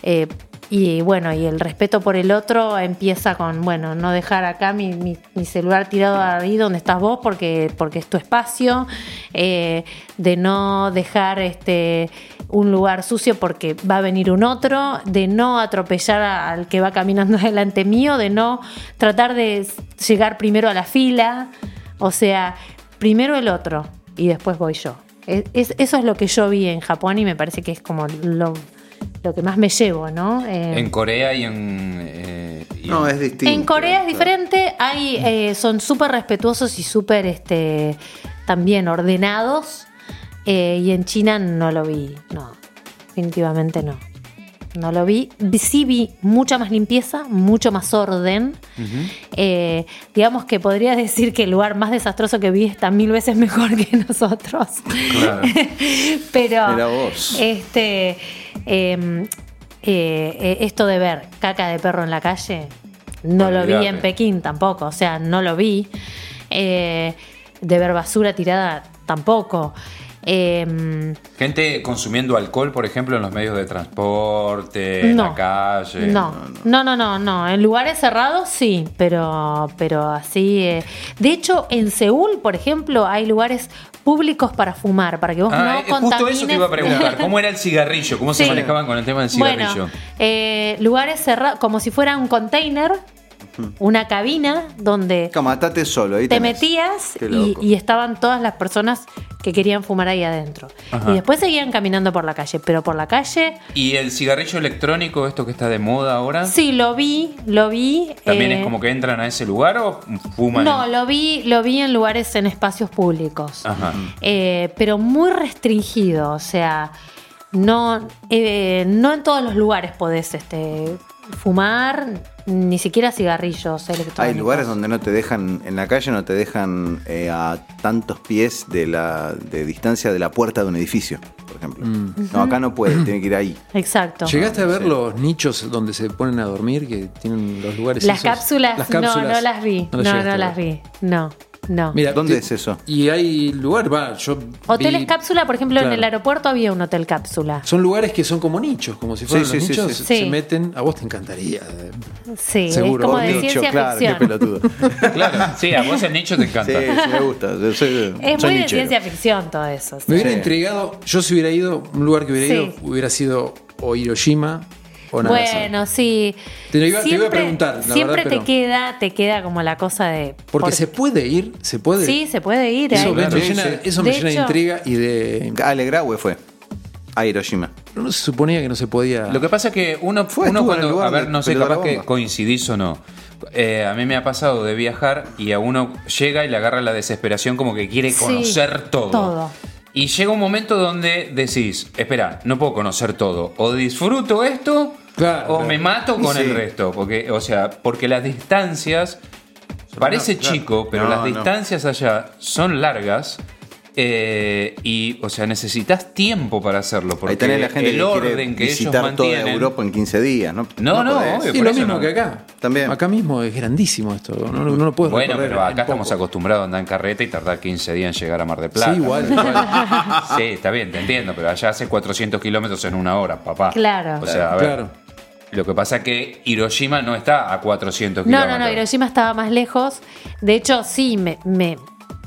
Speaker 4: eh, y bueno, y el respeto por el otro empieza con, bueno, no dejar acá mi, mi- mi celular tirado ahí donde estás vos porque, porque es tu espacio, eh, de no dejar este un lugar sucio porque va a venir un otro, de no atropellar a- al que va caminando delante mío, de no tratar de s- llegar primero a la fila, o sea, primero el otro y después voy yo. Es- es- eso es lo que yo vi en Japón y me parece que es como lo, lo que más me llevo, ¿no? Eh,
Speaker 7: en Corea y en. eh, y
Speaker 1: No,
Speaker 7: en-
Speaker 1: es distinto.
Speaker 4: en Corea es diferente, hay, eh, son súper respetuosos y súper este, también ordenados. eh, y en China no lo vi, no, definitivamente no. No lo vi. Sí vi mucha más limpieza, mucho más orden. Eh, digamos que podría decir que el lugar más desastroso que vi está mil veces mejor que nosotros.
Speaker 7: Claro.
Speaker 4: Pero
Speaker 1: Mirá vos.
Speaker 4: este eh, eh, esto de ver caca de perro en la calle, no lo vi
Speaker 7: Olvídate.
Speaker 4: en Pekín tampoco, o sea, no lo vi. Eh, de ver basura tirada tampoco. Eh,
Speaker 7: Gente consumiendo alcohol, por ejemplo, en los medios de transporte, en
Speaker 4: no.
Speaker 7: la calle.
Speaker 4: No, no, no, no, no. En lugares cerrados sí, pero, pero así. eh. De hecho, en Seúl, por ejemplo, hay lugares públicos para fumar, para que vos
Speaker 7: Ah,
Speaker 4: no
Speaker 7: eh, justo eso te iba a
Speaker 4: contamines.
Speaker 7: preguntar. ¿Cómo era el cigarrillo? ¿Cómo se
Speaker 4: Sí.
Speaker 7: manejaban con el tema del cigarrillo?
Speaker 4: Bueno, eh, lugares cerrados, como si fuera un container, una cabina donde
Speaker 1: Como, atate solo. Ahí
Speaker 4: te
Speaker 1: tenés.
Speaker 4: metías
Speaker 1: Qué
Speaker 4: y,
Speaker 1: loco.
Speaker 4: y estaban todas las personas que querían fumar ahí adentro.
Speaker 3: Ajá.
Speaker 4: Y después seguían caminando por la calle, pero por la calle
Speaker 3: ¿Y el cigarrillo electrónico, esto que está de moda ahora?
Speaker 4: sí lo vi, lo vi.
Speaker 3: Ah. ¿También
Speaker 4: eh,
Speaker 3: es como que entran a ese lugar o fuman?
Speaker 4: No,
Speaker 3: en-
Speaker 4: lo vi, lo vi en lugares en espacios públicos.
Speaker 3: Ajá.
Speaker 4: Eh, pero muy restringido, o sea, no, eh, no en todos los lugares podés este, fumar, ni siquiera cigarrillos electrónicos.
Speaker 1: Hay lugares donde no te dejan, en la calle no te dejan eh, a tantos pies de la de distancia de la puerta de un edificio, por ejemplo. No, acá no puede, tiene que ir ahí.
Speaker 4: Exacto.
Speaker 2: ¿Llegaste a ver los nichos donde se ponen a dormir, que tienen los lugares
Speaker 4: Las
Speaker 2: esos?
Speaker 4: cápsulas,
Speaker 2: Las cápsulas.
Speaker 4: no, no las vi. No,
Speaker 2: llegaste
Speaker 4: no
Speaker 2: a
Speaker 4: las
Speaker 2: ver.
Speaker 4: vi. No, no.
Speaker 2: Mira,
Speaker 1: ¿Dónde
Speaker 2: te-
Speaker 1: es eso?
Speaker 2: Y hay lugar, va, yo
Speaker 4: Hoteles
Speaker 2: vi-
Speaker 4: cápsula, por ejemplo,
Speaker 2: Claro.
Speaker 4: en el aeropuerto había un hotel cápsula.
Speaker 2: Son lugares que son como nichos, como si fueran
Speaker 1: Sí,
Speaker 2: los
Speaker 1: sí, sí,
Speaker 2: nichos,
Speaker 1: sí.
Speaker 2: se
Speaker 4: Sí.
Speaker 2: meten, a vos te encantaría. eh,
Speaker 4: Sí,
Speaker 2: Seguro.
Speaker 4: es como
Speaker 2: Por
Speaker 4: de
Speaker 2: nicho,
Speaker 4: ciencia
Speaker 1: claro, qué
Speaker 4: ficción.
Speaker 1: pelotudo.
Speaker 3: Claro, sí, a vos el nicho te encanta.
Speaker 1: Sí, sí, me gusta. yo soy-
Speaker 4: Es
Speaker 1: soy
Speaker 4: muy de
Speaker 1: nichero.
Speaker 4: ciencia ficción todo eso. sí.
Speaker 2: Me hubiera
Speaker 1: Sí.
Speaker 2: intrigado, yo si hubiera ido, un lugar que hubiera
Speaker 4: Sí.
Speaker 2: ido hubiera sido o Hiroshima o Nagasaki.
Speaker 4: Bueno, sí.
Speaker 2: Te lo iba- te iba a preguntar, la
Speaker 4: siempre
Speaker 2: verdad,
Speaker 4: te
Speaker 2: pero-
Speaker 4: queda, te queda como la cosa de.
Speaker 2: Porque
Speaker 4: por-
Speaker 2: se puede ir, se puede.
Speaker 4: Sí, se puede ir. eh.
Speaker 2: Eso,
Speaker 4: ahí.
Speaker 2: me
Speaker 1: claro.
Speaker 2: llena,
Speaker 1: Sí, sí.
Speaker 2: eso me
Speaker 4: De
Speaker 2: llena de
Speaker 4: hecho-
Speaker 2: intriga y de.
Speaker 1: Ale Graue Ah, fue a Hiroshima.
Speaker 2: No se suponía que no se podía.
Speaker 3: Lo que pasa es que uno,
Speaker 1: Fue,
Speaker 3: uno
Speaker 1: estuvo en el
Speaker 3: cuando,
Speaker 1: lugar
Speaker 3: a ver,
Speaker 1: de
Speaker 3: no sé,
Speaker 1: pelotar la
Speaker 3: capaz que
Speaker 1: bomba.
Speaker 3: coincidís o no. Eh, a mí me ha pasado de viajar y a uno llega y le agarra la desesperación como que quiere
Speaker 4: Sí,
Speaker 3: conocer todo.
Speaker 4: todo.
Speaker 3: Y llega un momento donde decís, espera, no puedo conocer todo. O disfruto esto
Speaker 2: Claro,
Speaker 3: o
Speaker 2: claro.
Speaker 3: me mato con
Speaker 1: Sí.
Speaker 3: el resto. Porque, o sea, porque las distancias, parece
Speaker 1: claro.
Speaker 3: chico, pero
Speaker 1: No,
Speaker 3: las
Speaker 1: no.
Speaker 3: distancias allá son largas. eh, y, o sea, necesitas tiempo para hacerlo. Porque
Speaker 1: Ahí tenés la gente
Speaker 3: el
Speaker 1: que quiere
Speaker 3: orden que ellos
Speaker 1: visitar toda
Speaker 3: mantienen.
Speaker 1: Europa en 15 días, ¿no?
Speaker 3: No, no,
Speaker 1: podés.
Speaker 3: obvio.
Speaker 2: Sí,
Speaker 3: por
Speaker 2: lo
Speaker 3: eso
Speaker 2: mismo
Speaker 3: no.
Speaker 2: que acá.
Speaker 1: También.
Speaker 2: Acá mismo es grandísimo esto. No, no, no lo puedes
Speaker 3: Bueno,
Speaker 2: recorrer
Speaker 3: pero
Speaker 2: en
Speaker 3: acá estamos
Speaker 2: poco.
Speaker 3: acostumbrados a andar en carreta y tardar 15 días en llegar a Mar del Plata.
Speaker 2: Sí, igual. igual.
Speaker 3: Sí, está bien, te entiendo, pero allá hace 400 kilómetros en una hora, papá.
Speaker 4: Claro.
Speaker 3: O sea, a ver.
Speaker 2: Claro.
Speaker 3: Lo que pasa es que Hiroshima no está a 400
Speaker 4: No,
Speaker 3: kilómetros.
Speaker 4: no, no, Hiroshima estaba más lejos. De hecho, sí, me, me,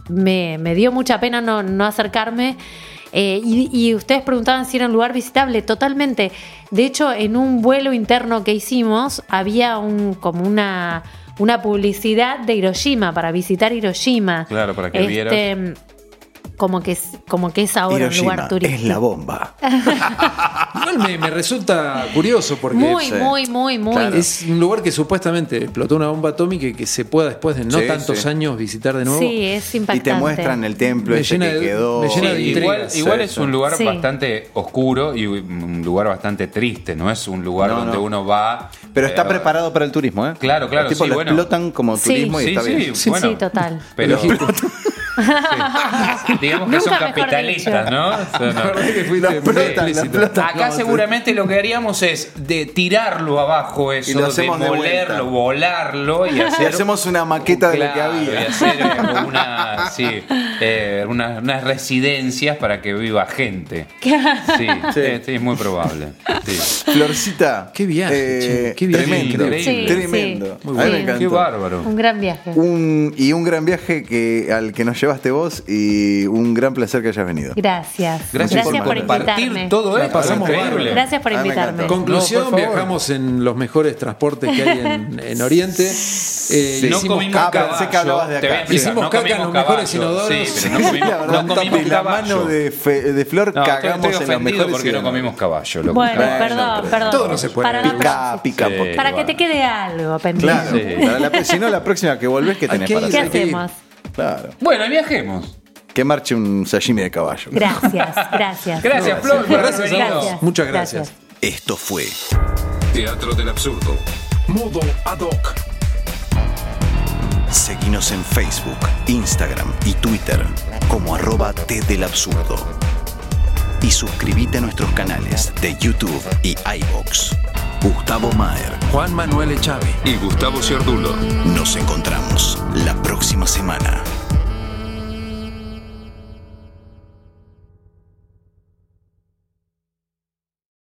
Speaker 4: me, me dio mucha pena no, no acercarme. Eh, y, y ustedes preguntaban si era un lugar visitable, totalmente. De hecho, en un vuelo interno que hicimos, había un, como una, una publicidad de Hiroshima para visitar Hiroshima. Este,
Speaker 3: Claro, para que vieras.
Speaker 4: Como que, es- como que es ahora un
Speaker 1: Hiroshima
Speaker 4: lugar turístico.
Speaker 1: es la bomba.
Speaker 2: Igual me, me resulta curioso porque.
Speaker 4: Muy,
Speaker 1: sí.
Speaker 4: muy, muy, muy.
Speaker 1: Claro.
Speaker 2: Es un lugar que supuestamente explotó una bomba atómica y que se pueda después de no
Speaker 1: Sí,
Speaker 2: tantos
Speaker 1: sí.
Speaker 2: años visitar de nuevo.
Speaker 4: Sí, es
Speaker 1: Y
Speaker 4: impactante.
Speaker 1: te muestran el templo
Speaker 2: Me
Speaker 1: ese
Speaker 2: llena
Speaker 1: que
Speaker 2: de-
Speaker 1: quedó.
Speaker 2: me llena de
Speaker 1: Sí,
Speaker 2: intriga.
Speaker 3: Igual, igual es
Speaker 1: sí.
Speaker 3: un lugar
Speaker 4: Sí.
Speaker 3: bastante oscuro y un lugar bastante triste, no es un lugar
Speaker 1: No,
Speaker 3: donde
Speaker 1: no.
Speaker 3: uno va.
Speaker 1: Pero está
Speaker 3: eh,
Speaker 1: preparado para el turismo, ¿eh?
Speaker 3: Claro, claro,
Speaker 1: Los tipos
Speaker 3: sí,
Speaker 1: lo
Speaker 3: bueno.
Speaker 1: explotan como
Speaker 4: Sí.
Speaker 1: turismo y
Speaker 3: Sí,
Speaker 1: está
Speaker 3: sí,
Speaker 1: bien.
Speaker 4: Sí,
Speaker 3: bueno.
Speaker 4: sí, total.
Speaker 3: Pero
Speaker 2: Pero-
Speaker 3: digamos que
Speaker 4: Nunca
Speaker 3: son
Speaker 4: mejor
Speaker 3: capitalistas,
Speaker 4: dicho.
Speaker 3: ¿no? Son-
Speaker 2: La verdad que fuiste muy
Speaker 1: explotan, la
Speaker 2: explícito.
Speaker 1: explotan.
Speaker 3: Acá seguramente lo que haríamos es de tirarlo abajo eso,
Speaker 1: Y lo hacemos de
Speaker 3: demolerlo,
Speaker 1: vuelta.
Speaker 3: volarlo y
Speaker 1: Y
Speaker 3: hacer
Speaker 1: hacemos una maqueta de lo que
Speaker 3: Claro,
Speaker 1: había.
Speaker 3: y hacer eh, una- sí, eh, unas- unas residencias para que viva gente. Sí, eh, sí, es muy probable. Sí.
Speaker 1: Florcita. eh,
Speaker 2: Qué viaje, che, qué viaje
Speaker 1: Tremendo.
Speaker 3: increíble.
Speaker 4: Sí,
Speaker 1: tremendo.
Speaker 4: sí.
Speaker 1: A mí me
Speaker 4: Sí.
Speaker 1: encantó.
Speaker 3: Qué bárbaro.
Speaker 4: Un gran viaje.
Speaker 1: Un- y un gran viaje que, al que nos llevaste vos y un gran placer que hayas venido.
Speaker 4: Gracias.
Speaker 3: Gracias, por,
Speaker 4: por,
Speaker 3: compartir
Speaker 4: invitarme.
Speaker 3: todo
Speaker 2: La
Speaker 3: esto.
Speaker 2: pasamos
Speaker 3: increíble.
Speaker 2: bárbaro.
Speaker 4: Gracias por
Speaker 1: Ah, me
Speaker 4: invitarme.
Speaker 1: encantó.
Speaker 2: Conclusión,
Speaker 3: No, por favor.
Speaker 2: viajamos en los mejores transportes que hay en, en Oriente. Eh,
Speaker 3: No
Speaker 2: hicimos
Speaker 3: comimos
Speaker 1: Ah,
Speaker 3: caballo.
Speaker 1: pensé que hablabas de
Speaker 3: Te voy a
Speaker 1: acá.
Speaker 3: explicar,
Speaker 2: Hicimos
Speaker 3: no
Speaker 2: caca en
Speaker 3: comimos
Speaker 2: los mejores
Speaker 3: caballo.
Speaker 2: inodoros.
Speaker 3: Sí, pero no comimos,
Speaker 1: La verdad,
Speaker 3: no comimos
Speaker 1: la mano
Speaker 3: caballo.
Speaker 1: de, Fe- de Flor
Speaker 3: No, estoy-
Speaker 1: cagamos
Speaker 3: estoy
Speaker 1: en los
Speaker 3: ofendido
Speaker 1: mejores
Speaker 3: porque no
Speaker 1: ciudadanos.
Speaker 3: comimos caballo. loco.
Speaker 4: Bueno,
Speaker 1: Bueno,
Speaker 4: perdón,
Speaker 1: pero
Speaker 4: perdón.
Speaker 2: todo no se puede.
Speaker 4: Para, la
Speaker 1: Pica,
Speaker 4: próxima-
Speaker 1: pica,
Speaker 3: Sí.
Speaker 1: porque-
Speaker 4: para que
Speaker 3: bueno.
Speaker 4: te quede algo pendiente.
Speaker 1: Claro,
Speaker 3: Sí.
Speaker 1: para la- si no la próxima que volvés, ¿qué tenés
Speaker 2: Hay que
Speaker 1: para
Speaker 2: ir,
Speaker 4: ¿Qué
Speaker 1: hacer?
Speaker 2: hay que ir.
Speaker 4: hacemos?
Speaker 1: Claro.
Speaker 3: Bueno, viajemos.
Speaker 1: Que marche un sashimi de caballo.
Speaker 4: Gracias, gracias.
Speaker 3: Gracias, Flor, por haber
Speaker 2: Gracias a
Speaker 3: venido.
Speaker 2: vos. Muchas gracias.
Speaker 5: Esto fue Teatro del Absurdo.
Speaker 9: Modo ad hoc.
Speaker 5: Seguinos en Facebook, Instagram y Twitter como arroba T del Absurdo. Y suscríbete a nuestros canales de YouTube y iBox. Gustavo Maher.
Speaker 9: Juan Manuel Echave.
Speaker 5: Y Gustavo Ciardulo. Nos encontramos la próxima semana.